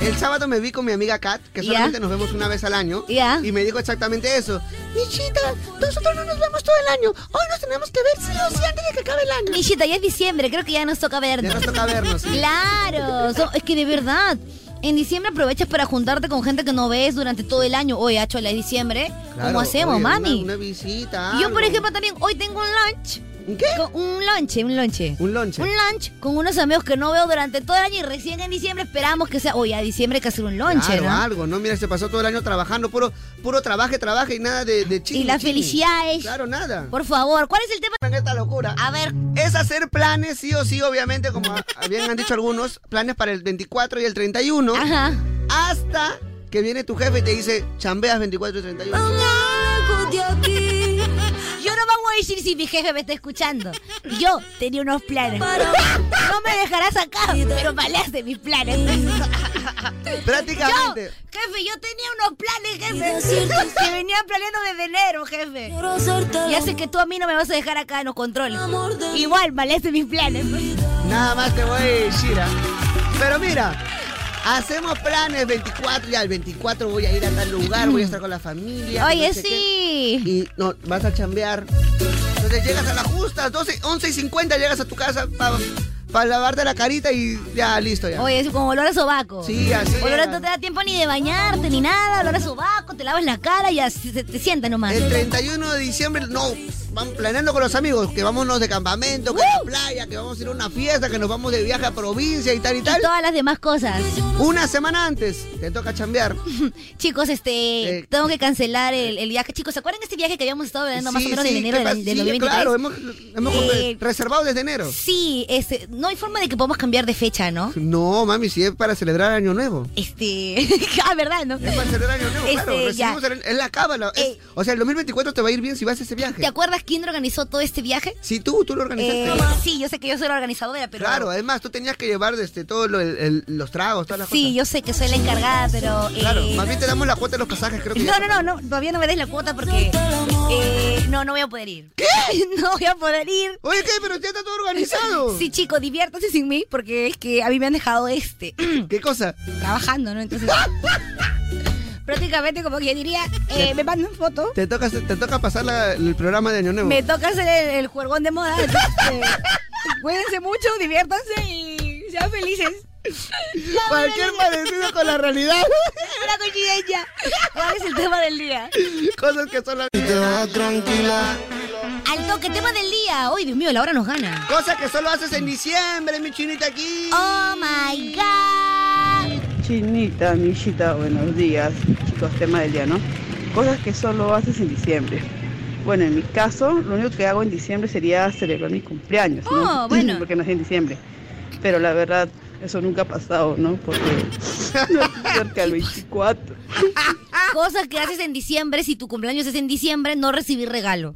[SPEAKER 5] El sábado me vi con mi amiga Kat, que
[SPEAKER 3] Ya.
[SPEAKER 5] solamente nos vemos una vez al año. Y me dijo exactamente eso. Michita, nosotros no nos vemos todo el año. Hoy nos tenemos que ver sí o sí antes de que acabe el año.
[SPEAKER 3] Michita, ya es diciembre, creo que ya nos toca vernos.
[SPEAKER 5] Ya nos toca vernos, sí.
[SPEAKER 3] Claro, so- es que de verdad. En diciembre aprovechas para juntarte con gente que no ves durante todo el año. Oye, Achola, es diciembre. ¿Cómo
[SPEAKER 5] Claro,
[SPEAKER 3] hacemos,
[SPEAKER 5] oye,
[SPEAKER 3] mami?
[SPEAKER 5] Una, una visita.
[SPEAKER 3] Yo,
[SPEAKER 5] algo.
[SPEAKER 3] por ejemplo, también hoy tengo un lunch.
[SPEAKER 5] ¿Qué?
[SPEAKER 3] un lunch, un lunch.
[SPEAKER 5] Un lonche.
[SPEAKER 3] Un lunch con unos amigos que no veo durante todo el año y recién en diciembre esperamos que sea. Oye, a diciembre hay que hacer un lunch,
[SPEAKER 5] Claro,
[SPEAKER 3] ¿no?
[SPEAKER 5] algo, ¿no? Mira, se pasó todo el año trabajando, puro, puro trabaje, trabaje y nada de, de
[SPEAKER 3] y las felicidades.
[SPEAKER 5] Claro, nada.
[SPEAKER 3] Por favor, ¿cuál es el tema?
[SPEAKER 5] En esta locura.
[SPEAKER 3] A ver.
[SPEAKER 5] Es hacer planes, sí o sí, obviamente, como bien han dicho algunos, planes para el 24 y el 31.
[SPEAKER 3] Ajá.
[SPEAKER 5] Hasta que viene tu jefe y te dice, chambeas 24 y 31.
[SPEAKER 3] Oh, Yo no vamos a decir si mi jefe me está escuchando. Yo tenía unos planes. No me dejarás acá, pero maleaste mis planes.
[SPEAKER 5] Prácticamente.
[SPEAKER 3] Yo, jefe, yo tenía unos planes, jefe. Que venían planeando desde enero, jefe. Y hace que tú a mí no me vas a dejar acá en los controles. Igual maleaste mis planes.
[SPEAKER 5] Nada más te voy a decir, ¿ah? Pero mira, hacemos planes 24, ya el 24 voy a ir a tal lugar, voy a estar con la familia.
[SPEAKER 3] Oye,
[SPEAKER 5] no sé qué.
[SPEAKER 3] sí.
[SPEAKER 5] Y no, vas a chambear. Entonces llegas a la justa, 12, 11 y 50 llegas a tu casa para lavarte la carita y ya, listo ya.
[SPEAKER 3] Oye, es como olor a sobaco.
[SPEAKER 5] Sí, así
[SPEAKER 3] Olor a-
[SPEAKER 5] era.
[SPEAKER 3] no te da tiempo ni de bañarte ni nada. Olor a sobaco, te lavas la cara y así se- te sientas nomás.
[SPEAKER 5] El 31 de diciembre, no, van planeando con los amigos, que vámonos de campamento, que la playa, que vamos a ir a una fiesta, que nos vamos de viaje a provincia y tal y tal.
[SPEAKER 3] todas las demás cosas.
[SPEAKER 5] Una semana antes, te toca chambear.
[SPEAKER 3] Chicos,
[SPEAKER 5] Eh,
[SPEAKER 3] este, tengo que cancelar el, el viaje. Chicos, ¿se acuerdan de este viaje que habíamos estado hablando más o
[SPEAKER 5] Sí,
[SPEAKER 3] menos
[SPEAKER 5] sí,
[SPEAKER 3] de enero
[SPEAKER 5] ¿qué
[SPEAKER 3] del,
[SPEAKER 5] pasa?
[SPEAKER 3] del
[SPEAKER 5] Sí,
[SPEAKER 3] 2023?
[SPEAKER 5] Claro, hemos, hemos
[SPEAKER 3] Eh,
[SPEAKER 5] reservado desde enero.
[SPEAKER 3] Sí, este, no hay forma de que podamos cambiar de fecha, ¿no?
[SPEAKER 5] No, mami, si es para celebrar Año Nuevo.
[SPEAKER 3] Este, ah, ¿verdad, no?
[SPEAKER 5] Es para celebrar Año Nuevo, claro.
[SPEAKER 3] Este, ya. Eh.
[SPEAKER 5] recibimos el- es la cábala. es- o sea, el 2024 te va a ir bien si vas a ese viaje.
[SPEAKER 3] ¿Te acuerdas quién organizó todo este viaje?
[SPEAKER 5] Si tú, tú lo organizaste.
[SPEAKER 3] Eh, sí, yo sé que yo soy la organizadora, pero...
[SPEAKER 5] Claro, eh, además tú tenías que llevar este, todos los tragos, todas las
[SPEAKER 3] Sí, yo sé que soy la encargada, pero...
[SPEAKER 5] cosas. Claro,
[SPEAKER 3] eh,
[SPEAKER 5] más bien te damos la cuota de los pasajes, creo que ya.
[SPEAKER 3] No, no, no, no, todavía no me des la cuota porque... eh, no, no voy a poder ir. ¿Qué? No voy a poder ir.
[SPEAKER 5] Oye, ¿qué? Pero ya está todo organizado.
[SPEAKER 3] Sí, chico, diviértase sin mí porque es que a mí me han dejado este...
[SPEAKER 5] ¿Qué cosa?
[SPEAKER 3] Trabajando, ¿no? Entonces... prácticamente como que yo diría, eh, me mandan foto,
[SPEAKER 5] Te toca, te toca pasar la- el programa de Año Nuevo.
[SPEAKER 3] me toca hacer el, el juergón de moda. entonces, eh, cuídense mucho, diviértanse y sean felices.
[SPEAKER 5] Cualquier parecido con la realidad.
[SPEAKER 3] Es una coincidencia. ¿Cuál es el tema del día?
[SPEAKER 5] Cosas que son las...
[SPEAKER 3] Al toque, tema del día. Uy, Dios mío, la hora nos gana.
[SPEAKER 5] Cosas que solo haces en diciembre, mi chinita aquí.
[SPEAKER 3] Oh my god.
[SPEAKER 8] Chinita, Millita, buenos días. Chicos, tema del día, ¿no? Cosas que solo haces en diciembre. Bueno, en mi caso, lo único que hago en diciembre sería celebrar mi cumpleaños, ¿no?
[SPEAKER 3] Oh, bueno.
[SPEAKER 8] Porque nací en diciembre. Pero la verdad, Eso nunca ha pasado, ¿no? Porque no estoy cerca del 24.
[SPEAKER 3] Cosas que haces en diciembre, si tu cumpleaños es en diciembre, no recibir regalo.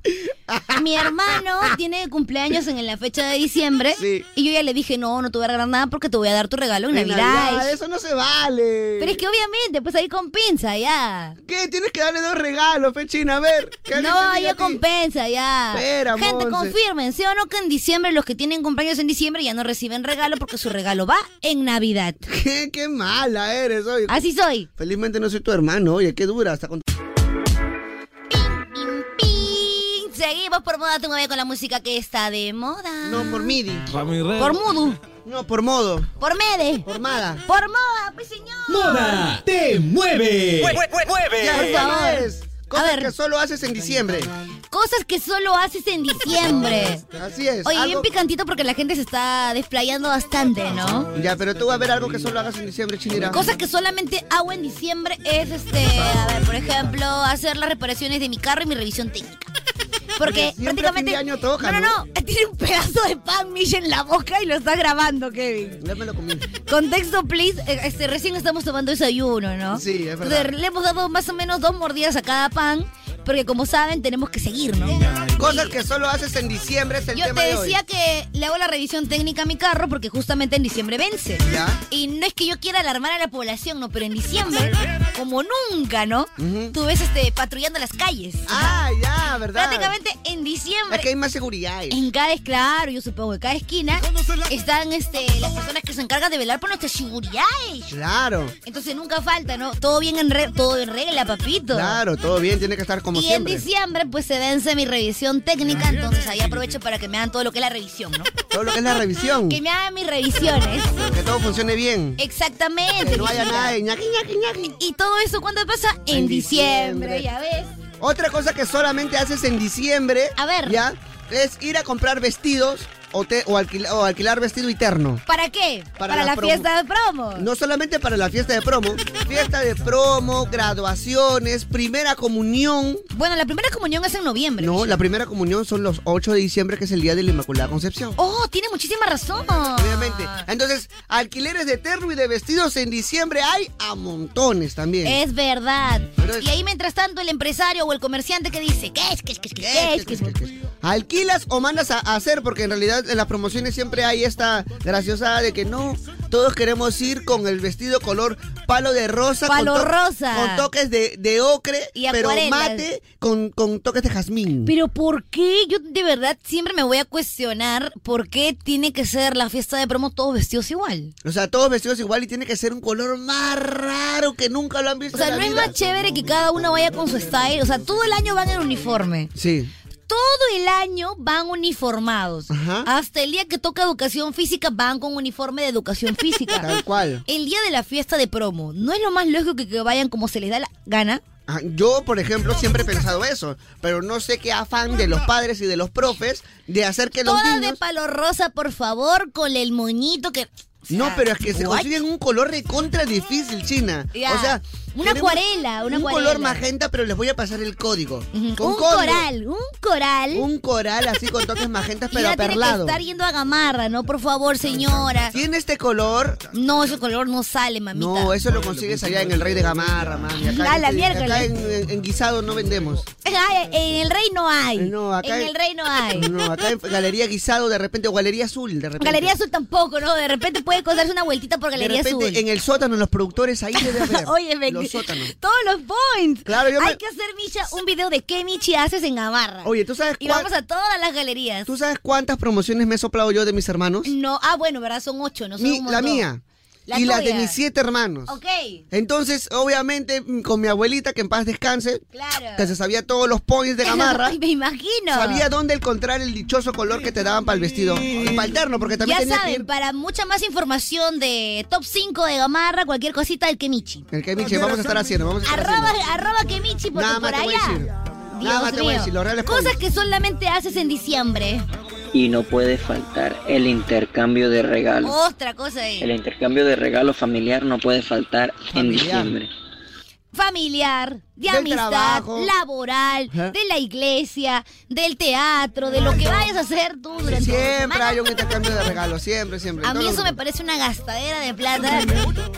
[SPEAKER 3] Mi hermano tiene cumpleaños en la fecha de diciembre y yo ya le dije, no, no te voy a regalar nada porque te voy a dar tu regalo en,
[SPEAKER 5] En
[SPEAKER 3] Navidad.
[SPEAKER 5] Navidad, eso no se vale.
[SPEAKER 3] Pero es que obviamente, pues ahí compensa ya.
[SPEAKER 5] ¿Qué? Tienes que darle dos regalos, Fechina, a ver. ¿qué
[SPEAKER 3] No,
[SPEAKER 5] haces en
[SPEAKER 3] ya compensa ya.
[SPEAKER 5] Espera,
[SPEAKER 3] Gente,
[SPEAKER 5] Monse.
[SPEAKER 3] confirmen, ¿sí o no que en diciembre los que tienen cumpleaños en diciembre ya no reciben regalo porque su regalo va en Navidad?
[SPEAKER 5] ¿Qué? Qué mala eres, oye.
[SPEAKER 3] Así soy.
[SPEAKER 5] Felizmente no soy tu hermano, oye, qué dura. Hasta con...
[SPEAKER 3] Ping, Seguimos por moda, te mueve con la música que está de moda. No, por MIDI. Por Mudu.
[SPEAKER 5] No, por modo.
[SPEAKER 3] Por Mede. Por
[SPEAKER 5] Mada.
[SPEAKER 3] Por Moda, pues señor.
[SPEAKER 5] Moda te
[SPEAKER 1] mueve. Mue- mue- mueve.
[SPEAKER 5] Ya,
[SPEAKER 3] Por favor.
[SPEAKER 5] Dolores, Cosas que solo haces en diciembre.
[SPEAKER 3] Cosas que solo haces en diciembre.
[SPEAKER 5] Así es.
[SPEAKER 3] Oye, bien
[SPEAKER 5] algo-
[SPEAKER 3] picantito porque la gente se está desplayando bastante, ¿no?
[SPEAKER 5] Ya, pero tú vas a ver algo que solo hagas en diciembre, Chinira.
[SPEAKER 3] Cosa que solamente hago en diciembre es, este, a ver, por ejemplo, hacer las reparaciones de mi carro y mi revisión técnica. Porque
[SPEAKER 5] siempre a fin
[SPEAKER 3] prácticamente...
[SPEAKER 5] de año toca,
[SPEAKER 3] no, no, no, tiene un pedazo de pan mish en la boca y lo está grabando, Kevin.
[SPEAKER 5] Ya me lo comí.
[SPEAKER 3] Contexto, please. Eh, Este, recién estamos tomando desayuno, ¿no?
[SPEAKER 5] Sí, es
[SPEAKER 3] Entonces,
[SPEAKER 5] verdad.
[SPEAKER 3] le hemos dado más o menos dos mordidas a cada pan, porque como saben, tenemos que seguir, ¿no?
[SPEAKER 5] Cosas que solo haces en diciembre es el
[SPEAKER 3] Yo
[SPEAKER 5] tema
[SPEAKER 3] te
[SPEAKER 5] de hoy.
[SPEAKER 3] decía que le hago la revisión técnica a mi carro porque justamente en diciembre vence.
[SPEAKER 5] Ya.
[SPEAKER 3] Y no es que yo quiera alarmar a la población, no, pero en diciembre, como nunca, ¿no? Tú ves este, patrullando las calles.
[SPEAKER 5] Ah, ya, ¿verdad?
[SPEAKER 3] Prácticamente en diciembre.
[SPEAKER 5] Es que hay más seguridad.
[SPEAKER 3] En cada, claro, yo supongo, en cada esquina están este, las personas que se encargan de velar por nuestra seguridad.
[SPEAKER 5] Claro,
[SPEAKER 3] Entonces nunca falta, ¿no? Todo bien en, re- todo en regla, papito.
[SPEAKER 5] claro, todo bien, tiene que estar como
[SPEAKER 3] y
[SPEAKER 5] siempre.
[SPEAKER 3] en diciembre, pues se vence mi revisión técnica, entonces ahí aprovecho para que me hagan todo lo que es la revisión, ¿no?
[SPEAKER 5] Todo lo que es la revisión.
[SPEAKER 3] Que me hagan mis revisiones.
[SPEAKER 5] Que todo funcione bien.
[SPEAKER 3] Exactamente.
[SPEAKER 5] Que no haya
[SPEAKER 3] mijita.
[SPEAKER 5] nada de ñaqui, ñaqui, ñaqui.
[SPEAKER 3] Y todo eso, ¿cuándo pasa? En,
[SPEAKER 5] En
[SPEAKER 3] diciembre,
[SPEAKER 5] diciembre.
[SPEAKER 3] ya ves.
[SPEAKER 5] Otra cosa que solamente haces en diciembre.
[SPEAKER 3] A ver.
[SPEAKER 5] Ya, es ir a comprar vestidos o, te, o, alquil- o alquilar vestido y terno.
[SPEAKER 3] ¿Para qué?
[SPEAKER 5] Para
[SPEAKER 3] Para,
[SPEAKER 5] la
[SPEAKER 3] la,
[SPEAKER 5] promo.
[SPEAKER 3] fiesta de promo.
[SPEAKER 5] No solamente para la fiesta de promo, fiesta de promo, graduaciones, primera comunión.
[SPEAKER 3] Bueno, la primera comunión es en noviembre.
[SPEAKER 5] No, la primera comunión son los 8 de diciembre, que es el día de la Inmaculada Concepción.
[SPEAKER 3] Oh, tiene muchísima razón.
[SPEAKER 5] Obviamente. Entonces, alquileres de terno y de vestidos en diciembre hay a montones también.
[SPEAKER 3] Es verdad. Y ahí mientras tanto el empresario o el comerciante que dice, ¿qué es? ¿Qué es? ¿Qué es? ¿Qué es? ¿Qué es? ¿Qué es?
[SPEAKER 5] ¿Alquilas o mandas a a hacer? Porque en realidad en las promociones siempre hay esta graciosa de que no, todos queremos ir con el vestido color palo de rosa.
[SPEAKER 3] Palo
[SPEAKER 5] con
[SPEAKER 3] rosa.
[SPEAKER 5] Con toques de, de ocre,
[SPEAKER 3] Y
[SPEAKER 5] pero
[SPEAKER 3] acuarelas.
[SPEAKER 5] mate con, con toques de jazmín.
[SPEAKER 3] Pero ¿por qué? Yo de verdad siempre me voy a cuestionar por qué tiene que ser la fiesta de promo todos vestidos igual.
[SPEAKER 5] O sea, todos vestidos igual y tiene que ser un color más raro que nunca lo han visto.
[SPEAKER 3] O sea,
[SPEAKER 5] en la
[SPEAKER 3] no es
[SPEAKER 5] vida.
[SPEAKER 3] más chévere que cada uno vaya con su style. O sea, todo el año van en uniforme.
[SPEAKER 5] Sí.
[SPEAKER 3] Todo el año van uniformados. Hasta el día que toca educación física van con uniforme de educación física.
[SPEAKER 5] Tal cual.
[SPEAKER 3] El día de la fiesta de promo, ¿no es lo más lógico que, que vayan como se les da la gana?
[SPEAKER 5] Ah, Yo, por ejemplo, siempre he pensado eso, pero no sé qué afán de los padres y de los profes de hacer que los
[SPEAKER 3] Todas de
[SPEAKER 5] niños...
[SPEAKER 3] palo rosa, por favor, con el moñito que...
[SPEAKER 5] No, pero es que se
[SPEAKER 3] ¿What?
[SPEAKER 5] consiguen un color de contra difícil, China.
[SPEAKER 3] Ya.
[SPEAKER 5] O sea,
[SPEAKER 3] Una
[SPEAKER 5] queremos
[SPEAKER 3] acuarela, una
[SPEAKER 5] un
[SPEAKER 3] acuarela.
[SPEAKER 5] color magenta, pero les voy a pasar el código. Con
[SPEAKER 3] un
[SPEAKER 5] código.
[SPEAKER 3] coral, un coral.
[SPEAKER 5] Un coral así con toques magentas,
[SPEAKER 3] Y
[SPEAKER 5] pero
[SPEAKER 3] ya tiene que
[SPEAKER 5] perlado.
[SPEAKER 3] estar yendo a Gamarra, ¿no? Por favor, señora.
[SPEAKER 5] ¿Tiene este color?
[SPEAKER 3] No, ese color no sale, mamita.
[SPEAKER 5] No, eso lo consigues allá en el Rey de Gamarra, mami. Acá,
[SPEAKER 3] A la
[SPEAKER 5] en-
[SPEAKER 3] miércoles.
[SPEAKER 5] acá en, en- en guisado no vendemos.
[SPEAKER 3] Ay, en el rey no hay.
[SPEAKER 5] No, acá
[SPEAKER 3] en el rey no hay.
[SPEAKER 5] No, acá en Galería Guisado de repente, o Galería Azul de repente.
[SPEAKER 3] Galería Azul tampoco, ¿no? De repente puede darse una vueltita por Galería
[SPEAKER 5] de repente,
[SPEAKER 3] Azul.
[SPEAKER 5] en el sótano, los productores ahí debe haber.
[SPEAKER 3] Oye, me-
[SPEAKER 5] Los sótanos.
[SPEAKER 3] Todos los points.
[SPEAKER 5] Claro, yo me-
[SPEAKER 3] Hay que hacer, Misha, un video de qué Michi haces en Gamarra.
[SPEAKER 5] Oye, ¿tú sabes
[SPEAKER 3] Y
[SPEAKER 5] cuál-
[SPEAKER 3] vamos a todas las galerías.
[SPEAKER 5] ¿Tú sabes cuántas promociones me he soplado yo de mis hermanos?
[SPEAKER 3] No, ah, bueno, ¿verdad? Son ocho, no son
[SPEAKER 5] Mi-
[SPEAKER 3] un
[SPEAKER 5] la
[SPEAKER 3] montón.
[SPEAKER 5] mía.
[SPEAKER 3] La
[SPEAKER 5] y las de
[SPEAKER 3] tuya.
[SPEAKER 5] mis siete hermanos.
[SPEAKER 3] Ok,
[SPEAKER 5] Entonces, obviamente, mm, con mi abuelita, que en paz descanse,
[SPEAKER 3] claro.
[SPEAKER 5] que se sabía todos los points de Gamarra,
[SPEAKER 3] Ay, me imagino.
[SPEAKER 5] sabía dónde encontrar el dichoso color que te daban para el vestido. Y para el terno, porque también
[SPEAKER 3] Ya
[SPEAKER 5] tenía
[SPEAKER 3] saben, para mucha más información de top 5 de Gamarra, cualquier cosita del Kemichi.
[SPEAKER 5] que ir. El que Miche, vamos a estar haciendo, vamos a estar
[SPEAKER 3] Arroba,
[SPEAKER 5] haciendo.
[SPEAKER 3] arroba Kemichi porque
[SPEAKER 5] Nada más
[SPEAKER 3] por
[SPEAKER 5] te voy a
[SPEAKER 3] allá.
[SPEAKER 5] decir.
[SPEAKER 3] Dios
[SPEAKER 5] Nada más te voy a
[SPEAKER 3] mío.
[SPEAKER 5] decir, los reales
[SPEAKER 3] Cosas
[SPEAKER 5] points.
[SPEAKER 3] que solamente haces en diciembre.
[SPEAKER 2] Y no puede faltar el intercambio de regalos.
[SPEAKER 3] Otra cosa es.
[SPEAKER 2] El intercambio de regalo familiar no puede faltar en diciembre.
[SPEAKER 3] Familiar. de
[SPEAKER 5] Del
[SPEAKER 3] amistad
[SPEAKER 5] trabajo.
[SPEAKER 3] laboral,
[SPEAKER 5] Ajá.
[SPEAKER 3] de la iglesia, del teatro, de lo que vayas a hacer tú durante la
[SPEAKER 5] Siempre
[SPEAKER 3] semana.
[SPEAKER 5] hay un intercambio de regalos, siempre, siempre.
[SPEAKER 3] A mí
[SPEAKER 5] Todo
[SPEAKER 3] eso
[SPEAKER 5] lo-
[SPEAKER 3] me parece una gastadera de plata.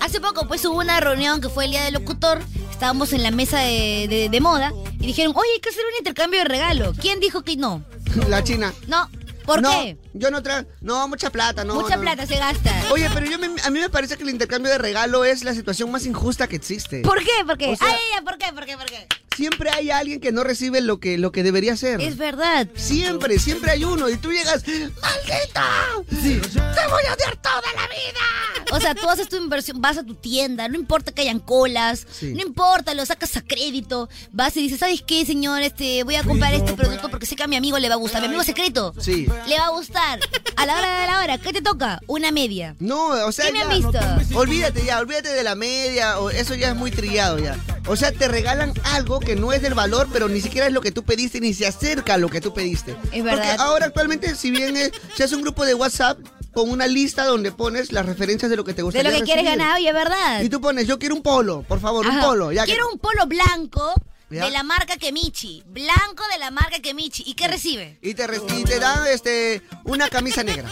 [SPEAKER 3] Hace poco pues hubo una reunión que fue el día del locutor. Estábamos en la mesa de, de- de moda y dijeron, oye, hay que hacer un intercambio de regalo. ¿Quién dijo que no?
[SPEAKER 5] La China.
[SPEAKER 3] No, ¿por
[SPEAKER 5] No,
[SPEAKER 3] qué?
[SPEAKER 5] Yo no traigo. No, mucha plata, no.
[SPEAKER 3] Mucha
[SPEAKER 5] no.
[SPEAKER 3] plata se gasta.
[SPEAKER 5] Oye, pero yo me- a mí me parece que el intercambio de regalo es la situación más injusta que existe.
[SPEAKER 3] ¿Por qué? ¿Por qué?
[SPEAKER 5] O sea-
[SPEAKER 3] Ay, ay, ay, ¿por qué? ¿Por qué? ¿Por qué?
[SPEAKER 5] Siempre hay alguien que no recibe lo que, lo que debería ser.
[SPEAKER 3] Es verdad.
[SPEAKER 5] Siempre, siempre hay uno. Y tú llegas, ¡maldita! ¡Te voy a odiar toda la vida!
[SPEAKER 3] O sea, tú haces tu inversión, vas a tu tienda, no importa que hayan colas,
[SPEAKER 5] Sí.
[SPEAKER 3] no importa, lo sacas a crédito, vas y dices, ¿sabes qué, señor? Este, voy a comprar este producto porque sé que a mi amigo le va a gustar, mi amigo secreto.
[SPEAKER 5] Sí.
[SPEAKER 3] Le va a gustar. A la hora de la hora, ¿qué te toca? Una media.
[SPEAKER 5] No, o sea,
[SPEAKER 3] ¿Qué me
[SPEAKER 5] ya-
[SPEAKER 3] han visto?
[SPEAKER 5] Olvídate ya, olvídate de la media, o- eso ya es muy trillado ya. O sea, te regalan algo que no es del valor, pero ni siquiera es lo que tú pediste, ni se acerca a lo que tú pediste.
[SPEAKER 3] Es verdad.
[SPEAKER 5] Porque ahora actualmente, si bien es, se hace un grupo de WhatsApp con una lista donde pones las referencias de lo que te gusta.
[SPEAKER 3] De lo que quieres ganar, oye, es verdad.
[SPEAKER 5] Y tú pones, yo quiero un polo, por favor, un
[SPEAKER 3] Ajá.
[SPEAKER 5] polo. Ya que-
[SPEAKER 3] Quiero un polo blanco
[SPEAKER 5] Ya.
[SPEAKER 3] de la marca Kemichi. Blanco de la marca Kemichi. ¿Y qué recibe?
[SPEAKER 5] Y te, re- y te dan este, una camisa negra.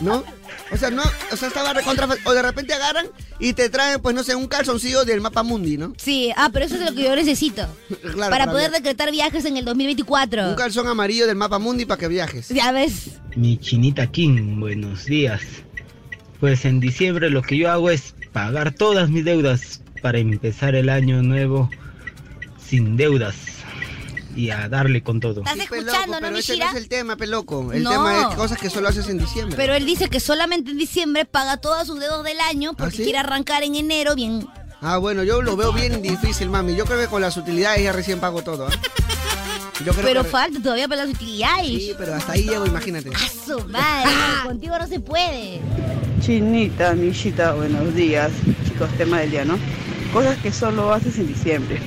[SPEAKER 5] ¿No? O sea, no, o sea, estaba recontra... O de repente agarran y te traen, pues no sé, un calzoncillo del mapa mundi, ¿no?
[SPEAKER 3] Sí, ah, pero eso es lo que yo necesito.
[SPEAKER 5] Claro,
[SPEAKER 3] para
[SPEAKER 5] para
[SPEAKER 3] poder
[SPEAKER 5] viajar.
[SPEAKER 3] decretar viajes en el 2024.
[SPEAKER 5] Un calzón amarillo del mapa mundi para que viajes.
[SPEAKER 3] Ya ves.
[SPEAKER 10] Mi chinita King, buenos días. Pues en diciembre lo que yo hago es pagar todas mis deudas para empezar el año nuevo sin deudas y a darle con todo.
[SPEAKER 3] Estás
[SPEAKER 5] Peloco,
[SPEAKER 3] escuchando, ¿no,
[SPEAKER 5] pues, pero ese no
[SPEAKER 3] Mishira?
[SPEAKER 5] es el tema, peloco. El
[SPEAKER 3] No.
[SPEAKER 5] tema es cosas que solo haces en diciembre.
[SPEAKER 3] Pero él dice que solamente en diciembre paga todos sus dedos del año porque
[SPEAKER 5] sí?
[SPEAKER 3] quiere arrancar en enero bien.
[SPEAKER 5] Ah, bueno, yo lo veo bien difícil, mami. Yo creo que con las utilidades ya recién pago todo, ¿ah? Yo creo
[SPEAKER 3] Pero
[SPEAKER 5] que...
[SPEAKER 3] falta todavía para las utilidades.
[SPEAKER 5] Sí, pero hasta ahí llego, imagínate.
[SPEAKER 3] ¡A su madre! Contigo no se puede.
[SPEAKER 8] Chinita, Michita, buenos días. Chicos, tema del día, ¿no? Cosas que solo haces en diciembre.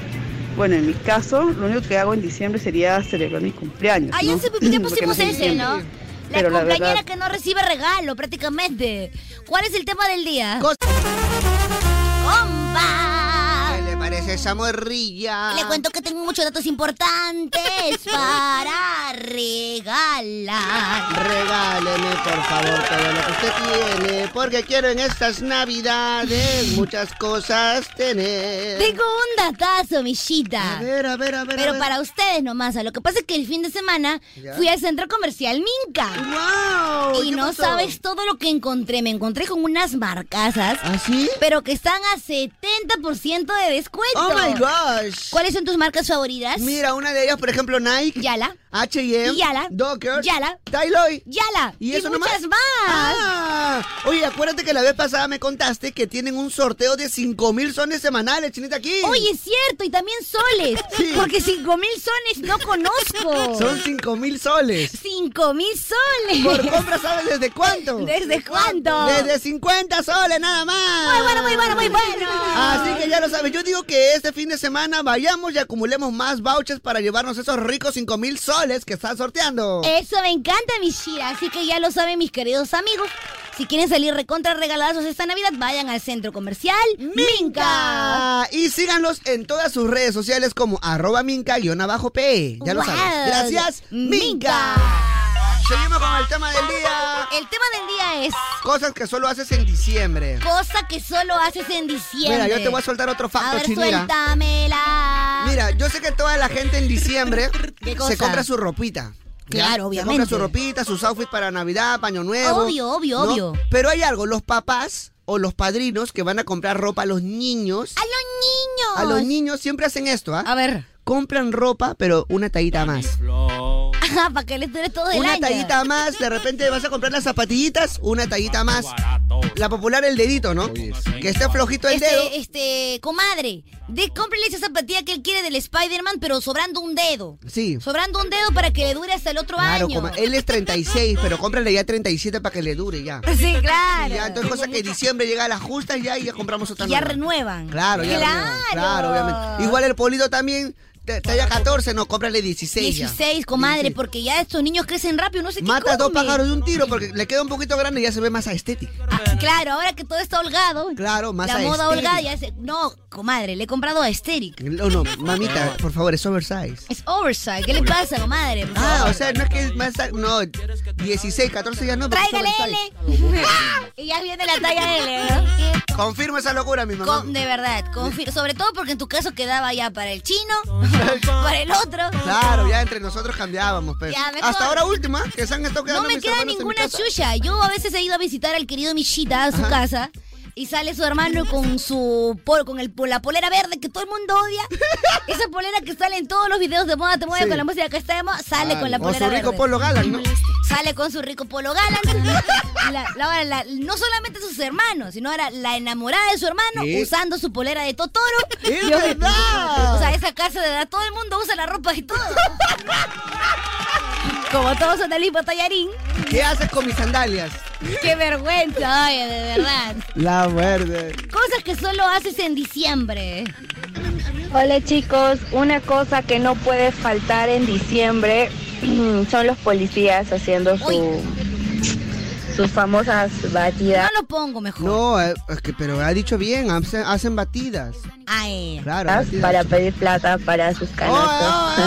[SPEAKER 8] Bueno, en mi caso, lo único que hago en diciembre sería celebrar mi cumpleaños.
[SPEAKER 3] Ahí
[SPEAKER 8] ¿no?
[SPEAKER 3] hace poquito
[SPEAKER 8] Porque
[SPEAKER 3] pues, pusimos
[SPEAKER 8] no es en
[SPEAKER 3] ese, ¿no?
[SPEAKER 8] diciembre.
[SPEAKER 3] La
[SPEAKER 8] Pero la
[SPEAKER 3] compañera
[SPEAKER 8] verdad-
[SPEAKER 3] que no recibe regalo, prácticamente. ¿Cuál es el tema del día? ¡Compa!
[SPEAKER 5] ¿Qué le parece esa morrilla?
[SPEAKER 3] Le cuento que tengo muchos datos importantes para regalar.
[SPEAKER 5] Regáleme, por favor, todo lo que usted tiene, porque quiero en estas navidades muchas cosas tener.
[SPEAKER 3] Tengo un datazo, Michita. A
[SPEAKER 5] ver, a ver, a ver.
[SPEAKER 3] Pero para ustedes nomás. Lo que pasa es que el fin de semana
[SPEAKER 5] Ya.
[SPEAKER 3] fui al centro comercial Minca.
[SPEAKER 5] ¡Wow!
[SPEAKER 3] Y
[SPEAKER 5] ¿Qué
[SPEAKER 3] no
[SPEAKER 5] pasó?
[SPEAKER 3] sabes todo lo que encontré. Me encontré con unas marcasas.
[SPEAKER 5] ¿Ah, sí?
[SPEAKER 3] Pero que están a 70% de descuento.
[SPEAKER 5] ¡Oh, my gosh!
[SPEAKER 3] ¿Cuáles son tus marcas favoritas?
[SPEAKER 5] Mira, una de ellas, por ejemplo, Nike,
[SPEAKER 3] Yala.
[SPEAKER 5] H&M,
[SPEAKER 3] Yala.
[SPEAKER 5] Docker,
[SPEAKER 3] Yala.
[SPEAKER 5] Tyloy.
[SPEAKER 3] Yala.
[SPEAKER 5] ¿Y eso nomás?
[SPEAKER 3] muchas más.
[SPEAKER 5] Ah, oye, acuérdate que la vez pasada me contaste que tienen un sorteo de 5 mil sones semanales, chinita aquí.
[SPEAKER 3] Oye, es cierto, y también soles.
[SPEAKER 5] Sí.
[SPEAKER 3] Porque 5 mil soles no conozco.
[SPEAKER 5] Son 5 mil soles.
[SPEAKER 3] 5 mil soles.
[SPEAKER 5] Por compra, ¿sabes desde cuánto?
[SPEAKER 3] ¿Desde cuándo?
[SPEAKER 5] Desde 50 soles nada más.
[SPEAKER 3] Muy bueno, muy bueno, muy bueno.
[SPEAKER 5] Así que ya lo sabes, yo digo que este fin de semana vayamos y acumulemos más vouchers para llevarnos esos ricos 5 mil soles que están sorteando.
[SPEAKER 3] Eso me encanta, mi Shira. Así que ya lo saben mis queridos amigos. Si quieren salir recontra regalazos esta Navidad, vayan al centro comercial Minca.
[SPEAKER 5] Ah, Y síganlos en todas sus redes sociales como arroba minca-p. Ya lo
[SPEAKER 3] Wow.
[SPEAKER 5] sabes. Gracias, Minca. Seguimos con el tema del día.
[SPEAKER 3] El tema del día es
[SPEAKER 5] Cosas que solo haces en diciembre.
[SPEAKER 3] cosa que solo haces en diciembre.
[SPEAKER 5] Mira, yo te voy a soltar otro
[SPEAKER 3] A
[SPEAKER 5] facto,
[SPEAKER 3] ver,
[SPEAKER 5] chinita.
[SPEAKER 3] suéltamela.
[SPEAKER 5] Mira, yo sé que toda la gente en diciembre
[SPEAKER 3] ¿Qué
[SPEAKER 5] se
[SPEAKER 3] cosa?
[SPEAKER 5] compra su ropita. ¿ya?
[SPEAKER 3] Claro, obviamente.
[SPEAKER 5] Se compra su ropita, sus outfits para Navidad, paño nuevo.
[SPEAKER 3] Obvio, obvio, obvio.
[SPEAKER 5] Pero hay algo, los papás o los padrinos que van a comprar ropa a los niños.
[SPEAKER 3] A los niños.
[SPEAKER 5] A los niños siempre hacen esto, ¿ah?
[SPEAKER 3] A ver.
[SPEAKER 5] Compran ropa, pero una tallita más.
[SPEAKER 3] Ajá, para que les dure todo el
[SPEAKER 5] Una
[SPEAKER 3] año.
[SPEAKER 5] tallita más, de repente vas a comprar las zapatillitas, una tallita más. La popular el dedito, ¿no? Que esté flojito el dedo.
[SPEAKER 3] Este, este, comadre, de, cómprele esa zapatilla que él quiere del Spider-Man, pero sobrando un dedo.
[SPEAKER 5] Sí.
[SPEAKER 3] Sobrando un dedo para que le dure hasta el otro
[SPEAKER 5] Claro,
[SPEAKER 3] año.
[SPEAKER 5] coma- él es 36, pero cómprale ya 37 para que le dure ya.
[SPEAKER 3] Sí,
[SPEAKER 5] Y
[SPEAKER 3] claro.
[SPEAKER 5] ya, entonces cosa que diciembre llega a las justas ya y ya compramos otra
[SPEAKER 3] Y ya
[SPEAKER 5] nueva.
[SPEAKER 3] renuevan.
[SPEAKER 5] Claro, ya
[SPEAKER 3] Claro.
[SPEAKER 5] renuevan, Claro, obviamente. Igual el polito también te- talla 14, no, cómprale 16. ya.
[SPEAKER 3] 16, comadre, porque ya estos niños crecen rápido, no sé qué
[SPEAKER 5] Matas dos
[SPEAKER 3] comen.
[SPEAKER 5] pájaros de un tiro porque le queda un poquito grande y ya se ve más estético.
[SPEAKER 3] Claro, ahora que todo está holgado.
[SPEAKER 5] Claro, más
[SPEAKER 3] La moda
[SPEAKER 5] aesthetic.
[SPEAKER 3] holgada ya se... No, comadre, le he comprado a Esteric.
[SPEAKER 5] No, no, mamita, por favor, es oversize.
[SPEAKER 3] Es oversize. ¿Qué le pasa, comadre? Por
[SPEAKER 5] Ah,
[SPEAKER 3] favor.
[SPEAKER 5] o sea, no es que es más. No, 16, 14 ya no. porque es
[SPEAKER 3] Tráigale
[SPEAKER 5] oversize.
[SPEAKER 3] L. y ya viene la talla L, ¿no?
[SPEAKER 5] Confirmo esa locura, mi mamá.
[SPEAKER 3] Con- de verdad, confir- sobre todo porque en tu caso quedaba ya para el chino, para el otro.
[SPEAKER 5] Claro, ya entre nosotros cambiábamos, pero.
[SPEAKER 3] Ya, mejor.
[SPEAKER 5] Hasta ahora última, que se han estado
[SPEAKER 3] No
[SPEAKER 5] quedando
[SPEAKER 3] me
[SPEAKER 5] mis
[SPEAKER 3] queda
[SPEAKER 5] hermanos en mi
[SPEAKER 3] ninguna
[SPEAKER 5] casa.
[SPEAKER 3] chucha. Yo a veces he ido a visitar al querido Michita a su casa y sale su hermano con su pol- con el, con la polera verde que todo el mundo odia. Esa polera que sale en todos los videos de moda, te mueve
[SPEAKER 5] Sí.
[SPEAKER 3] con la música que está de moda, sale
[SPEAKER 5] Ah,
[SPEAKER 3] con la
[SPEAKER 5] o
[SPEAKER 3] polera
[SPEAKER 5] su rico
[SPEAKER 3] verde.
[SPEAKER 5] polo Galán, ¿no?
[SPEAKER 3] Sale con su rico polo galán. La- la- la- no solamente sus hermanos, sino ahora la enamorada de su hermano
[SPEAKER 5] ¿Qué?
[SPEAKER 3] usando su polera de Totoro.
[SPEAKER 5] ¡Es verdad!
[SPEAKER 3] O sea, esa casa de edad, todo el mundo usa la ropa y todo. Como todos son del mismo tallarín.
[SPEAKER 5] ¿Qué haces con mis sandalias?
[SPEAKER 3] ¡Qué vergüenza! Oye, de verdad.
[SPEAKER 5] La verde.
[SPEAKER 3] Cosas que solo haces en diciembre.
[SPEAKER 11] Hola Eh, chicos, una cosa que no puede faltar en diciembre son los policías haciendo su, sus famosas batidas.
[SPEAKER 3] No lo pongo mejor.
[SPEAKER 5] No, eh, es que, pero ha dicho bien, hace- hacen batidas.
[SPEAKER 3] Ay.
[SPEAKER 5] Claro.
[SPEAKER 11] Ah,
[SPEAKER 5] Oh,
[SPEAKER 11] Para pedir plata para
[SPEAKER 3] Oh,
[SPEAKER 11] sus canastas.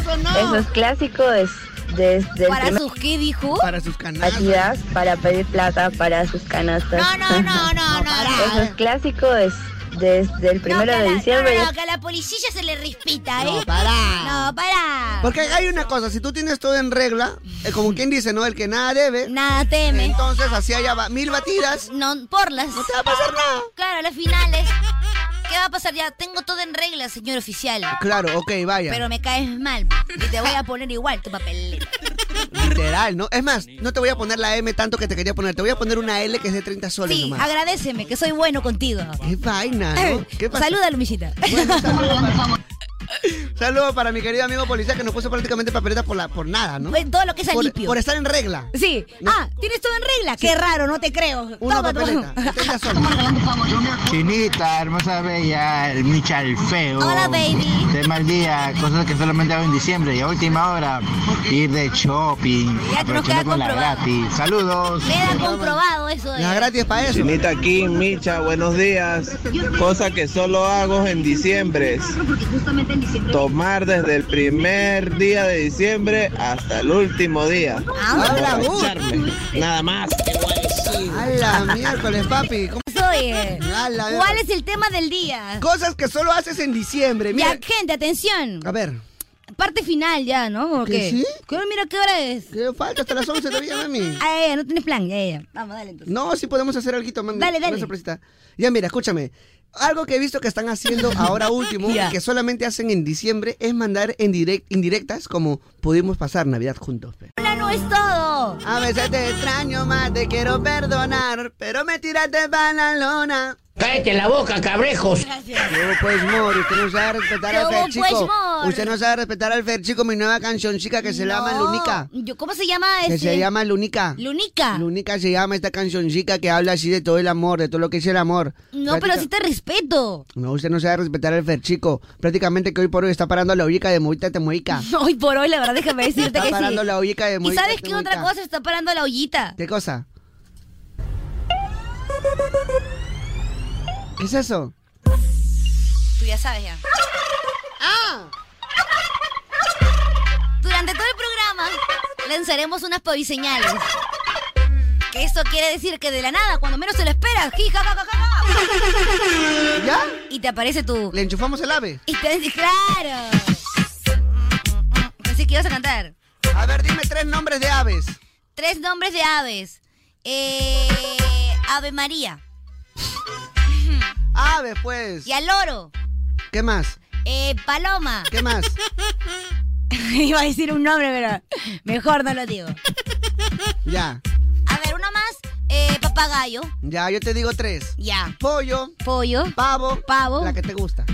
[SPEAKER 5] eso
[SPEAKER 11] Eso es clásico des- des- del
[SPEAKER 3] ¿Para
[SPEAKER 11] tema
[SPEAKER 3] sus qué dijo?
[SPEAKER 5] Para sus canastas.
[SPEAKER 11] batidas para pedir plata para sus canastas.
[SPEAKER 3] No, no, no, no,
[SPEAKER 11] Eso es clásico des- desde el primero de diciembre.
[SPEAKER 3] No, no, que a la policía se le rispita, ¿eh?
[SPEAKER 5] No, pará.
[SPEAKER 3] No, pará.
[SPEAKER 5] Porque hay una cosa, si tú tienes todo en regla, eh, como quien dice, ¿no? El que nada debe.
[SPEAKER 3] Nada teme.
[SPEAKER 5] Entonces, así allá va. Mil batidas.
[SPEAKER 3] No, por las. No
[SPEAKER 5] Eh. te va a pasar nada.
[SPEAKER 3] Claro, las finales. ¿Qué va a pasar ya? Tengo todo en regla, señor oficial.
[SPEAKER 5] Claro, ok, vaya.
[SPEAKER 3] Pero me caes mal. Y te voy a poner igual tu papel.
[SPEAKER 5] Literal, ¿no? Es más, no te voy a poner la M tanto que te quería poner. Te voy a poner una L que es de 30 soles
[SPEAKER 3] Sí,
[SPEAKER 5] nomás.
[SPEAKER 3] agradeceme que soy bueno contigo.
[SPEAKER 5] Qué vaina, ¿no? ¿Qué pasa?
[SPEAKER 3] Salúdalo, mijita.
[SPEAKER 5] Saludos para mi querido amigo policía que nos puso prácticamente papeletas por, la, por nada, ¿no?
[SPEAKER 3] Pues todo lo que es
[SPEAKER 5] por, e-
[SPEAKER 3] alipio.
[SPEAKER 5] por estar en regla.
[SPEAKER 3] Sí. Ah, ¿tienes todo en regla? Qué raro, no te creo.
[SPEAKER 5] Una
[SPEAKER 3] Toma,
[SPEAKER 5] papeleta.
[SPEAKER 3] toma.
[SPEAKER 5] 30 soles.
[SPEAKER 12] Chinita, hermosa, bella, el Michal feo.
[SPEAKER 3] Hola, baby.
[SPEAKER 12] De mal día, cosas que solamente hago en diciembre y a última hora ir de shopping,
[SPEAKER 3] Ya que nos queda
[SPEAKER 12] aprovechando con la
[SPEAKER 3] comprobado.
[SPEAKER 12] gratis. Saludos.
[SPEAKER 3] Queda comprobado eso. de-
[SPEAKER 5] gratis para eso.
[SPEAKER 13] Chinita aquí, Micha, buenos días. Cosa que solo hago en diciembre. Tomar desde el primer día de diciembre hasta el último día.
[SPEAKER 5] ¡Hala, uh!
[SPEAKER 13] Emborracharme, Nada más.
[SPEAKER 5] ¡Hala, miércoles, papi! ¿Cómo-
[SPEAKER 3] Soy, eh,
[SPEAKER 5] ¡Hala, mierda!
[SPEAKER 3] ¿Cuál es el tema del día?
[SPEAKER 5] Cosas que solo haces en diciembre, mira.
[SPEAKER 3] Ya, gente, atención.
[SPEAKER 5] A ver.
[SPEAKER 3] Parte final ya, ¿no? ¿O
[SPEAKER 5] ¿Que
[SPEAKER 3] qué?
[SPEAKER 5] sí?
[SPEAKER 3] ¿Qué- Mira qué hora es.
[SPEAKER 5] ¿Qué falta hasta las 11 todavía, mami?
[SPEAKER 3] Ah, ya, ya, no tienes plan, ya, ya. ya. Vamos, dale entonces.
[SPEAKER 5] No, sí podemos hacer algo, mami.
[SPEAKER 3] Dale,
[SPEAKER 5] Una
[SPEAKER 3] dale.
[SPEAKER 5] sorpresita. Ya, mira, escúchame. Algo que he visto que están haciendo ahora último
[SPEAKER 3] Ya.
[SPEAKER 5] y que solamente hacen en diciembre es mandar en direct, indirectas como pudimos pasar Navidad juntos. pe.
[SPEAKER 3] Hola, no es todo.
[SPEAKER 5] A veces te extraño más, te quiero perdonar, pero me tiraste para la lona.
[SPEAKER 12] Cállate la boca, cabrejos.
[SPEAKER 5] No, pues, Mor, usted no sabe respetar al
[SPEAKER 3] ¿Qué
[SPEAKER 5] Fer,
[SPEAKER 3] hubo,
[SPEAKER 5] chico.
[SPEAKER 3] pues, Mor?
[SPEAKER 5] usted no sabe respetar al Fer, chico, mi nueva canción, chica, que se llama
[SPEAKER 3] No.
[SPEAKER 5] Lunica.
[SPEAKER 3] Yo, ¿Cómo se llama
[SPEAKER 5] Que
[SPEAKER 3] ese?
[SPEAKER 5] se llama Lunica.
[SPEAKER 3] Lunica.
[SPEAKER 5] Lunica se llama esta cancioncica que habla así de todo el amor, de todo lo que es el amor.
[SPEAKER 3] No, pero
[SPEAKER 5] Práctica-
[SPEAKER 3] sí te respeto.
[SPEAKER 5] No, usted no sabe respetar al Fer, chico. Prácticamente que hoy por hoy está parando la ollica de Moita Temoica.
[SPEAKER 3] Hoy por hoy, la verdad, déjame decirte
[SPEAKER 5] Está
[SPEAKER 3] que
[SPEAKER 5] parando
[SPEAKER 3] sí.
[SPEAKER 5] la ollica de
[SPEAKER 3] ¿Y
[SPEAKER 5] Moita
[SPEAKER 3] sabes qué otra
[SPEAKER 5] Temoica.
[SPEAKER 3] cosa? Está parando la ollita.
[SPEAKER 5] ¿Qué cosa? ¿Qué es eso?
[SPEAKER 3] Tú ya sabes ya. ¡Ah! Durante todo el programa lanzaremos unas paviseñales. Que eso quiere decir que de la nada, cuando menos se lo esperas, jija, ja, ja, ja, ja.
[SPEAKER 5] ¿Ya?
[SPEAKER 3] Y te aparece tu.
[SPEAKER 5] ¿Le enchufamos el ave?
[SPEAKER 3] Y te dice, claro. Pensé que ibas a cantar.
[SPEAKER 5] A ver, dime tres nombres de aves.
[SPEAKER 3] Tres nombres de aves. Eh, Ave María.
[SPEAKER 5] Aves, pues.
[SPEAKER 3] Y al loro.
[SPEAKER 5] ¿Qué más?
[SPEAKER 3] Eh, Paloma.
[SPEAKER 5] ¿Qué más?
[SPEAKER 3] Iba a decir un nombre, pero mejor no lo digo.
[SPEAKER 5] Ya,
[SPEAKER 3] A ver, uno más. Eh, papagayo.
[SPEAKER 5] ya, yo te digo tres.
[SPEAKER 3] Ya.
[SPEAKER 5] Pollo,
[SPEAKER 3] Pollo.
[SPEAKER 5] pavo,
[SPEAKER 3] Pavo.
[SPEAKER 5] la que te gusta.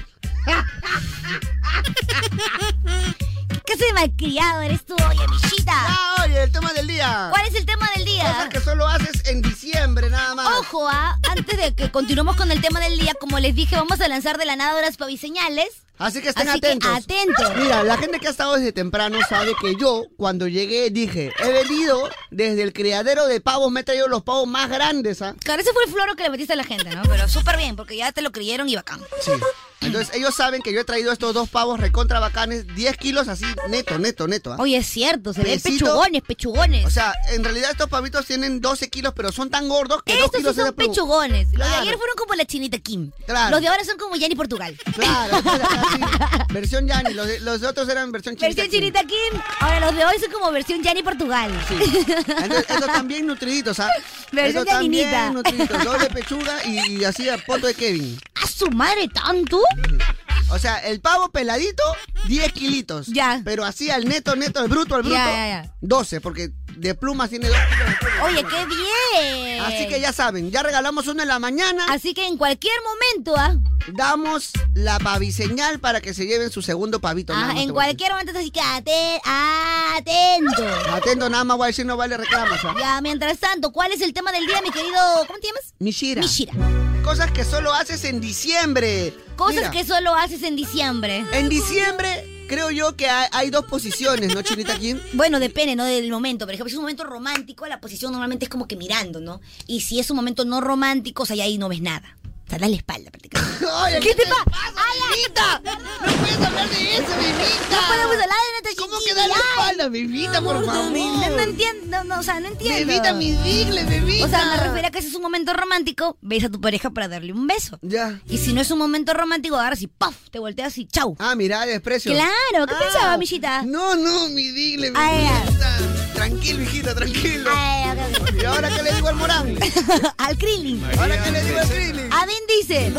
[SPEAKER 3] ¿Qué se malcriado eres tú, oye, michita?
[SPEAKER 5] Ah, oye, el tema del día.
[SPEAKER 3] ¿Cuál es el tema del
[SPEAKER 5] Cosas
[SPEAKER 3] día?
[SPEAKER 5] que solo haces en diciembre, nada más.
[SPEAKER 3] Ojo, ah, antes de que continuemos con el tema del día, como les dije, vamos a lanzar de la nada unas paviseñales.
[SPEAKER 5] Así que estén
[SPEAKER 3] Así que
[SPEAKER 5] atentos.
[SPEAKER 3] atentos.
[SPEAKER 5] Mira, la gente que ha estado desde temprano sabe que yo, cuando llegué, dije, he venido desde el criadero de pavos, me he traído los pavos más grandes, ¿ah?
[SPEAKER 3] Claro, ese fue el floro que le metiste a la gente, ¿no? Pero súper bien, porque ya te lo creyeron y bacán.
[SPEAKER 5] Sí. Entonces, ellos saben que yo he traído estos dos pavos recontra bacanes, 10 kilos así, neto, neto, neto. ¿ah?
[SPEAKER 3] Oye, es cierto, se ven
[SPEAKER 5] Pesito.
[SPEAKER 3] pechugones, pechugones.
[SPEAKER 5] O sea, en realidad estos pavitos tienen 12 kilos, pero son tan gordos que 2
[SPEAKER 3] Estos
[SPEAKER 5] kilos
[SPEAKER 3] sí
[SPEAKER 5] es
[SPEAKER 3] son
[SPEAKER 5] de pavo.
[SPEAKER 3] pechugones. Los de
[SPEAKER 5] Claro.
[SPEAKER 3] ayer fueron como la chinita Kim.
[SPEAKER 5] Claro.
[SPEAKER 3] Los de ahora son como Yanni Portugal.
[SPEAKER 5] Claro, así, versión Yanni, los, de- los de otros eran versión chinita.
[SPEAKER 3] Versión chinita Kim. Ahora los de hoy son como versión Yanni Portugal.
[SPEAKER 5] Entonces, estos están bien nutriditos, ¿ah?
[SPEAKER 3] Versión
[SPEAKER 5] Estos están
[SPEAKER 3] Yaninita.
[SPEAKER 5] bien nutriditos, doble pechuga y, y así a poto de Kevin.
[SPEAKER 3] ¿A su madre tanto?
[SPEAKER 5] O sea, el pavo peladito, 10 kilitos. Ya. Pero así al neto, neto, al bruto, al
[SPEAKER 3] Ya,
[SPEAKER 5] bruto,
[SPEAKER 3] ya, ya.
[SPEAKER 5] 12, porque de plumas tiene 2 kilos. de plumas.
[SPEAKER 3] Oye, qué bien.
[SPEAKER 5] Así que ya saben, ya regalamos uno en la mañana.
[SPEAKER 3] Así que en cualquier momento, ¿ah?
[SPEAKER 5] Damos la paviseñal para que se lleven su segundo pavito. nada
[SPEAKER 3] Ah,
[SPEAKER 5] más te
[SPEAKER 3] en
[SPEAKER 5] voy a
[SPEAKER 3] cualquier momento, así que aten- atento.
[SPEAKER 5] decir. Atento, nada más voy a decir, no vale reclamos. ¿ah?
[SPEAKER 3] Ya, mientras tanto, ¿cuál es el tema del día, mi querido? ¿Cómo te llamas?
[SPEAKER 5] Mishira.
[SPEAKER 3] Mishira.
[SPEAKER 5] Cosas que solo haces en diciembre.
[SPEAKER 3] Cosas
[SPEAKER 5] Mira.
[SPEAKER 3] que solo haces en diciembre.
[SPEAKER 5] En diciembre creo yo que hay, hay dos posiciones, ¿no, Chinita Kim?
[SPEAKER 3] Bueno, depende, ¿no? Del momento. Por ejemplo, si es un momento romántico, la posición normalmente es como que mirando, ¿no? Y si es un momento no romántico, o sea, ya ahí no ves nada. O sea, da la espalda prácticamente.
[SPEAKER 5] Oye,
[SPEAKER 3] ¿Qué te pasa?
[SPEAKER 5] ¡No puedes hablar de eso, bebita!
[SPEAKER 3] No podemos hablar de nuestra
[SPEAKER 5] ¿Cómo que da la espalda, bebita, por favor?
[SPEAKER 3] No, no entiendo, no, o sea, no entiendo.
[SPEAKER 5] Bebita, mis digles, bebita.
[SPEAKER 3] O sea, me refiero a que si es un momento romántico, ves a tu pareja para darle un beso.
[SPEAKER 5] Ya.
[SPEAKER 3] Y si no es un momento romántico, agarras y ¡paf! Te volteas y ¡chau!
[SPEAKER 5] Ah, mirá, desprecio.
[SPEAKER 3] Claro, ¿qué
[SPEAKER 5] Ah.
[SPEAKER 3] pensaba, Ah, Millita?
[SPEAKER 5] No, no, mi digle,
[SPEAKER 3] Ay,
[SPEAKER 5] bebita. Tranquilo, hijita, tranquilo.
[SPEAKER 3] Ay, ay, ay.
[SPEAKER 5] ¿Y ahora qué le digo al Morán?
[SPEAKER 3] Al Krillin.
[SPEAKER 5] ¿Ahora qué le digo al Krillin?
[SPEAKER 3] A Ben dice.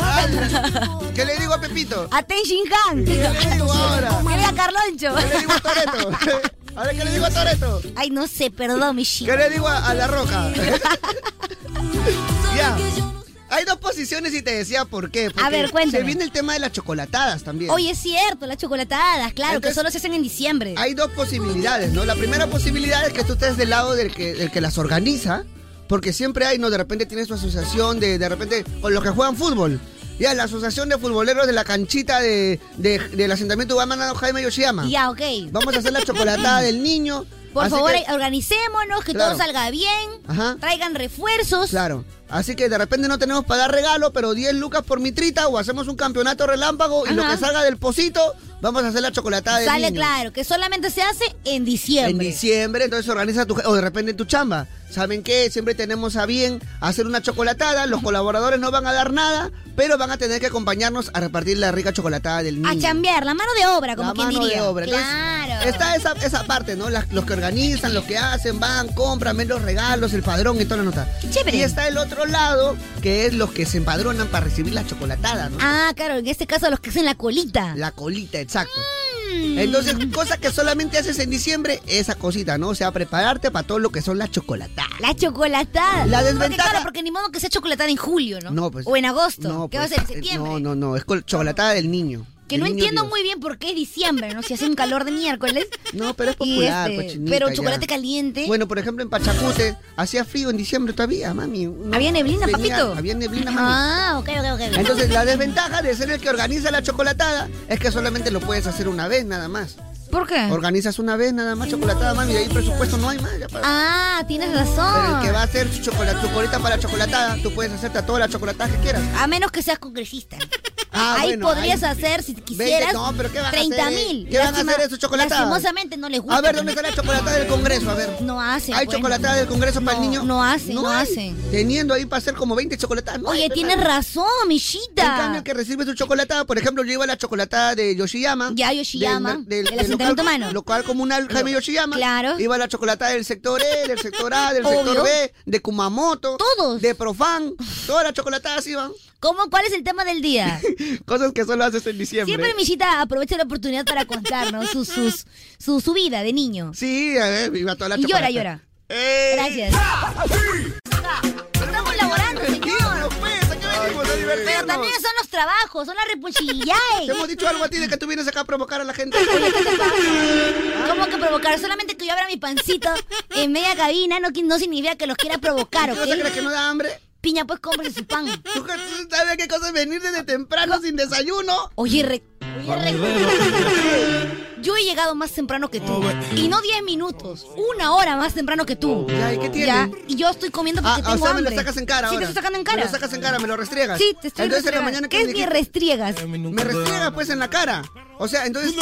[SPEAKER 5] ¿Qué le digo a Pepito?
[SPEAKER 3] A Ten Shinhan. ¿Qué
[SPEAKER 5] le digo ahora?
[SPEAKER 3] a Carloncho.
[SPEAKER 5] ¿Qué le digo a Toreto? ¿Ahora qué le digo a Toreto?
[SPEAKER 3] Ay, no sé, perdón, Millita.
[SPEAKER 5] ¿Qué le digo a, a la roca? ya. Hay dos posiciones y te decía por qué. porque
[SPEAKER 3] ver, cuéntame.
[SPEAKER 5] Se viene el tema de las chocolatadas también.
[SPEAKER 3] Oye, es cierto, las chocolatadas, claro, que
[SPEAKER 5] Entonces-
[SPEAKER 3] solo se hacen en diciembre.
[SPEAKER 5] Hay dos posibilidades, ¿no? La primera posibilidad es que tú estés del lado del que, del que las organiza, porque siempre hay, ¿no? De repente tienes tu asociación de, de repente, con los que juegan fútbol. Ya, la asociación de futboleros de la canchita de, de- del asentamiento Guamanado Jaime Yoshiyama.
[SPEAKER 3] Ya, ok.
[SPEAKER 5] Vamos a hacer la chocolatada del niño.
[SPEAKER 3] Por
[SPEAKER 5] así
[SPEAKER 3] favor,
[SPEAKER 5] que-
[SPEAKER 3] eh, organicémonos, que
[SPEAKER 5] Claro.
[SPEAKER 3] todo salga bien.
[SPEAKER 5] Ajá.
[SPEAKER 3] Traigan refuerzos.
[SPEAKER 5] Claro. Así que de repente no tenemos para dar regalo, pero 10 lucas por mitrita o hacemos un campeonato relámpago y lo
[SPEAKER 3] Ajá.
[SPEAKER 5] que salga del pocito, vamos a hacer la chocolatada del
[SPEAKER 3] Sale
[SPEAKER 5] niño.
[SPEAKER 3] claro, que solamente se hace en diciembre.
[SPEAKER 5] En diciembre, entonces organiza tu... O de repente tu chamba. ¿Saben qué? Siempre tenemos a bien hacer una chocolatada. Los colaboradores no van a dar nada, pero van a tener que acompañarnos a repartir la rica chocolatada del niño.
[SPEAKER 3] A chambear, la mano de obra, como
[SPEAKER 5] La
[SPEAKER 3] quien
[SPEAKER 5] mano
[SPEAKER 3] Ah, diría.
[SPEAKER 5] de obra. Entonces,
[SPEAKER 3] claro.
[SPEAKER 5] está esa, esa parte, ¿no? Las- los que organizan, los que hacen, van, compran, ven los regalos, el padrón y toda la nota.
[SPEAKER 3] chévere.
[SPEAKER 5] Y está el otro lado, que es los que se empadronan para recibir la chocolatada, ¿no?
[SPEAKER 3] Ah, claro, en este caso los que hacen la colita.
[SPEAKER 5] La colita, exacto.
[SPEAKER 3] Mm.
[SPEAKER 5] Entonces, cosa que solamente haces en diciembre, esa cosita, ¿no? O sea, prepararte para todo lo que son las chocolatadas.
[SPEAKER 3] La chocolatada.
[SPEAKER 5] La
[SPEAKER 3] Porque,
[SPEAKER 5] desventaja-
[SPEAKER 3] claro, porque ni modo que sea chocolatada en julio, ¿no?
[SPEAKER 5] No, pues.
[SPEAKER 3] O en agosto.
[SPEAKER 5] No,
[SPEAKER 3] que
[SPEAKER 5] pues,
[SPEAKER 3] va a ser en
[SPEAKER 5] eh,
[SPEAKER 3] septiembre.
[SPEAKER 5] No, no, no, es col- chocolatada del niño.
[SPEAKER 3] Que
[SPEAKER 5] del
[SPEAKER 3] no
[SPEAKER 5] niño
[SPEAKER 3] entiendo
[SPEAKER 5] Dios.
[SPEAKER 3] muy bien por qué es diciembre, ¿no? Si hace un calor de miércoles.
[SPEAKER 5] No, pero es
[SPEAKER 3] Y
[SPEAKER 5] popular,
[SPEAKER 3] este,
[SPEAKER 5] pues, chinita,
[SPEAKER 3] Pero
[SPEAKER 5] ya.
[SPEAKER 3] chocolate caliente.
[SPEAKER 5] Bueno, por ejemplo, en Pachacute hacía frío en diciembre todavía, mami. No,
[SPEAKER 3] ¿Había neblina,
[SPEAKER 5] venía-
[SPEAKER 3] Ah, papito?
[SPEAKER 5] Había neblina, mami.
[SPEAKER 3] Ah, ok, ok, ok.
[SPEAKER 5] Entonces, la desventaja de ser el que organiza la chocolatada es que solamente lo puedes hacer una vez nada más.
[SPEAKER 3] ¿Por qué?
[SPEAKER 5] Organizas una vez nada más chocolatada, mami, y ahí presupuesto no hay más. ya para-
[SPEAKER 3] Ah, tienes
[SPEAKER 5] Pero
[SPEAKER 3] razón.
[SPEAKER 5] el que va a hacer su chocolate, tu colita para la chocolatada, tú puedes hacerte a toda la chocolatada que quieras.
[SPEAKER 3] A menos que seas congresista.
[SPEAKER 5] Ah,
[SPEAKER 3] ahí
[SPEAKER 5] bueno,
[SPEAKER 3] podrías
[SPEAKER 5] ahí-
[SPEAKER 3] hacer, si
[SPEAKER 5] Vende-
[SPEAKER 3] quisieras,
[SPEAKER 5] no, pero ¿qué van a hacer?
[SPEAKER 3] 30 mil.
[SPEAKER 5] ¿Qué van a hacer esos chocolatadas?
[SPEAKER 3] Lastimosamente no les gusta.
[SPEAKER 5] A ver, ¿dónde está la chocolatada del Congreso? A ver.
[SPEAKER 3] No hace.
[SPEAKER 5] ¿Hay
[SPEAKER 3] bueno.
[SPEAKER 5] chocolatada del Congreso para el
[SPEAKER 3] No,
[SPEAKER 5] niño?
[SPEAKER 3] No hace, no,
[SPEAKER 5] hay.
[SPEAKER 3] hace.
[SPEAKER 5] Teniendo ahí para hacer como 20 chocolatadas. no hay,
[SPEAKER 3] Oye,
[SPEAKER 5] pues,
[SPEAKER 3] tienes
[SPEAKER 5] mami.
[SPEAKER 3] razón,
[SPEAKER 5] En cambio,
[SPEAKER 3] Mishita.
[SPEAKER 5] el que recibe su chocolatada, por ejemplo, yo iba a la chocolatada de Yoshiyama.
[SPEAKER 3] Ya, Yoshiyama, del
[SPEAKER 5] Del, del
[SPEAKER 3] asentamiento
[SPEAKER 5] local,
[SPEAKER 3] humano.
[SPEAKER 5] local comunal Jaime Yoshiyama.
[SPEAKER 3] Claro.
[SPEAKER 5] Iba a la chocolatada del sector E, del sector A, del
[SPEAKER 3] Obvio.
[SPEAKER 5] sector B, de Kumamoto.
[SPEAKER 3] Todos.
[SPEAKER 5] De Profan. Todas las chocolatadas iban.
[SPEAKER 3] ¿Cómo? ¿Cuál es el tema del día?
[SPEAKER 5] Cosas que solo haces en diciembre.
[SPEAKER 3] Siempre Mishita aprovecha la oportunidad para contarnos su, sus- su, su vida de niño.
[SPEAKER 5] Sí, a ver, iba toda la
[SPEAKER 3] Y llora,
[SPEAKER 5] chocolatada.
[SPEAKER 3] llora.
[SPEAKER 5] este. ¡Ey! ¡Ah!
[SPEAKER 3] Gracias. Estamos laborando, señor.
[SPEAKER 5] pues,
[SPEAKER 3] Pero también son los trabajos, son las
[SPEAKER 5] ¿Te hemos
[SPEAKER 3] responsabilidades.
[SPEAKER 5] dicho algo a ti de que tú vienes acá a provocar a la gente?
[SPEAKER 3] ¿Cómo que provocar? Solamente que yo abra mi pancito en media cabina no, qui- no significa que los quiera provocar,
[SPEAKER 5] ¿Qué
[SPEAKER 3] ¿ok?
[SPEAKER 5] vas a creer que no da hambre?
[SPEAKER 3] Piña, pues cómprese su pan.
[SPEAKER 5] ¿Tú sabes qué cosa es venir desde temprano sin desayuno?
[SPEAKER 3] Oye, re- Yo he llegado más temprano que tú. Y no 10 minutos, una hora más temprano que tú.
[SPEAKER 5] Ya, ¿y qué tiene?
[SPEAKER 3] Ya, y yo estoy comiendo porque
[SPEAKER 5] Ah, a
[SPEAKER 3] tengo
[SPEAKER 5] usted me
[SPEAKER 3] hambre.
[SPEAKER 5] lo sacas en cara
[SPEAKER 3] Sí, te
[SPEAKER 5] ahora.
[SPEAKER 3] estoy sacando en
[SPEAKER 5] Me
[SPEAKER 3] cara.
[SPEAKER 5] lo sacas en cara, me lo restriegas.
[SPEAKER 3] Sí, te estoy
[SPEAKER 5] Entonces, en la
[SPEAKER 3] restregando.
[SPEAKER 5] mañana
[SPEAKER 3] ¿Qué
[SPEAKER 5] que me
[SPEAKER 3] es mi
[SPEAKER 5] dijiste-
[SPEAKER 3] restriegas?
[SPEAKER 5] Me restriegas pues en la cara. O sea, entonces,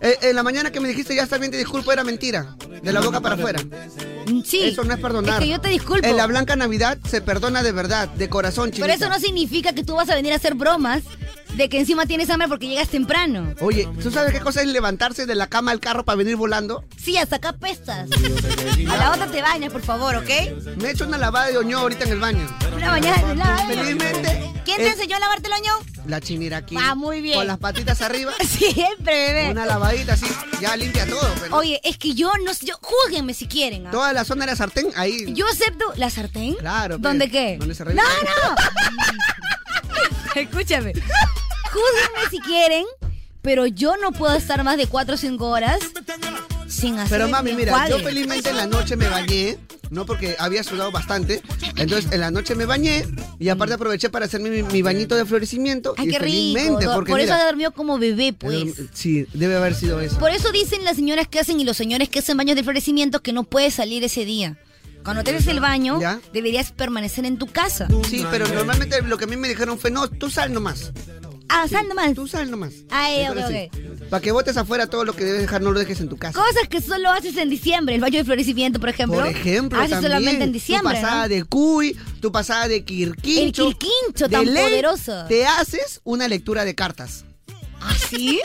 [SPEAKER 5] eh, en la mañana que me dijiste ya está bien, te disculpo, era mentira. De la boca para afuera.
[SPEAKER 3] Sí.
[SPEAKER 5] Eso no es perdonar.
[SPEAKER 3] Es que yo te disculpo.
[SPEAKER 5] En la Blanca Navidad se perdona de verdad, de corazón, chicos.
[SPEAKER 3] Pero eso no significa que tú vas a venir a hacer bromas de que encima tienes hambre porque llegas temprano.
[SPEAKER 5] Oye, ¿tú sabes qué cosa es levantarse de la cama al carro para venir volando?
[SPEAKER 3] Sí, hasta acá pestas. A la otra te bañas, por favor, ¿ok?
[SPEAKER 5] Me he hecho una lavada de oñó ahorita en el baño.
[SPEAKER 3] Una mañana de lado.
[SPEAKER 5] Felizmente.
[SPEAKER 3] ¿Quién te
[SPEAKER 5] eh,
[SPEAKER 3] enseñó a lavarte el oño?
[SPEAKER 5] La chinira aquí.
[SPEAKER 3] Ah, muy bien.
[SPEAKER 5] Con las patitas arriba.
[SPEAKER 3] Siempre, bebé.
[SPEAKER 5] Una lavadita así, ya limpia todo. pero
[SPEAKER 3] Oye, es que yo no sé. yo- Júguenme si quieren. ¿ah?
[SPEAKER 5] Toda la zona de la sartén, ahí.
[SPEAKER 3] Yo acepto la sartén.
[SPEAKER 5] Claro.
[SPEAKER 3] ¿Dónde
[SPEAKER 5] pe,
[SPEAKER 3] qué?
[SPEAKER 5] Donde se
[SPEAKER 3] no,
[SPEAKER 5] revisa.
[SPEAKER 3] no. Escúchame. Júguenme si quieren, pero yo no puedo estar más de 4 o 5 horas sin hacer
[SPEAKER 5] Pero
[SPEAKER 3] mi
[SPEAKER 5] mami, mira,
[SPEAKER 3] enjuague.
[SPEAKER 5] yo felizmente en la noche me bañé, no porque había sudado bastante. Entonces, en la noche me bañé y aparte aproveché para hacerme mi, mi bañito de florecimiento.
[SPEAKER 3] Ay,
[SPEAKER 5] y
[SPEAKER 3] qué rico.
[SPEAKER 5] felizmente,
[SPEAKER 3] do-
[SPEAKER 5] porque
[SPEAKER 3] Por eso
[SPEAKER 5] mira, eh,
[SPEAKER 3] ha dormido como bebé, pues.
[SPEAKER 5] Sí, debe haber sido eso.
[SPEAKER 3] Por eso dicen las señoras que hacen y los señores que hacen baños de florecimiento que no puedes salir ese día. Cuando tienes el baño, deberías permanecer en tu casa.
[SPEAKER 5] Sí, pero normalmente lo que a mí me dijeron fue, no, tú sal nomás.
[SPEAKER 3] Ah, sal nomás.
[SPEAKER 5] Tú sal nomás.
[SPEAKER 3] Ay, ok,
[SPEAKER 5] Pero
[SPEAKER 3] ok.
[SPEAKER 5] sí, Para que botes afuera todo lo que debes dejar, no lo dejes en tu casa.
[SPEAKER 3] Cosas que solo haces en diciembre, el baño de florecimiento, por ejemplo.
[SPEAKER 5] Por ejemplo,
[SPEAKER 3] Haces
[SPEAKER 5] también,
[SPEAKER 3] Ah, solamente en
[SPEAKER 5] tu
[SPEAKER 3] diciembre.
[SPEAKER 5] pasada
[SPEAKER 3] ¿no?
[SPEAKER 5] de cuy, tu pasada de quirquincho.
[SPEAKER 3] El quirquincho tan poderoso.
[SPEAKER 5] Te haces una lectura de cartas.
[SPEAKER 3] ¿Ah, sí?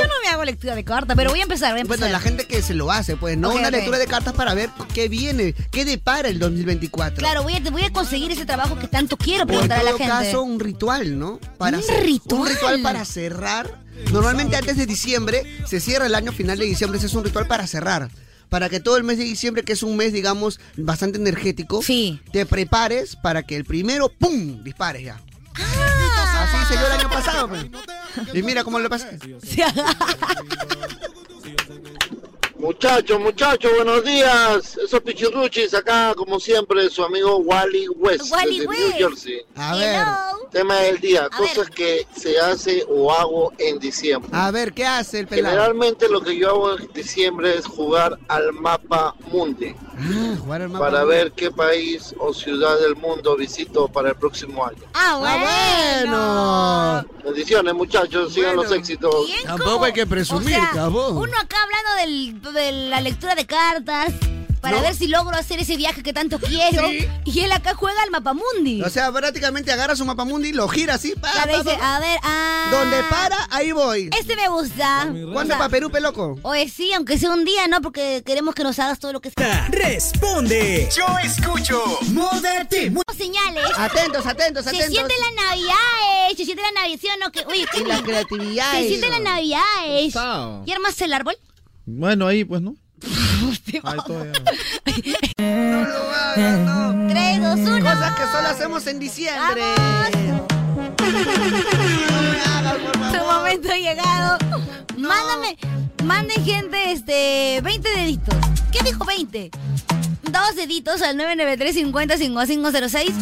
[SPEAKER 3] Yo no me hago lectura de carta, pero voy a empezar, voy a
[SPEAKER 5] Bueno,
[SPEAKER 3] empezar.
[SPEAKER 5] la gente que se lo hace, pues, ¿no?
[SPEAKER 3] Ok,
[SPEAKER 5] una
[SPEAKER 3] ok.
[SPEAKER 5] lectura de cartas para ver qué viene, qué depara el 2024.
[SPEAKER 3] Claro, voy a, voy a conseguir ese trabajo que tanto quiero
[SPEAKER 5] O en
[SPEAKER 3] preguntar a la
[SPEAKER 5] todo
[SPEAKER 3] gente.
[SPEAKER 5] caso, un ritual, ¿no? Para
[SPEAKER 3] ¿Un
[SPEAKER 5] cer-
[SPEAKER 3] ritual?
[SPEAKER 5] Un ritual para cerrar. Normalmente antes de diciembre, se cierra el año final de diciembre, ese es un ritual para cerrar. Para que todo el mes de diciembre, que es un mes, digamos, bastante energético, te prepares para que el primero, ¡pum!, dispares ya.
[SPEAKER 3] Ah.
[SPEAKER 5] Así se dio el año pasado. pues. Y mira cómo lo pasé.
[SPEAKER 14] Muchachos, muchachos, buenos días. Esos pichirruchis acá, como siempre, su amigo Wally West
[SPEAKER 3] Wally
[SPEAKER 14] desde
[SPEAKER 3] West.
[SPEAKER 14] New Jersey.
[SPEAKER 5] A ver.
[SPEAKER 14] Tema del día, cosas que se hace o hago en diciembre.
[SPEAKER 5] A ver, ¿qué hace el pelado?
[SPEAKER 14] Generalmente lo que yo hago en diciembre es jugar al mapa mundi
[SPEAKER 5] Ah, jugar al mapa.
[SPEAKER 14] para ver qué país o ciudad del mundo visito para el próximo año.
[SPEAKER 3] Ah,
[SPEAKER 5] bueno.
[SPEAKER 14] Bendiciones, muchachos, sigan los éxitos.
[SPEAKER 5] Tampoco hay que presumir,
[SPEAKER 3] O sea,
[SPEAKER 14] cabrón.
[SPEAKER 3] Uno acá hablando del- de la lectura de cartas para ver si logro hacer ese viaje que tanto quiero. Y él acá juega al mapamundi.
[SPEAKER 5] O sea, prácticamente agarra su mapamundi, lo gira así, pa,
[SPEAKER 3] Claro,
[SPEAKER 5] pa,
[SPEAKER 3] dice,
[SPEAKER 5] pa.
[SPEAKER 3] a ver, ah.
[SPEAKER 5] Donde para, ahí voy.
[SPEAKER 3] Este me gusta.
[SPEAKER 5] ¿Cuándo
[SPEAKER 3] O sea,
[SPEAKER 5] pa' Perú, peloco?
[SPEAKER 3] Oye, sí, aunque sea un día, ¿no? Porque queremos que nos hagas todo lo que sea.
[SPEAKER 1] Responde. Yo escucho. Moda te mue-
[SPEAKER 3] Señales.
[SPEAKER 5] Atentos, atentos,
[SPEAKER 3] Se
[SPEAKER 5] Ah, atentos.
[SPEAKER 3] siente la Navidad, eh. Se siente la Navidad, ¿sí o no? Que, oye, ¿qué?
[SPEAKER 5] Y la creatividad,
[SPEAKER 3] Se
[SPEAKER 5] eh.
[SPEAKER 3] siente la Navidad, eh.
[SPEAKER 16] Sao.
[SPEAKER 3] ¿Y armas el árbol?
[SPEAKER 16] Bueno, ahí pues, ¿no? Ahí todavía.
[SPEAKER 3] Tres, dos, uno.
[SPEAKER 5] Cosas que solo hacemos en diciembre.
[SPEAKER 3] Tu momento ha llegado. Mándame, manden gente este 20 deditos. ¿Qué dijo 20? Dos deditos al 993-50-5506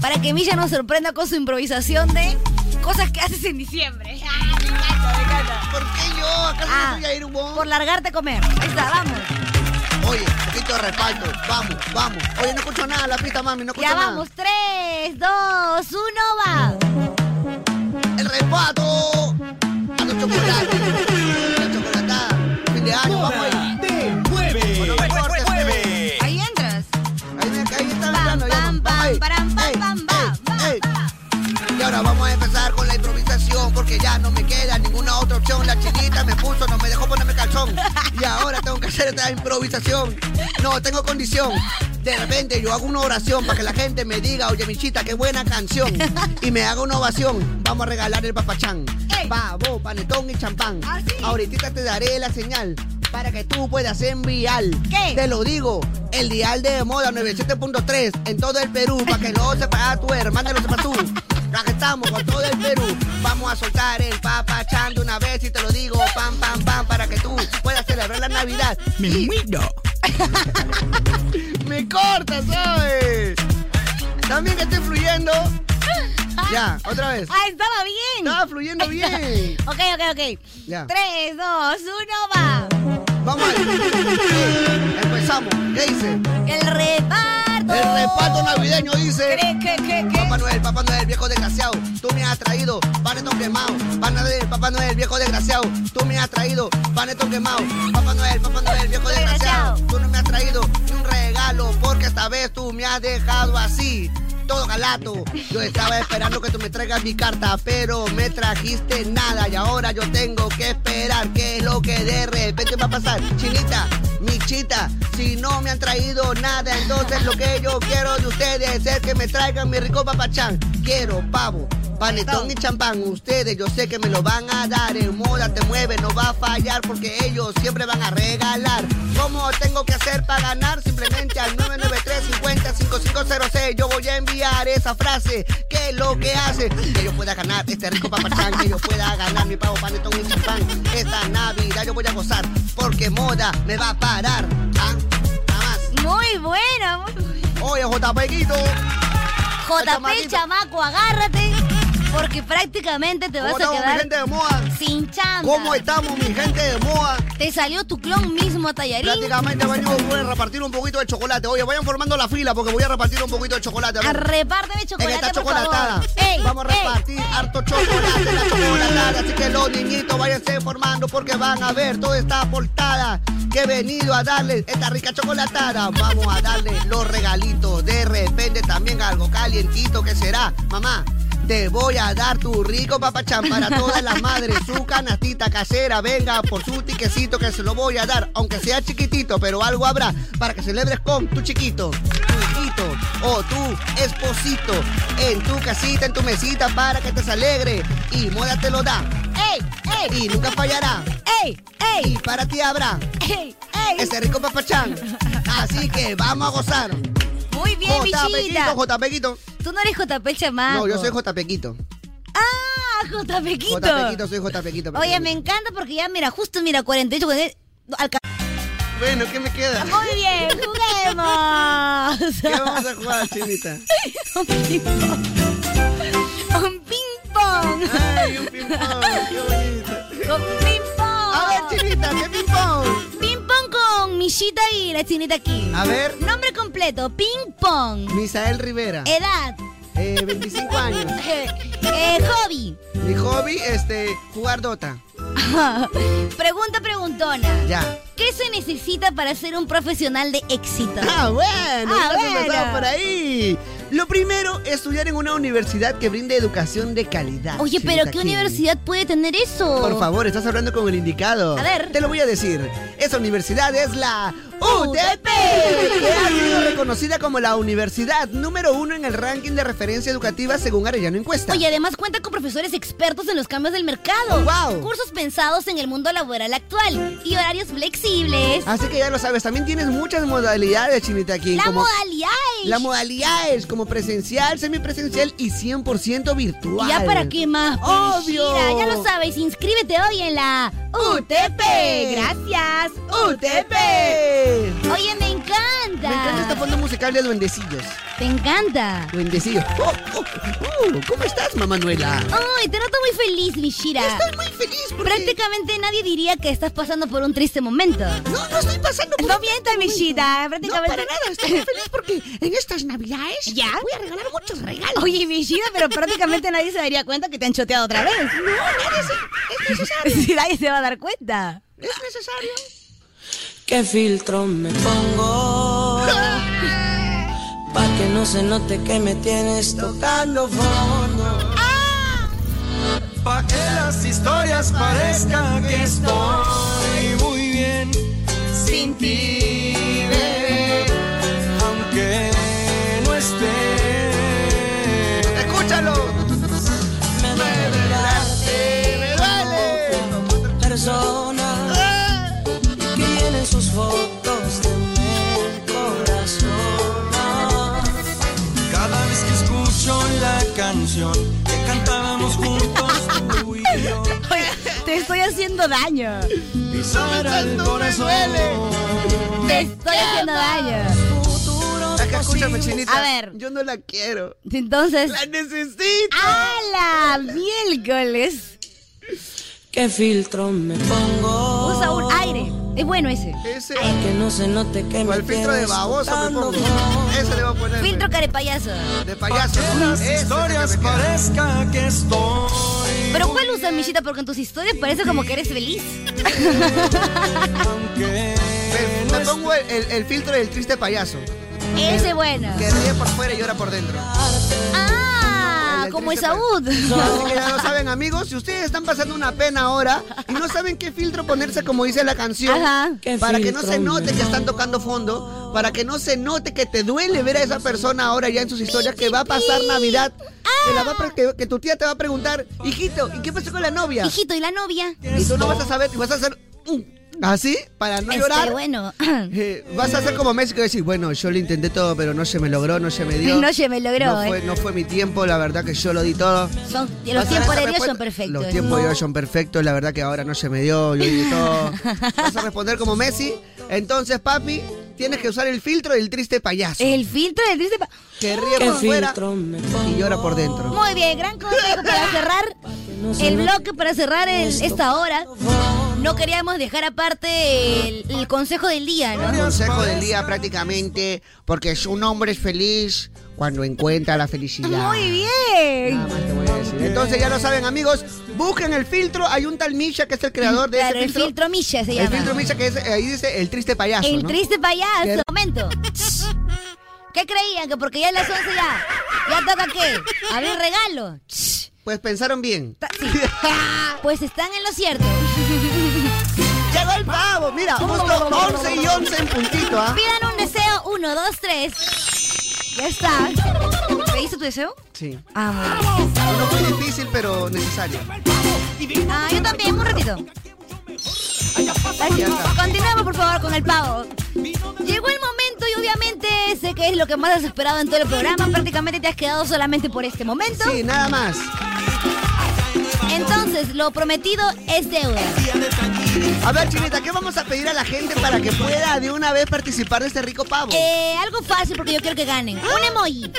[SPEAKER 3] para que Milla nos sorprenda con su improvisación de cosas que haces en diciembre. Ah, me encanta, me encanta.
[SPEAKER 5] ¿Por qué yo? ¿Acaso
[SPEAKER 3] Ah,
[SPEAKER 5] no voy a ir, huevón?
[SPEAKER 3] Por largarte a comer. Ahí está, vamos.
[SPEAKER 5] Oye, poquito de respaldo. Vamos, vamos. Oye, no escucho nada, la pista, mami, no escucho
[SPEAKER 3] Ya
[SPEAKER 5] nada.
[SPEAKER 3] vamos. 3, 2, 1, va.
[SPEAKER 5] El respaldo. A los chocolates. La chocolatada. Fin de año, vamos ahí. Bueno, me cortes, pues.
[SPEAKER 3] Ahí entras.
[SPEAKER 5] Ahí, me- ahí está entrando, ya. Vamos ahí. Ey, ey, ey. Y ahora vamos a empezar con la improvisación porque ya no me queda ninguna otra opción. La chinita me puso, no me dejó ponerme calzón. Y ahora tengo que hacer esta improvisación. No tengo condición. De repente yo hago una oración para que la gente me diga, oye Michita, qué buena canción. Y me haga una ovación. Vamos a regalar el papachán. Pavo, panetón y champán. Ahorita te daré la señal para que tú puedas enviar. Te lo digo, el dial de moda 97.3 en todo el Perú, para que lo sepa tu hermana, lo sepa tú. Acá estamos con todo el Perú. Vamos a soltar el papachán de una vez y te lo digo, pam, pam, pam, para que tú puedas celebrar la Navidad.
[SPEAKER 16] Me muero.
[SPEAKER 5] Me corta, ¿sabes? También que estoy fluyendo. Ya, otra vez.
[SPEAKER 3] Ah, estaba bien.
[SPEAKER 5] Estaba fluyendo bien.
[SPEAKER 3] ok, ok, ok.
[SPEAKER 5] Ya.
[SPEAKER 3] Tres, dos, uno, va.
[SPEAKER 5] Vamos ahí. Empezamos. ¿Qué dice?
[SPEAKER 3] El reparto.
[SPEAKER 5] El reparto navideño dice.
[SPEAKER 3] ¿Qué, qué, qué, qué?
[SPEAKER 5] Papá Noel, Papá Noel, viejo desgraciado. Tú me has traído panetos quemados. Papá Noel, Papá Noel, viejo desgraciado. Tú me has traído panetos quemados. Papá Noel, Papá Noel, viejo desgraciado. Tú no me has traído ni un regalo porque esta vez tú me has dejado así. Todo galato. Yo estaba esperando que tú me traigas mi carta, pero me trajiste nada y ahora yo tengo que esperar qué es lo que de repente va a pasar. Chinita, michita, si no me han traído nada, entonces lo que yo quiero de ustedes es que me traigan mi rico papachán. Quiero pavo. Panetón y champán, ustedes yo sé que me lo van a dar. En moda te mueve, no va a fallar porque ellos siempre van a regalar. ¿Cómo tengo que hacer para ganar? Simplemente al 993-50-5506 yo voy a enviar esa frase. ¿Qué es lo que hace? Que yo pueda ganar este rico papachán, que yo pueda ganar mi pavo panetón y champán. Esta Navidad yo voy a gozar porque moda me va a parar. Ah, nada más.
[SPEAKER 3] Muy buena, muy buena.
[SPEAKER 5] Oye, J. Peguito.
[SPEAKER 3] JP, chamaco, agárrate. Porque prácticamente te vas
[SPEAKER 5] ¿Cómo
[SPEAKER 3] a
[SPEAKER 5] estamos, mi
[SPEAKER 3] quedar
[SPEAKER 5] gente de moda?
[SPEAKER 3] sin chamba.
[SPEAKER 5] ¿Cómo estamos, mi gente de moda?
[SPEAKER 3] Te salió tu clon mismo, tallarín.
[SPEAKER 5] Prácticamente venimos voy a repartir un poquito de chocolate. Oye, vayan formando la fila porque voy a repartir un poquito de chocolate.
[SPEAKER 3] Ah,
[SPEAKER 5] A ver.
[SPEAKER 3] Repárteme chocolate,
[SPEAKER 5] En esta
[SPEAKER 3] por
[SPEAKER 5] chocolatada.
[SPEAKER 3] favor. Ey,
[SPEAKER 5] Vamos a
[SPEAKER 3] ey.
[SPEAKER 5] repartir harto chocolate, la chocolatada. Así que los niñitos váyanse formando porque van a ver toda esta portada que he venido a darles esta rica chocolatada. Vamos a darle los regalitos. De repente también algo calientito que será. Mamá. Te voy a dar tu rico papachán para todas las madres, su canastita casera, venga por su tiquecito que se lo voy a dar, aunque sea chiquitito, pero algo habrá para que celebres con tu chiquito hijito o tu esposito en tu casita, en tu mesita para que te alegre y moda te lo da.
[SPEAKER 3] ¡Ey! ¡Ey!
[SPEAKER 5] Y nunca fallará.
[SPEAKER 3] ¡Ey! ¡Ey!
[SPEAKER 5] Y para ti habrá
[SPEAKER 3] ¡Ey! ¡Ey!
[SPEAKER 5] ese rico papachán. Así que vamos a gozar.
[SPEAKER 3] Muy bien, bichita.
[SPEAKER 5] Jotapequito, Jotapequito.
[SPEAKER 3] Tú no eres JP, chamaco.
[SPEAKER 5] No, yo soy Jotapequito.
[SPEAKER 3] Ah, JPquito.
[SPEAKER 5] Jotapequito, soy Jotapequito.
[SPEAKER 3] Oye, me encanta porque ya, mira, justo, mira, 48 con el- alca-
[SPEAKER 5] Bueno, ¿qué me queda?
[SPEAKER 3] Muy bien, juguemos.
[SPEAKER 5] ¿Qué vamos a jugar, chinita?
[SPEAKER 3] un ping-pong. Un ping-pong.
[SPEAKER 5] Ay, un ping-pong, qué
[SPEAKER 3] Con ping-pong. A
[SPEAKER 5] ver, chinita, ¿qué ping-pong?
[SPEAKER 3] Ping-pong con Michita y la chinita aquí.
[SPEAKER 5] A ver.
[SPEAKER 3] Nombre completo, ping-pong.
[SPEAKER 5] Misael Rivera.
[SPEAKER 3] Edad.
[SPEAKER 5] Eh, 25 Ah. años.
[SPEAKER 3] Eh, eh, hobby.
[SPEAKER 5] Mi hobby, este, jugar Dota.
[SPEAKER 3] Pregunta preguntona.
[SPEAKER 5] Ya.
[SPEAKER 3] ¿Qué se necesita para ser un profesional de éxito?
[SPEAKER 5] Ah, bueno,
[SPEAKER 3] Ah,
[SPEAKER 5] ya se empezaba
[SPEAKER 3] bueno.
[SPEAKER 5] por ahí. Lo primero, estudiar en una universidad que brinde educación de calidad.
[SPEAKER 3] Oye, pero
[SPEAKER 5] Chinita
[SPEAKER 3] ¿qué
[SPEAKER 5] Kim.
[SPEAKER 3] universidad puede tener eso?
[SPEAKER 5] Por favor, estás hablando con el indicado.
[SPEAKER 3] A ver.
[SPEAKER 5] Te lo voy a decir. Esa universidad es la UTP, que ha sido reconocida como la universidad número uno en el ranking de referencia educativa según Arellano Encuesta.
[SPEAKER 3] Oye, además cuenta con profesores expertos en los cambios del mercado.
[SPEAKER 5] Oh, Wow.
[SPEAKER 3] Cursos pensados en el mundo laboral actual y horarios flexibles.
[SPEAKER 5] Así que ya lo sabes, también tienes muchas modalidades, Chinita King.
[SPEAKER 3] la
[SPEAKER 5] como-
[SPEAKER 3] modalidad.
[SPEAKER 5] La modalidad es como presencial, semipresencial y 100% virtual.
[SPEAKER 3] ¿Y ya para qué más? pues,
[SPEAKER 5] Obvio.
[SPEAKER 3] Shira? ya lo sabes, inscríbete hoy en la UTP. Gracias.
[SPEAKER 5] UTP.
[SPEAKER 3] Oye, me encanta.
[SPEAKER 5] Me encanta esta fondo musical de Duendecillos.
[SPEAKER 3] Te encanta.
[SPEAKER 5] Duendecillos. Oh, oh, oh, ¿Cómo estás, mamá Manuela?
[SPEAKER 3] Ay, te noto muy feliz, Mishira.
[SPEAKER 5] Estoy muy feliz porque...
[SPEAKER 3] Prácticamente nadie diría que estás pasando por un triste momento.
[SPEAKER 5] No, no estoy pasando por...
[SPEAKER 3] No mientas, Mishita.
[SPEAKER 5] No, para
[SPEAKER 3] Prácticamente.
[SPEAKER 5] nada. Estoy muy feliz porque en estas navidades
[SPEAKER 3] ¿Ya?
[SPEAKER 5] voy a regalar muchos regalos.
[SPEAKER 3] Oye, Mishita, pero prácticamente nadie se daría cuenta que te han choteado otra vez.
[SPEAKER 5] No, nadie se... Es necesario.
[SPEAKER 3] Si nadie se va a dar cuenta.
[SPEAKER 5] Es necesario.
[SPEAKER 7] ¿Qué filtro me pongo? Pa' que no se note que me tienes tocando fondo. Pa' que las historias parezcan que estoy muy bien sin ti, bebé. Aunque no esté.
[SPEAKER 5] Eh, ¡Escúchalo!
[SPEAKER 7] Me revelaste,
[SPEAKER 5] me duele.
[SPEAKER 7] persona que tiene sus fotos de mi corazón. Cada vez que escucho la canción que cantábamos juntos tú y yo,
[SPEAKER 3] Oye, te estoy haciendo daño.
[SPEAKER 7] pisar el corazón.
[SPEAKER 3] Te estoy haciendo daño.
[SPEAKER 7] Futuro
[SPEAKER 5] Es que escúchame, chinita.
[SPEAKER 3] A ver.
[SPEAKER 5] Yo no la quiero.
[SPEAKER 3] Entonces.
[SPEAKER 5] La necesito.
[SPEAKER 3] ¡Hala! ¡Miércoles!
[SPEAKER 17] ¿Qué filtro me pongo?
[SPEAKER 3] Usa un aire. Es bueno ese.
[SPEAKER 5] Ese.
[SPEAKER 17] Que no se note que me
[SPEAKER 5] Al filtro de
[SPEAKER 17] quieres
[SPEAKER 5] baboso me
[SPEAKER 17] soltando.
[SPEAKER 5] pongo. Ese le voy a poner.
[SPEAKER 3] Filtro carepayaso.
[SPEAKER 5] De payaso.
[SPEAKER 7] Que las
[SPEAKER 5] Ese es el que
[SPEAKER 7] historias
[SPEAKER 5] me queda.
[SPEAKER 7] parezca que estoy.
[SPEAKER 3] ¿Pero cuál usas, Michita? Porque en tus historias parece como que eres feliz.
[SPEAKER 5] Me, me pongo el, el- el filtro del triste payaso.
[SPEAKER 3] Ese bueno.
[SPEAKER 5] Que ríe por fuera y llora por dentro.
[SPEAKER 3] Ah,
[SPEAKER 5] El
[SPEAKER 3] como
[SPEAKER 5] triste
[SPEAKER 3] Esaúd.
[SPEAKER 5] Así que ya lo saben, amigos. Si ustedes están pasando una pena ahora y no saben qué filtro ponerse, como dice la canción,
[SPEAKER 3] Ajá.
[SPEAKER 17] ¿Qué
[SPEAKER 5] para que no
[SPEAKER 17] filtro,
[SPEAKER 5] se note
[SPEAKER 17] hombre?
[SPEAKER 5] que están tocando fondo, para que no se note que te duele ver a esa persona ahora ya en sus historias que va a pasar Navidad, que, la va a pre- que, que tu tía te va a preguntar, hijito, ¿y qué pasó con la novia?
[SPEAKER 3] Hijito, ¿y la novia?
[SPEAKER 5] Y tú no vas a saber, y vas a hacer "Mm", así para no
[SPEAKER 3] Este,
[SPEAKER 5] llorar.
[SPEAKER 3] bueno.
[SPEAKER 5] Eh, vas a hacer como México y decir, bueno, yo lo intenté todo, pero no se me logró, no se me dio.
[SPEAKER 3] No se me logró,
[SPEAKER 5] No fue,
[SPEAKER 3] eh.
[SPEAKER 5] no fue mi tiempo, la verdad que yo lo di todo.
[SPEAKER 3] Son,
[SPEAKER 5] Vas
[SPEAKER 3] los tiempos
[SPEAKER 5] a esa
[SPEAKER 3] de Dios
[SPEAKER 5] respuesta-
[SPEAKER 3] son perfectos. ¿eh?
[SPEAKER 5] Los tiempos de Dios son perfectos, la verdad que ahora no se me dio, yo di todo. Vas a responder como Messi. Entonces, papi, tienes que usar el filtro del triste payaso.
[SPEAKER 3] El filtro del triste pa-
[SPEAKER 5] Que ríe
[SPEAKER 17] ¿Qué
[SPEAKER 5] por fuera
[SPEAKER 17] filtro me
[SPEAKER 5] y llora por dentro.
[SPEAKER 3] Muy bien, gran consejo para cerrar el bloque, para cerrar el- esta hora. No queríamos dejar aparte el, el consejo del día,
[SPEAKER 5] El
[SPEAKER 3] ¿no?
[SPEAKER 5] consejo del día prácticamente, porque es un hombre es feliz cuando encuentra la felicidad.
[SPEAKER 3] Muy bien.
[SPEAKER 5] Entonces ya lo saben amigos, busquen el filtro, hay un tal Misha que es el creador de
[SPEAKER 3] Claro, el
[SPEAKER 5] ese filtro.
[SPEAKER 3] filtro Milla se
[SPEAKER 5] El
[SPEAKER 3] llama.
[SPEAKER 5] filtro Misha que es, eh, ahí dice el triste payaso.
[SPEAKER 3] El
[SPEAKER 5] ¿no?
[SPEAKER 3] triste
[SPEAKER 5] Qué-
[SPEAKER 3] payaso. Momento. ¿Qué creían? Que porque ya es las 11 ya. ¿Ya toca qué? Abrir regalo.
[SPEAKER 5] Pues pensaron bien.
[SPEAKER 3] Ta- sí. Pues están en lo cierto.
[SPEAKER 5] Llegó el pavo, mira, justo 11 y 11 en puntito, ¿ah?
[SPEAKER 3] Pidan un deseo. Uno, dos, tres. Ya está. ¿Pediste tu deseo?
[SPEAKER 5] Sí.
[SPEAKER 3] Ah, muy bien.
[SPEAKER 5] No fue difícil, pero necesario.
[SPEAKER 3] Ah, yo también, un ratito.
[SPEAKER 5] Ya está.
[SPEAKER 3] Continuemos, por favor, con el pavo. Llegó el momento y obviamente sé que es lo que más has esperado en todo el programa. Prácticamente te has quedado solamente por este momento.
[SPEAKER 5] Sí, nada más.
[SPEAKER 3] Entonces, lo prometido es deuda.
[SPEAKER 5] A ver, Chinita, ¿qué vamos a pedir a la gente para que pueda de una vez participar de este rico pavo?
[SPEAKER 3] Eh, algo fácil porque yo quiero que ganen. Un emoji.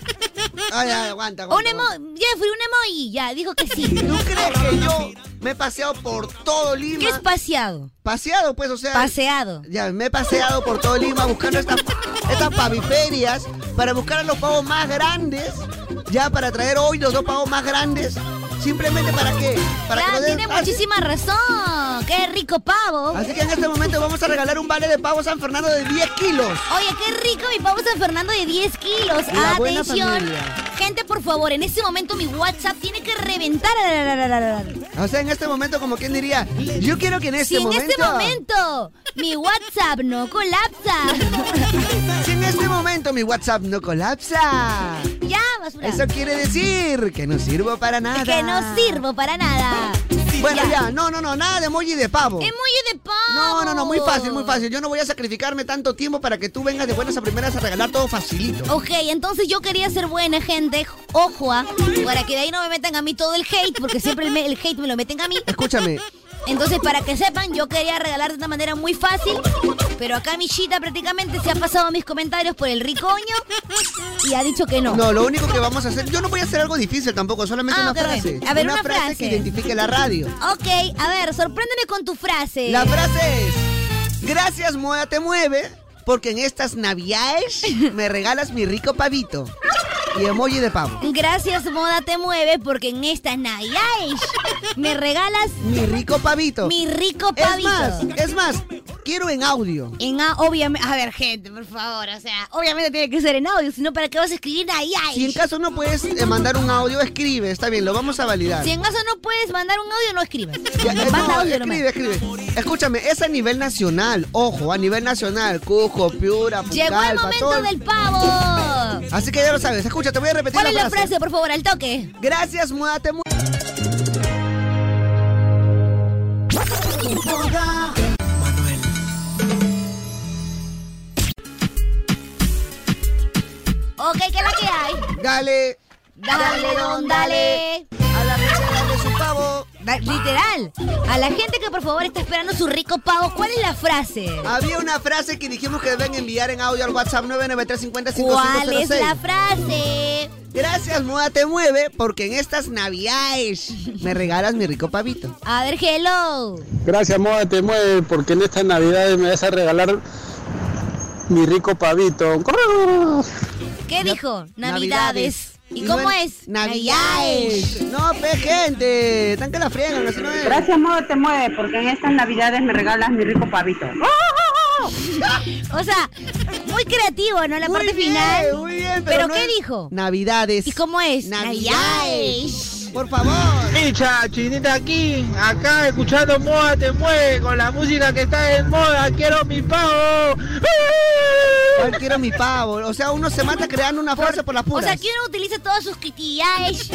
[SPEAKER 5] Ay, ay, aguanta,
[SPEAKER 3] Un
[SPEAKER 5] aguanta. aguanta.
[SPEAKER 3] emoji. Jeffrey, un emoji. Ya, dijo que sí.
[SPEAKER 5] ¿Tú crees que yo me he paseado por todo Lima?
[SPEAKER 3] ¿Qué es paseado?
[SPEAKER 5] Paseado, pues, o sea.
[SPEAKER 3] Paseado.
[SPEAKER 5] Ya, me he paseado por todo Lima buscando estas, estas paviferias para buscar a los pavos más grandes. Ya, para traer hoy los dos pavos más grandes. Simplemente para qué? Para que
[SPEAKER 3] Claro,
[SPEAKER 5] nos den-
[SPEAKER 3] tiene
[SPEAKER 5] Ah, sí.
[SPEAKER 3] muchísima razón. Qué rico pavo.
[SPEAKER 5] Así que en este momento vamos a regalar un vale de pavo San Fernando de 10 kilos.
[SPEAKER 3] Oye, qué rico mi pavo San Fernando de 10 kilos.
[SPEAKER 5] La buena
[SPEAKER 3] Atención.
[SPEAKER 5] familia.
[SPEAKER 3] Gente, por favor, en este momento mi WhatsApp tiene que reventar.
[SPEAKER 5] O sea, en este momento, como quien diría, yo quiero que en este
[SPEAKER 3] si en
[SPEAKER 5] momento.
[SPEAKER 3] este momento mi WhatsApp no colapsa.
[SPEAKER 5] Si en este momento mi WhatsApp no colapsa.
[SPEAKER 3] ya, basura.
[SPEAKER 5] Eso quiere decir que no sirvo para nada.
[SPEAKER 3] que no sirvo para nada.
[SPEAKER 5] Bueno, ya, no, no, no, nada de emoji de pavo.
[SPEAKER 3] Emoji de pavo.
[SPEAKER 5] No, no, no, muy fácil, muy fácil. Yo no voy a sacrificarme tanto tiempo para que tú vengas de buenas a primeras a regalar todo facilito.
[SPEAKER 3] Ok, entonces yo quería ser buena, gente. Ojo, ah, para que de ahí no me metan a mí todo el hate, porque siempre el, me- el hate me lo meten a mí.
[SPEAKER 5] Escúchame,
[SPEAKER 3] Entonces, para que sepan, yo quería regalar de una manera muy fácil, pero acá Michita prácticamente se ha pasado mis comentarios por el ricoño y ha dicho que no.
[SPEAKER 5] no, lo único que vamos a hacer, yo no voy a hacer algo difícil tampoco, solamente
[SPEAKER 3] Ah,
[SPEAKER 5] una
[SPEAKER 3] ok, ok.
[SPEAKER 5] frase.
[SPEAKER 3] A ver, una
[SPEAKER 5] frase,
[SPEAKER 3] frase.
[SPEAKER 5] que identifique la radio.
[SPEAKER 3] Ok, a ver, sorpréndeme con tu frase.
[SPEAKER 5] La frase es, gracias moda te mueve, porque en estas navidades me regalas mi rico pavito. Y emoji de pavo.
[SPEAKER 3] Gracias, moda te mueve, porque en estas navidades me regalas
[SPEAKER 5] Mi rico pavito.
[SPEAKER 3] mi rico
[SPEAKER 5] es
[SPEAKER 3] pavito.
[SPEAKER 5] más, es más, quiero en audio.
[SPEAKER 3] En a, obviamente, a ver, gente, por favor, o sea, obviamente tiene que ser en audio, si no, ¿para qué vas a escribir navidades?
[SPEAKER 5] Si en caso no puedes eh, mandar un audio, escribe, está bien, lo vamos a validar.
[SPEAKER 3] Si en caso no puedes mandar un audio, no escribas.
[SPEAKER 5] Ya, eh,
[SPEAKER 3] Manda
[SPEAKER 5] no,
[SPEAKER 3] audio nomás.
[SPEAKER 5] escribe, escribe. Escúchame, es a nivel nacional, ojo, a nivel nacional, Cujo, Piura,
[SPEAKER 3] Llegó el
[SPEAKER 5] Pucallpa,
[SPEAKER 3] momento
[SPEAKER 5] todo el-
[SPEAKER 3] del pavo.
[SPEAKER 5] Así que ya lo sabes, escucha, te voy a repetir
[SPEAKER 3] ¿Cuál
[SPEAKER 5] la
[SPEAKER 3] es la
[SPEAKER 5] frase.
[SPEAKER 3] frase, por favor, al toque?
[SPEAKER 5] Gracias, muévate mu-
[SPEAKER 3] Ok, ¿qué es la que hay?
[SPEAKER 5] Dale,
[SPEAKER 3] Dale, don, dale.
[SPEAKER 5] a la mesa dale su pavo.
[SPEAKER 3] Da- Literal. A la gente que por favor está esperando su rico pago, ¿cuál es la frase?
[SPEAKER 5] Había una frase que dijimos que deben enviar en audio al WhatsApp 993
[SPEAKER 3] ¿Cuál es la frase?
[SPEAKER 5] Gracias, Moda Te Mueve, porque en estas navidades me regalas mi rico pavito.
[SPEAKER 3] A ver, hello.
[SPEAKER 18] Gracias, Moda Te Mueve, porque en estas navidades me vas a regalar mi rico pavito.
[SPEAKER 3] ¿Qué dijo?
[SPEAKER 5] Navidades.
[SPEAKER 3] Navidades.
[SPEAKER 5] Y
[SPEAKER 3] ¿Y cómo
[SPEAKER 5] bueno,
[SPEAKER 3] es?
[SPEAKER 5] Navidades. No, pe, gente. Están que la friegan, así no es.
[SPEAKER 4] Gracias, modo te mueve, porque en estas navidades me regalas mi rico pavito.
[SPEAKER 3] O sea, muy creativo, ¿no? La parte final. Muy bien,
[SPEAKER 5] pero
[SPEAKER 3] pero
[SPEAKER 5] no
[SPEAKER 3] ¿qué
[SPEAKER 5] es-
[SPEAKER 3] dijo?
[SPEAKER 5] Navidades.
[SPEAKER 3] ¿Y cómo es?
[SPEAKER 5] Navidades. Por favor.
[SPEAKER 19] Micha, chinita aquí, acá escuchando moda te mueve con la música que está en moda, quiero mi pavo.
[SPEAKER 5] Ay, quiero mi pavo. O sea, uno se mata creando una frase por las
[SPEAKER 3] O
[SPEAKER 5] puras.
[SPEAKER 3] sea, que uno utiliza todas sus criticidades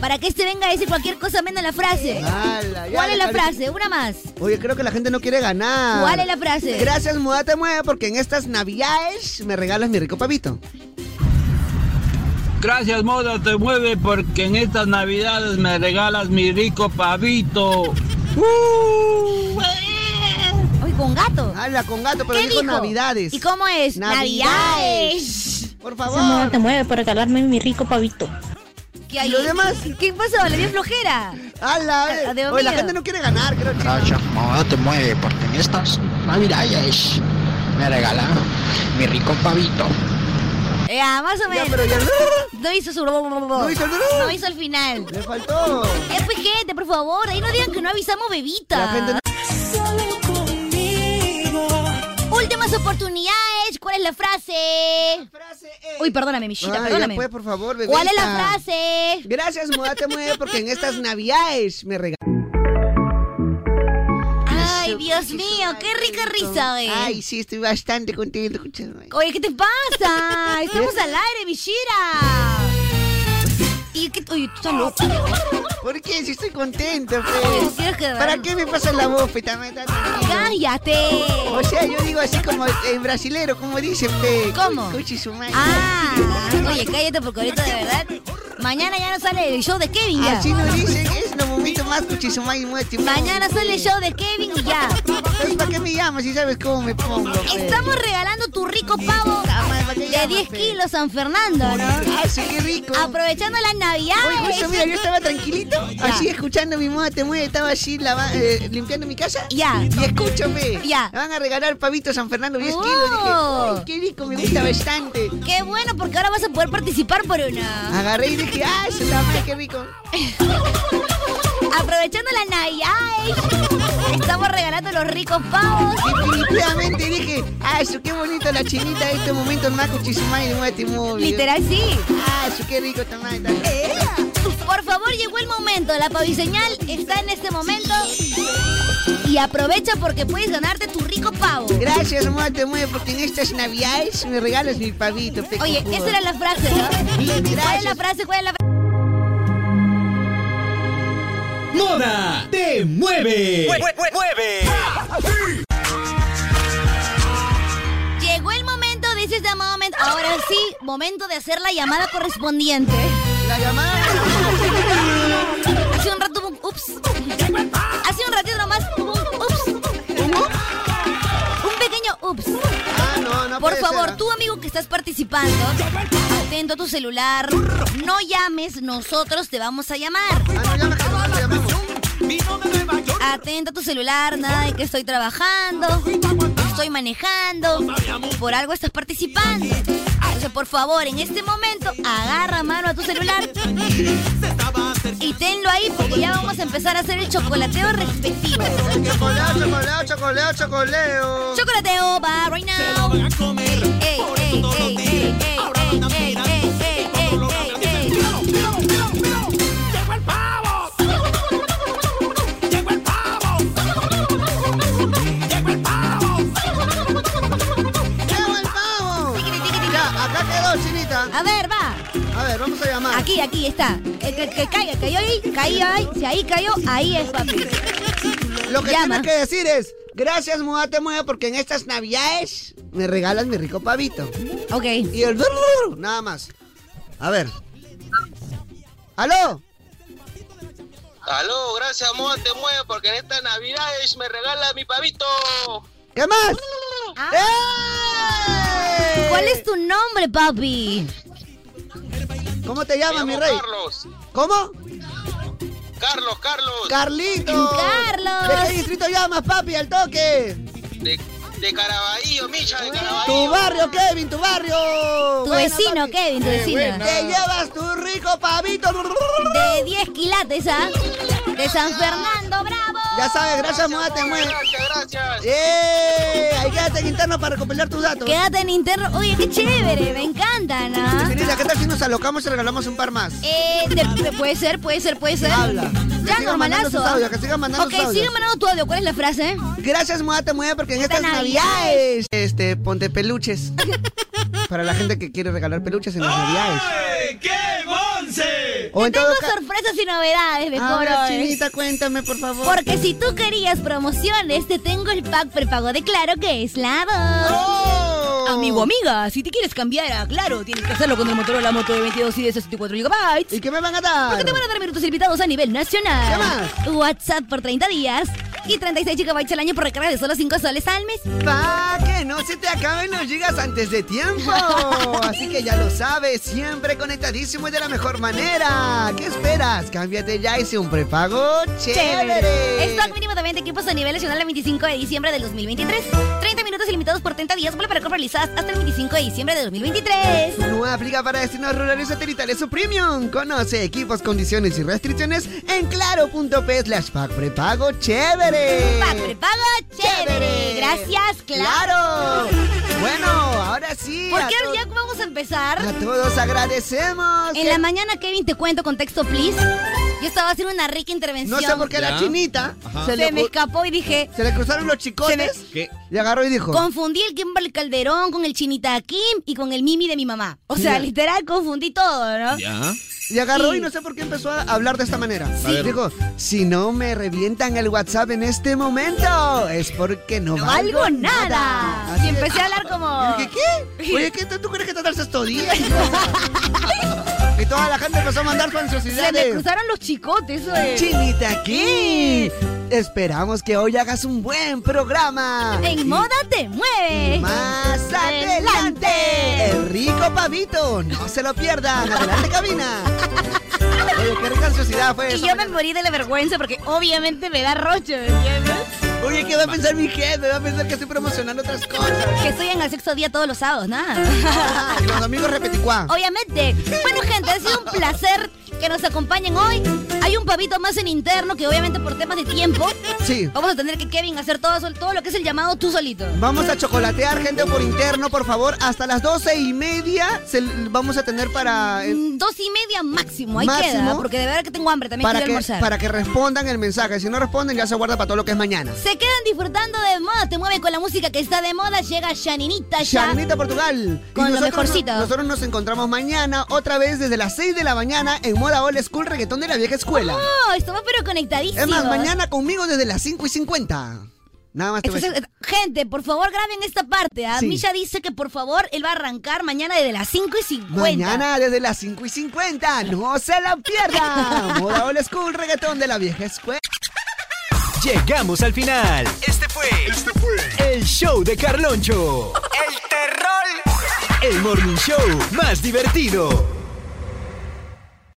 [SPEAKER 3] para que este venga a decir cualquier cosa menos la frase.
[SPEAKER 5] Ala, Ah, ya
[SPEAKER 3] ¿Cuál
[SPEAKER 5] le
[SPEAKER 3] es la
[SPEAKER 5] parece-
[SPEAKER 3] frase? Una más.
[SPEAKER 5] Oye, creo que la gente no quiere ganar.
[SPEAKER 3] ¿Cuál es la frase?
[SPEAKER 5] Gracias, Moda Te Mueve, porque en estas navidades me regalas mi rico pavito.
[SPEAKER 19] Gracias moda te mueve porque en estas navidades me regalas mi rico pavito.
[SPEAKER 3] Uy, con gato.
[SPEAKER 5] Habla con gato, Ah, pero
[SPEAKER 3] ¿Qué
[SPEAKER 5] dijo,
[SPEAKER 3] dijo?
[SPEAKER 5] navidades.
[SPEAKER 3] ¿Y cómo es?
[SPEAKER 5] Navidades. Por
[SPEAKER 15] Gracias, moda
[SPEAKER 5] favor.
[SPEAKER 15] te mueve por regalarme mi rico pavito.
[SPEAKER 3] ¿Qué hay? ¿Lo demás? ¿Qué pasó? ¿Le dio flojera?
[SPEAKER 5] ¡Hala!
[SPEAKER 3] eh!
[SPEAKER 5] Oye, la gente no quiere ganar, creo que.
[SPEAKER 12] Gracias, moda te mueve, porque en estas navidades me regalas mi rico pavito.
[SPEAKER 3] Ya, más o menos.
[SPEAKER 5] pero ya-
[SPEAKER 3] No hizo su... No
[SPEAKER 5] hizo el-
[SPEAKER 3] No hizo el final.
[SPEAKER 5] Le faltó.
[SPEAKER 3] Eh, pues, gente, por favor, ahí no digan que no avisamos bebita.
[SPEAKER 5] La gente
[SPEAKER 3] Últimas oportunidades, ¿cuál es la frase? Uy, perdóname, Michita,
[SPEAKER 5] Ay,
[SPEAKER 3] perdóname.
[SPEAKER 5] ya pues, por favor, bebé.
[SPEAKER 3] ¿Cuál es la frase?
[SPEAKER 5] Gracias, Moda Te Mueve, porque en estas navidades me regalas.
[SPEAKER 3] Ay, Dios mío, qué rica risa, güey.
[SPEAKER 5] Ay, sí, estoy bastante contento. escúchame.
[SPEAKER 3] Oye, ¿qué te pasa? Estamos al aire, Michira. Y que, oye, tú estás loco.
[SPEAKER 5] ¿Por qué? Si estoy contento,
[SPEAKER 3] Oye,
[SPEAKER 5] pues.
[SPEAKER 3] quiero que-
[SPEAKER 5] ¿Para qué me pasa la voz, pe? También, también.
[SPEAKER 3] Cállate.
[SPEAKER 5] O sea, yo digo así como en brasilero, como dicen, pe.
[SPEAKER 3] ¿Cómo?
[SPEAKER 5] Cuchi su madre.
[SPEAKER 3] Ah, oye, cállate porque ahorita de verdad. Mañana ya no sale el show de Kevin ya.
[SPEAKER 5] Así nos dicen, es lo momento más cuchisumay muerte.
[SPEAKER 3] Mañana sale el show de Kevin y ya.
[SPEAKER 5] Entonces, ¿para qué me llamas si sabes cómo me pongo? pues? pe?
[SPEAKER 3] Estamos regalando tu rico pavo de 10
[SPEAKER 5] pues?
[SPEAKER 3] kilos San Fernando, ¿no?
[SPEAKER 5] Ah, sí, qué rico.
[SPEAKER 3] Aprovechando las
[SPEAKER 5] Oye, justo, mira, yo
[SPEAKER 3] navidades.
[SPEAKER 5] estaba tranquilito, así escuchando mi moda te mueve, estaba así lava- eh, limpiando mi casa.
[SPEAKER 3] Ya.
[SPEAKER 5] Y escúchame.
[SPEAKER 3] Ya. Oh.
[SPEAKER 5] Me van a regalar pavito San Fernando 10
[SPEAKER 3] Wow.
[SPEAKER 5] kilos. Dije, "Uy, qué rico, me gusta bastante.
[SPEAKER 3] Qué bueno, porque ahora vas a poder participar por una.
[SPEAKER 5] Agarré y dije, ah, eso está mal, qué rico.
[SPEAKER 3] Aprovechando las navidades. Estamos regalando los ricos pavos.
[SPEAKER 5] Definitivamente dije, ah, eso qué bonito la chinita de este estos momentos más cuchisumay de mueve te mueve.
[SPEAKER 3] Literal, sí.
[SPEAKER 5] Ah, eso qué rico está mal.
[SPEAKER 3] Por favor, llegó el momento. La paviseñal está en este momento. Y aprovecha porque puedes ganarte tu rico pavo.
[SPEAKER 5] Gracias, moda te mueve, porque en estas navidades me regalas mi pavito. pe,
[SPEAKER 3] Oye,
[SPEAKER 5] cojudo.
[SPEAKER 3] esa era la frase, ¿no? ¿Cuál es la frase? ¿Cuál es la frase?
[SPEAKER 1] Moda te mueve.
[SPEAKER 3] Llegó el momento, this is the moment. Ahora sí, momento de hacer la llamada correspondiente.
[SPEAKER 5] La llamada.
[SPEAKER 3] Hace un rato, hubo un- ups. Hace un ratito nomás, hubo un ups. Un pequeño ups.
[SPEAKER 5] Ah, no, no
[SPEAKER 3] Por
[SPEAKER 5] puede
[SPEAKER 3] favor,
[SPEAKER 5] ser, ¿ah?
[SPEAKER 3] tú amigo que estás participando, atento a tu celular, no llames, nosotros te vamos a llamar.
[SPEAKER 5] Ah,
[SPEAKER 3] Atento a tu celular, nada de que estoy trabajando, estoy manejando, por algo estás participando. Entonces, por favor, en este momento, agarra mano a tu celular y tenlo ahí porque ya vamos a empezar a hacer el chocolateo respectivo.
[SPEAKER 5] Chocoleo, chocoleo, chocoleo, chocoleo.
[SPEAKER 3] Chocolateo va right now. Ey, ey, ey, ey, ey, ey, ey, ey, ey, ey, ey, ey.
[SPEAKER 5] ¡Llegó el pavo! Ya, acá quedó, chinita.
[SPEAKER 3] A ver, va.
[SPEAKER 5] A ver, vamos a llamar.
[SPEAKER 3] Aquí, aquí está. Que, que, que caiga, cayó ahí, cayó ahí. Si ahí cayó, ahí es papi.
[SPEAKER 5] Lo que
[SPEAKER 3] Llama.
[SPEAKER 5] tienes que decir es, gracias, Moda Te Mueve, porque en estas navidades me regalas mi rico pavito.
[SPEAKER 3] Ok.
[SPEAKER 5] Y el... brrr, Nada más. A ver. ¡Aló!
[SPEAKER 6] Aló, gracias, Moa, te mueve porque en esta Navidad es- me regala mi pavito.
[SPEAKER 5] ¿Qué más?
[SPEAKER 3] ¡Eh! ¿Cuál es tu nombre, papi?
[SPEAKER 5] ¿Cómo te llamas, mi rey?
[SPEAKER 6] Carlos.
[SPEAKER 5] ¿Cómo?
[SPEAKER 6] Carlos, Carlos.
[SPEAKER 5] Carlitos. ¿De qué distrito llamas, papi? Al toque.
[SPEAKER 6] De, de Caraballo, Micha, de
[SPEAKER 5] Tu
[SPEAKER 6] Caraballo.
[SPEAKER 5] barrio, Kevin, tu barrio.
[SPEAKER 3] Tu
[SPEAKER 5] Buena,
[SPEAKER 3] vecino,
[SPEAKER 5] papi.
[SPEAKER 3] Kevin, tu
[SPEAKER 5] Qué
[SPEAKER 3] vecino.
[SPEAKER 5] buena. Te llevas tu rico pavito.
[SPEAKER 3] De 10 quilates, ¿ah? De San Fernando, bravo.
[SPEAKER 5] Ya sabes, gracias, Moa, te mueve.
[SPEAKER 6] gracias.
[SPEAKER 5] ¡Eh! Ahí quédate en interno para recopilar tus datos.
[SPEAKER 3] Quédate en interno. Oye, qué chévere, me encantan, ¿ah?
[SPEAKER 5] Mira, ¿qué tal si nos alocamos y regalamos un par más?
[SPEAKER 3] Eh, de- de- puede ser, puede ser, puede ser.
[SPEAKER 5] Habla.
[SPEAKER 3] Ya,
[SPEAKER 5] sigan mandando
[SPEAKER 3] normalazo. ¿ah?
[SPEAKER 5] sus audios, que sigan mandando
[SPEAKER 3] Ok,
[SPEAKER 5] sus audios.
[SPEAKER 3] sigue mandando tu audio. ¿Cuál es la frase?
[SPEAKER 5] Gracias, Moa, te mueve porque en
[SPEAKER 3] Esta
[SPEAKER 5] estas
[SPEAKER 3] Navidad
[SPEAKER 5] navidades. Este, ponte peluches. Para la gente que quiere regalar peluches en las navidades.
[SPEAKER 7] ¡Qué monse!
[SPEAKER 5] O en
[SPEAKER 3] Tengo
[SPEAKER 5] todo caso.
[SPEAKER 3] sorpresas y novedades de
[SPEAKER 5] A ver,
[SPEAKER 3] Foro.
[SPEAKER 5] Chinita, cuéntame, por favor.
[SPEAKER 3] Porque si tú querías promociones, te tengo el pack prepago de Claro que es la
[SPEAKER 5] Oh.
[SPEAKER 3] dos.
[SPEAKER 20] Amigo, amiga, si te quieres cambiar a Claro, tienes que hacerlo con el motor la moto de 22 y de 64 GB.
[SPEAKER 5] ¿Y qué me van a dar?
[SPEAKER 3] Porque te van a dar minutos ilimitados a nivel nacional. WhatsApp por 30 días y 36 GB al año por recarga de solo 5 soles al mes.
[SPEAKER 5] Pa que no se te acaben los gigas antes de tiempo. Así que ya lo sabes, siempre conectadísimo y de la mejor manera. ¿Qué esperas? Cámbiate ya hice un prepago chévere.
[SPEAKER 3] Stock mínimo de 20 equipos a nivel nacional el 25 de diciembre del 2023. 30 minutos ilimitados por 30 días para compras realizadas hasta el 25 de diciembre de 2023.
[SPEAKER 5] No aplica para destinos rurales satelitales o premium. Conoce equipos, condiciones y restricciones en claro.p slash pack prepago chévere.
[SPEAKER 3] Pack prepago chévere. Gracias, claro.
[SPEAKER 5] ¡Claro! Bueno, ahora sí.
[SPEAKER 3] ¿Por
[SPEAKER 5] a
[SPEAKER 3] qué
[SPEAKER 5] to-
[SPEAKER 3] ya vamos a empezar?
[SPEAKER 5] A todos agradecemos.
[SPEAKER 3] En la mañana, Kevin, te cuento contexto, please. Yo estaba haciendo una rica intervención.
[SPEAKER 5] No sé por qué la chinita
[SPEAKER 3] se,
[SPEAKER 5] le
[SPEAKER 3] me
[SPEAKER 5] ocur-
[SPEAKER 3] escapó y dije.
[SPEAKER 5] Se le cruzaron los chicones y agarró y dijo.
[SPEAKER 3] Confundí el Kimberly Calderón con el Chinita Kim y con el Mimi de mi mamá. O sea,
[SPEAKER 5] Ya.
[SPEAKER 3] literal, confundí todo, ¿no?
[SPEAKER 5] Y agarró
[SPEAKER 3] Sí.
[SPEAKER 5] y no sé por qué empezó a hablar de esta manera.
[SPEAKER 3] A ver.
[SPEAKER 5] Dijo, si no me revientan el WhatsApp en este momento, es porque no,
[SPEAKER 3] No
[SPEAKER 5] valgo,
[SPEAKER 3] valgo nada.
[SPEAKER 5] Así
[SPEAKER 3] Y
[SPEAKER 5] es.
[SPEAKER 3] empecé a hablar como.
[SPEAKER 5] Y dije, ¿qué? Oye, ¿qué, ¿tú crees que te das esto día? y toda la gente empezó a mandar
[SPEAKER 3] Se me
[SPEAKER 5] fansiosidades.
[SPEAKER 3] cruzaron los chicotes, eso es.
[SPEAKER 5] Chinita aquí. Esperamos que hoy hagas un buen programa.
[SPEAKER 3] En moda te mueve.
[SPEAKER 5] Más adelante. El rico pavito. No se lo pierdan. Adelante, cabina. Oye, qué rica ansiosidad fue
[SPEAKER 3] Y
[SPEAKER 5] eso.
[SPEAKER 3] yo me morí de la vergüenza porque obviamente me da roche, ¿me entiendes?
[SPEAKER 5] Oye, ¿qué va a pensar mi jefe? Va a pensar que estoy promocionando otras cosas.
[SPEAKER 3] Que estoy en el sexto día todos los sábados, nada.
[SPEAKER 5] Ah, y los domingos repeticuá.
[SPEAKER 3] Obviamente. Bueno, gente, ha sido un placer que nos acompañen hoy. Hay un pavito más en interno que obviamente por temas de tiempo.
[SPEAKER 5] Sí.
[SPEAKER 3] Vamos a tener que Kevin hacer todo, sol- todo lo que es el llamado tú solito.
[SPEAKER 5] Vamos a chocolatear, gente, por interno, por favor. Hasta las doce y media se vamos a tener para... eh,
[SPEAKER 3] Mm, Dos y media máximo, ahí
[SPEAKER 5] Máximo.
[SPEAKER 3] queda. Porque de verdad que tengo hambre, también
[SPEAKER 5] para
[SPEAKER 3] quiero
[SPEAKER 5] que,
[SPEAKER 3] almorzar.
[SPEAKER 5] para que respondan el mensaje. Si no responden, ya se guarda para todo lo que es mañana.
[SPEAKER 3] Se quedan disfrutando de moda, te mueve con la música que está de moda, llega Shaninita ya.
[SPEAKER 5] Charnita Portugal. Y
[SPEAKER 3] Con lo
[SPEAKER 5] nosotros nos-
[SPEAKER 3] mejorcito.
[SPEAKER 5] Nosotros nos encontramos mañana, otra vez desde las 6 de la mañana, en Moda Old School Reggaetón de la Vieja Escuela.
[SPEAKER 3] No, estamos Oh, pero conectadísimos.
[SPEAKER 5] es más, mañana conmigo desde las 5 y 50. Nada más te voy a
[SPEAKER 3] Entonces,
[SPEAKER 5] decir.
[SPEAKER 3] eh, gente, por favor, graben esta parte. ¿ah?
[SPEAKER 5] Sí.
[SPEAKER 3] Misha dice que por favor él va a arrancar mañana desde las 5 y 50.
[SPEAKER 5] Mañana desde las 5 y 50. No se la pierdan. Moda Old School Reggaetón de la Vieja Escuela.
[SPEAKER 1] Llegamos al final.
[SPEAKER 5] Este fue.
[SPEAKER 1] Este fue el show de Carloncho. El terror. El morning show más divertido.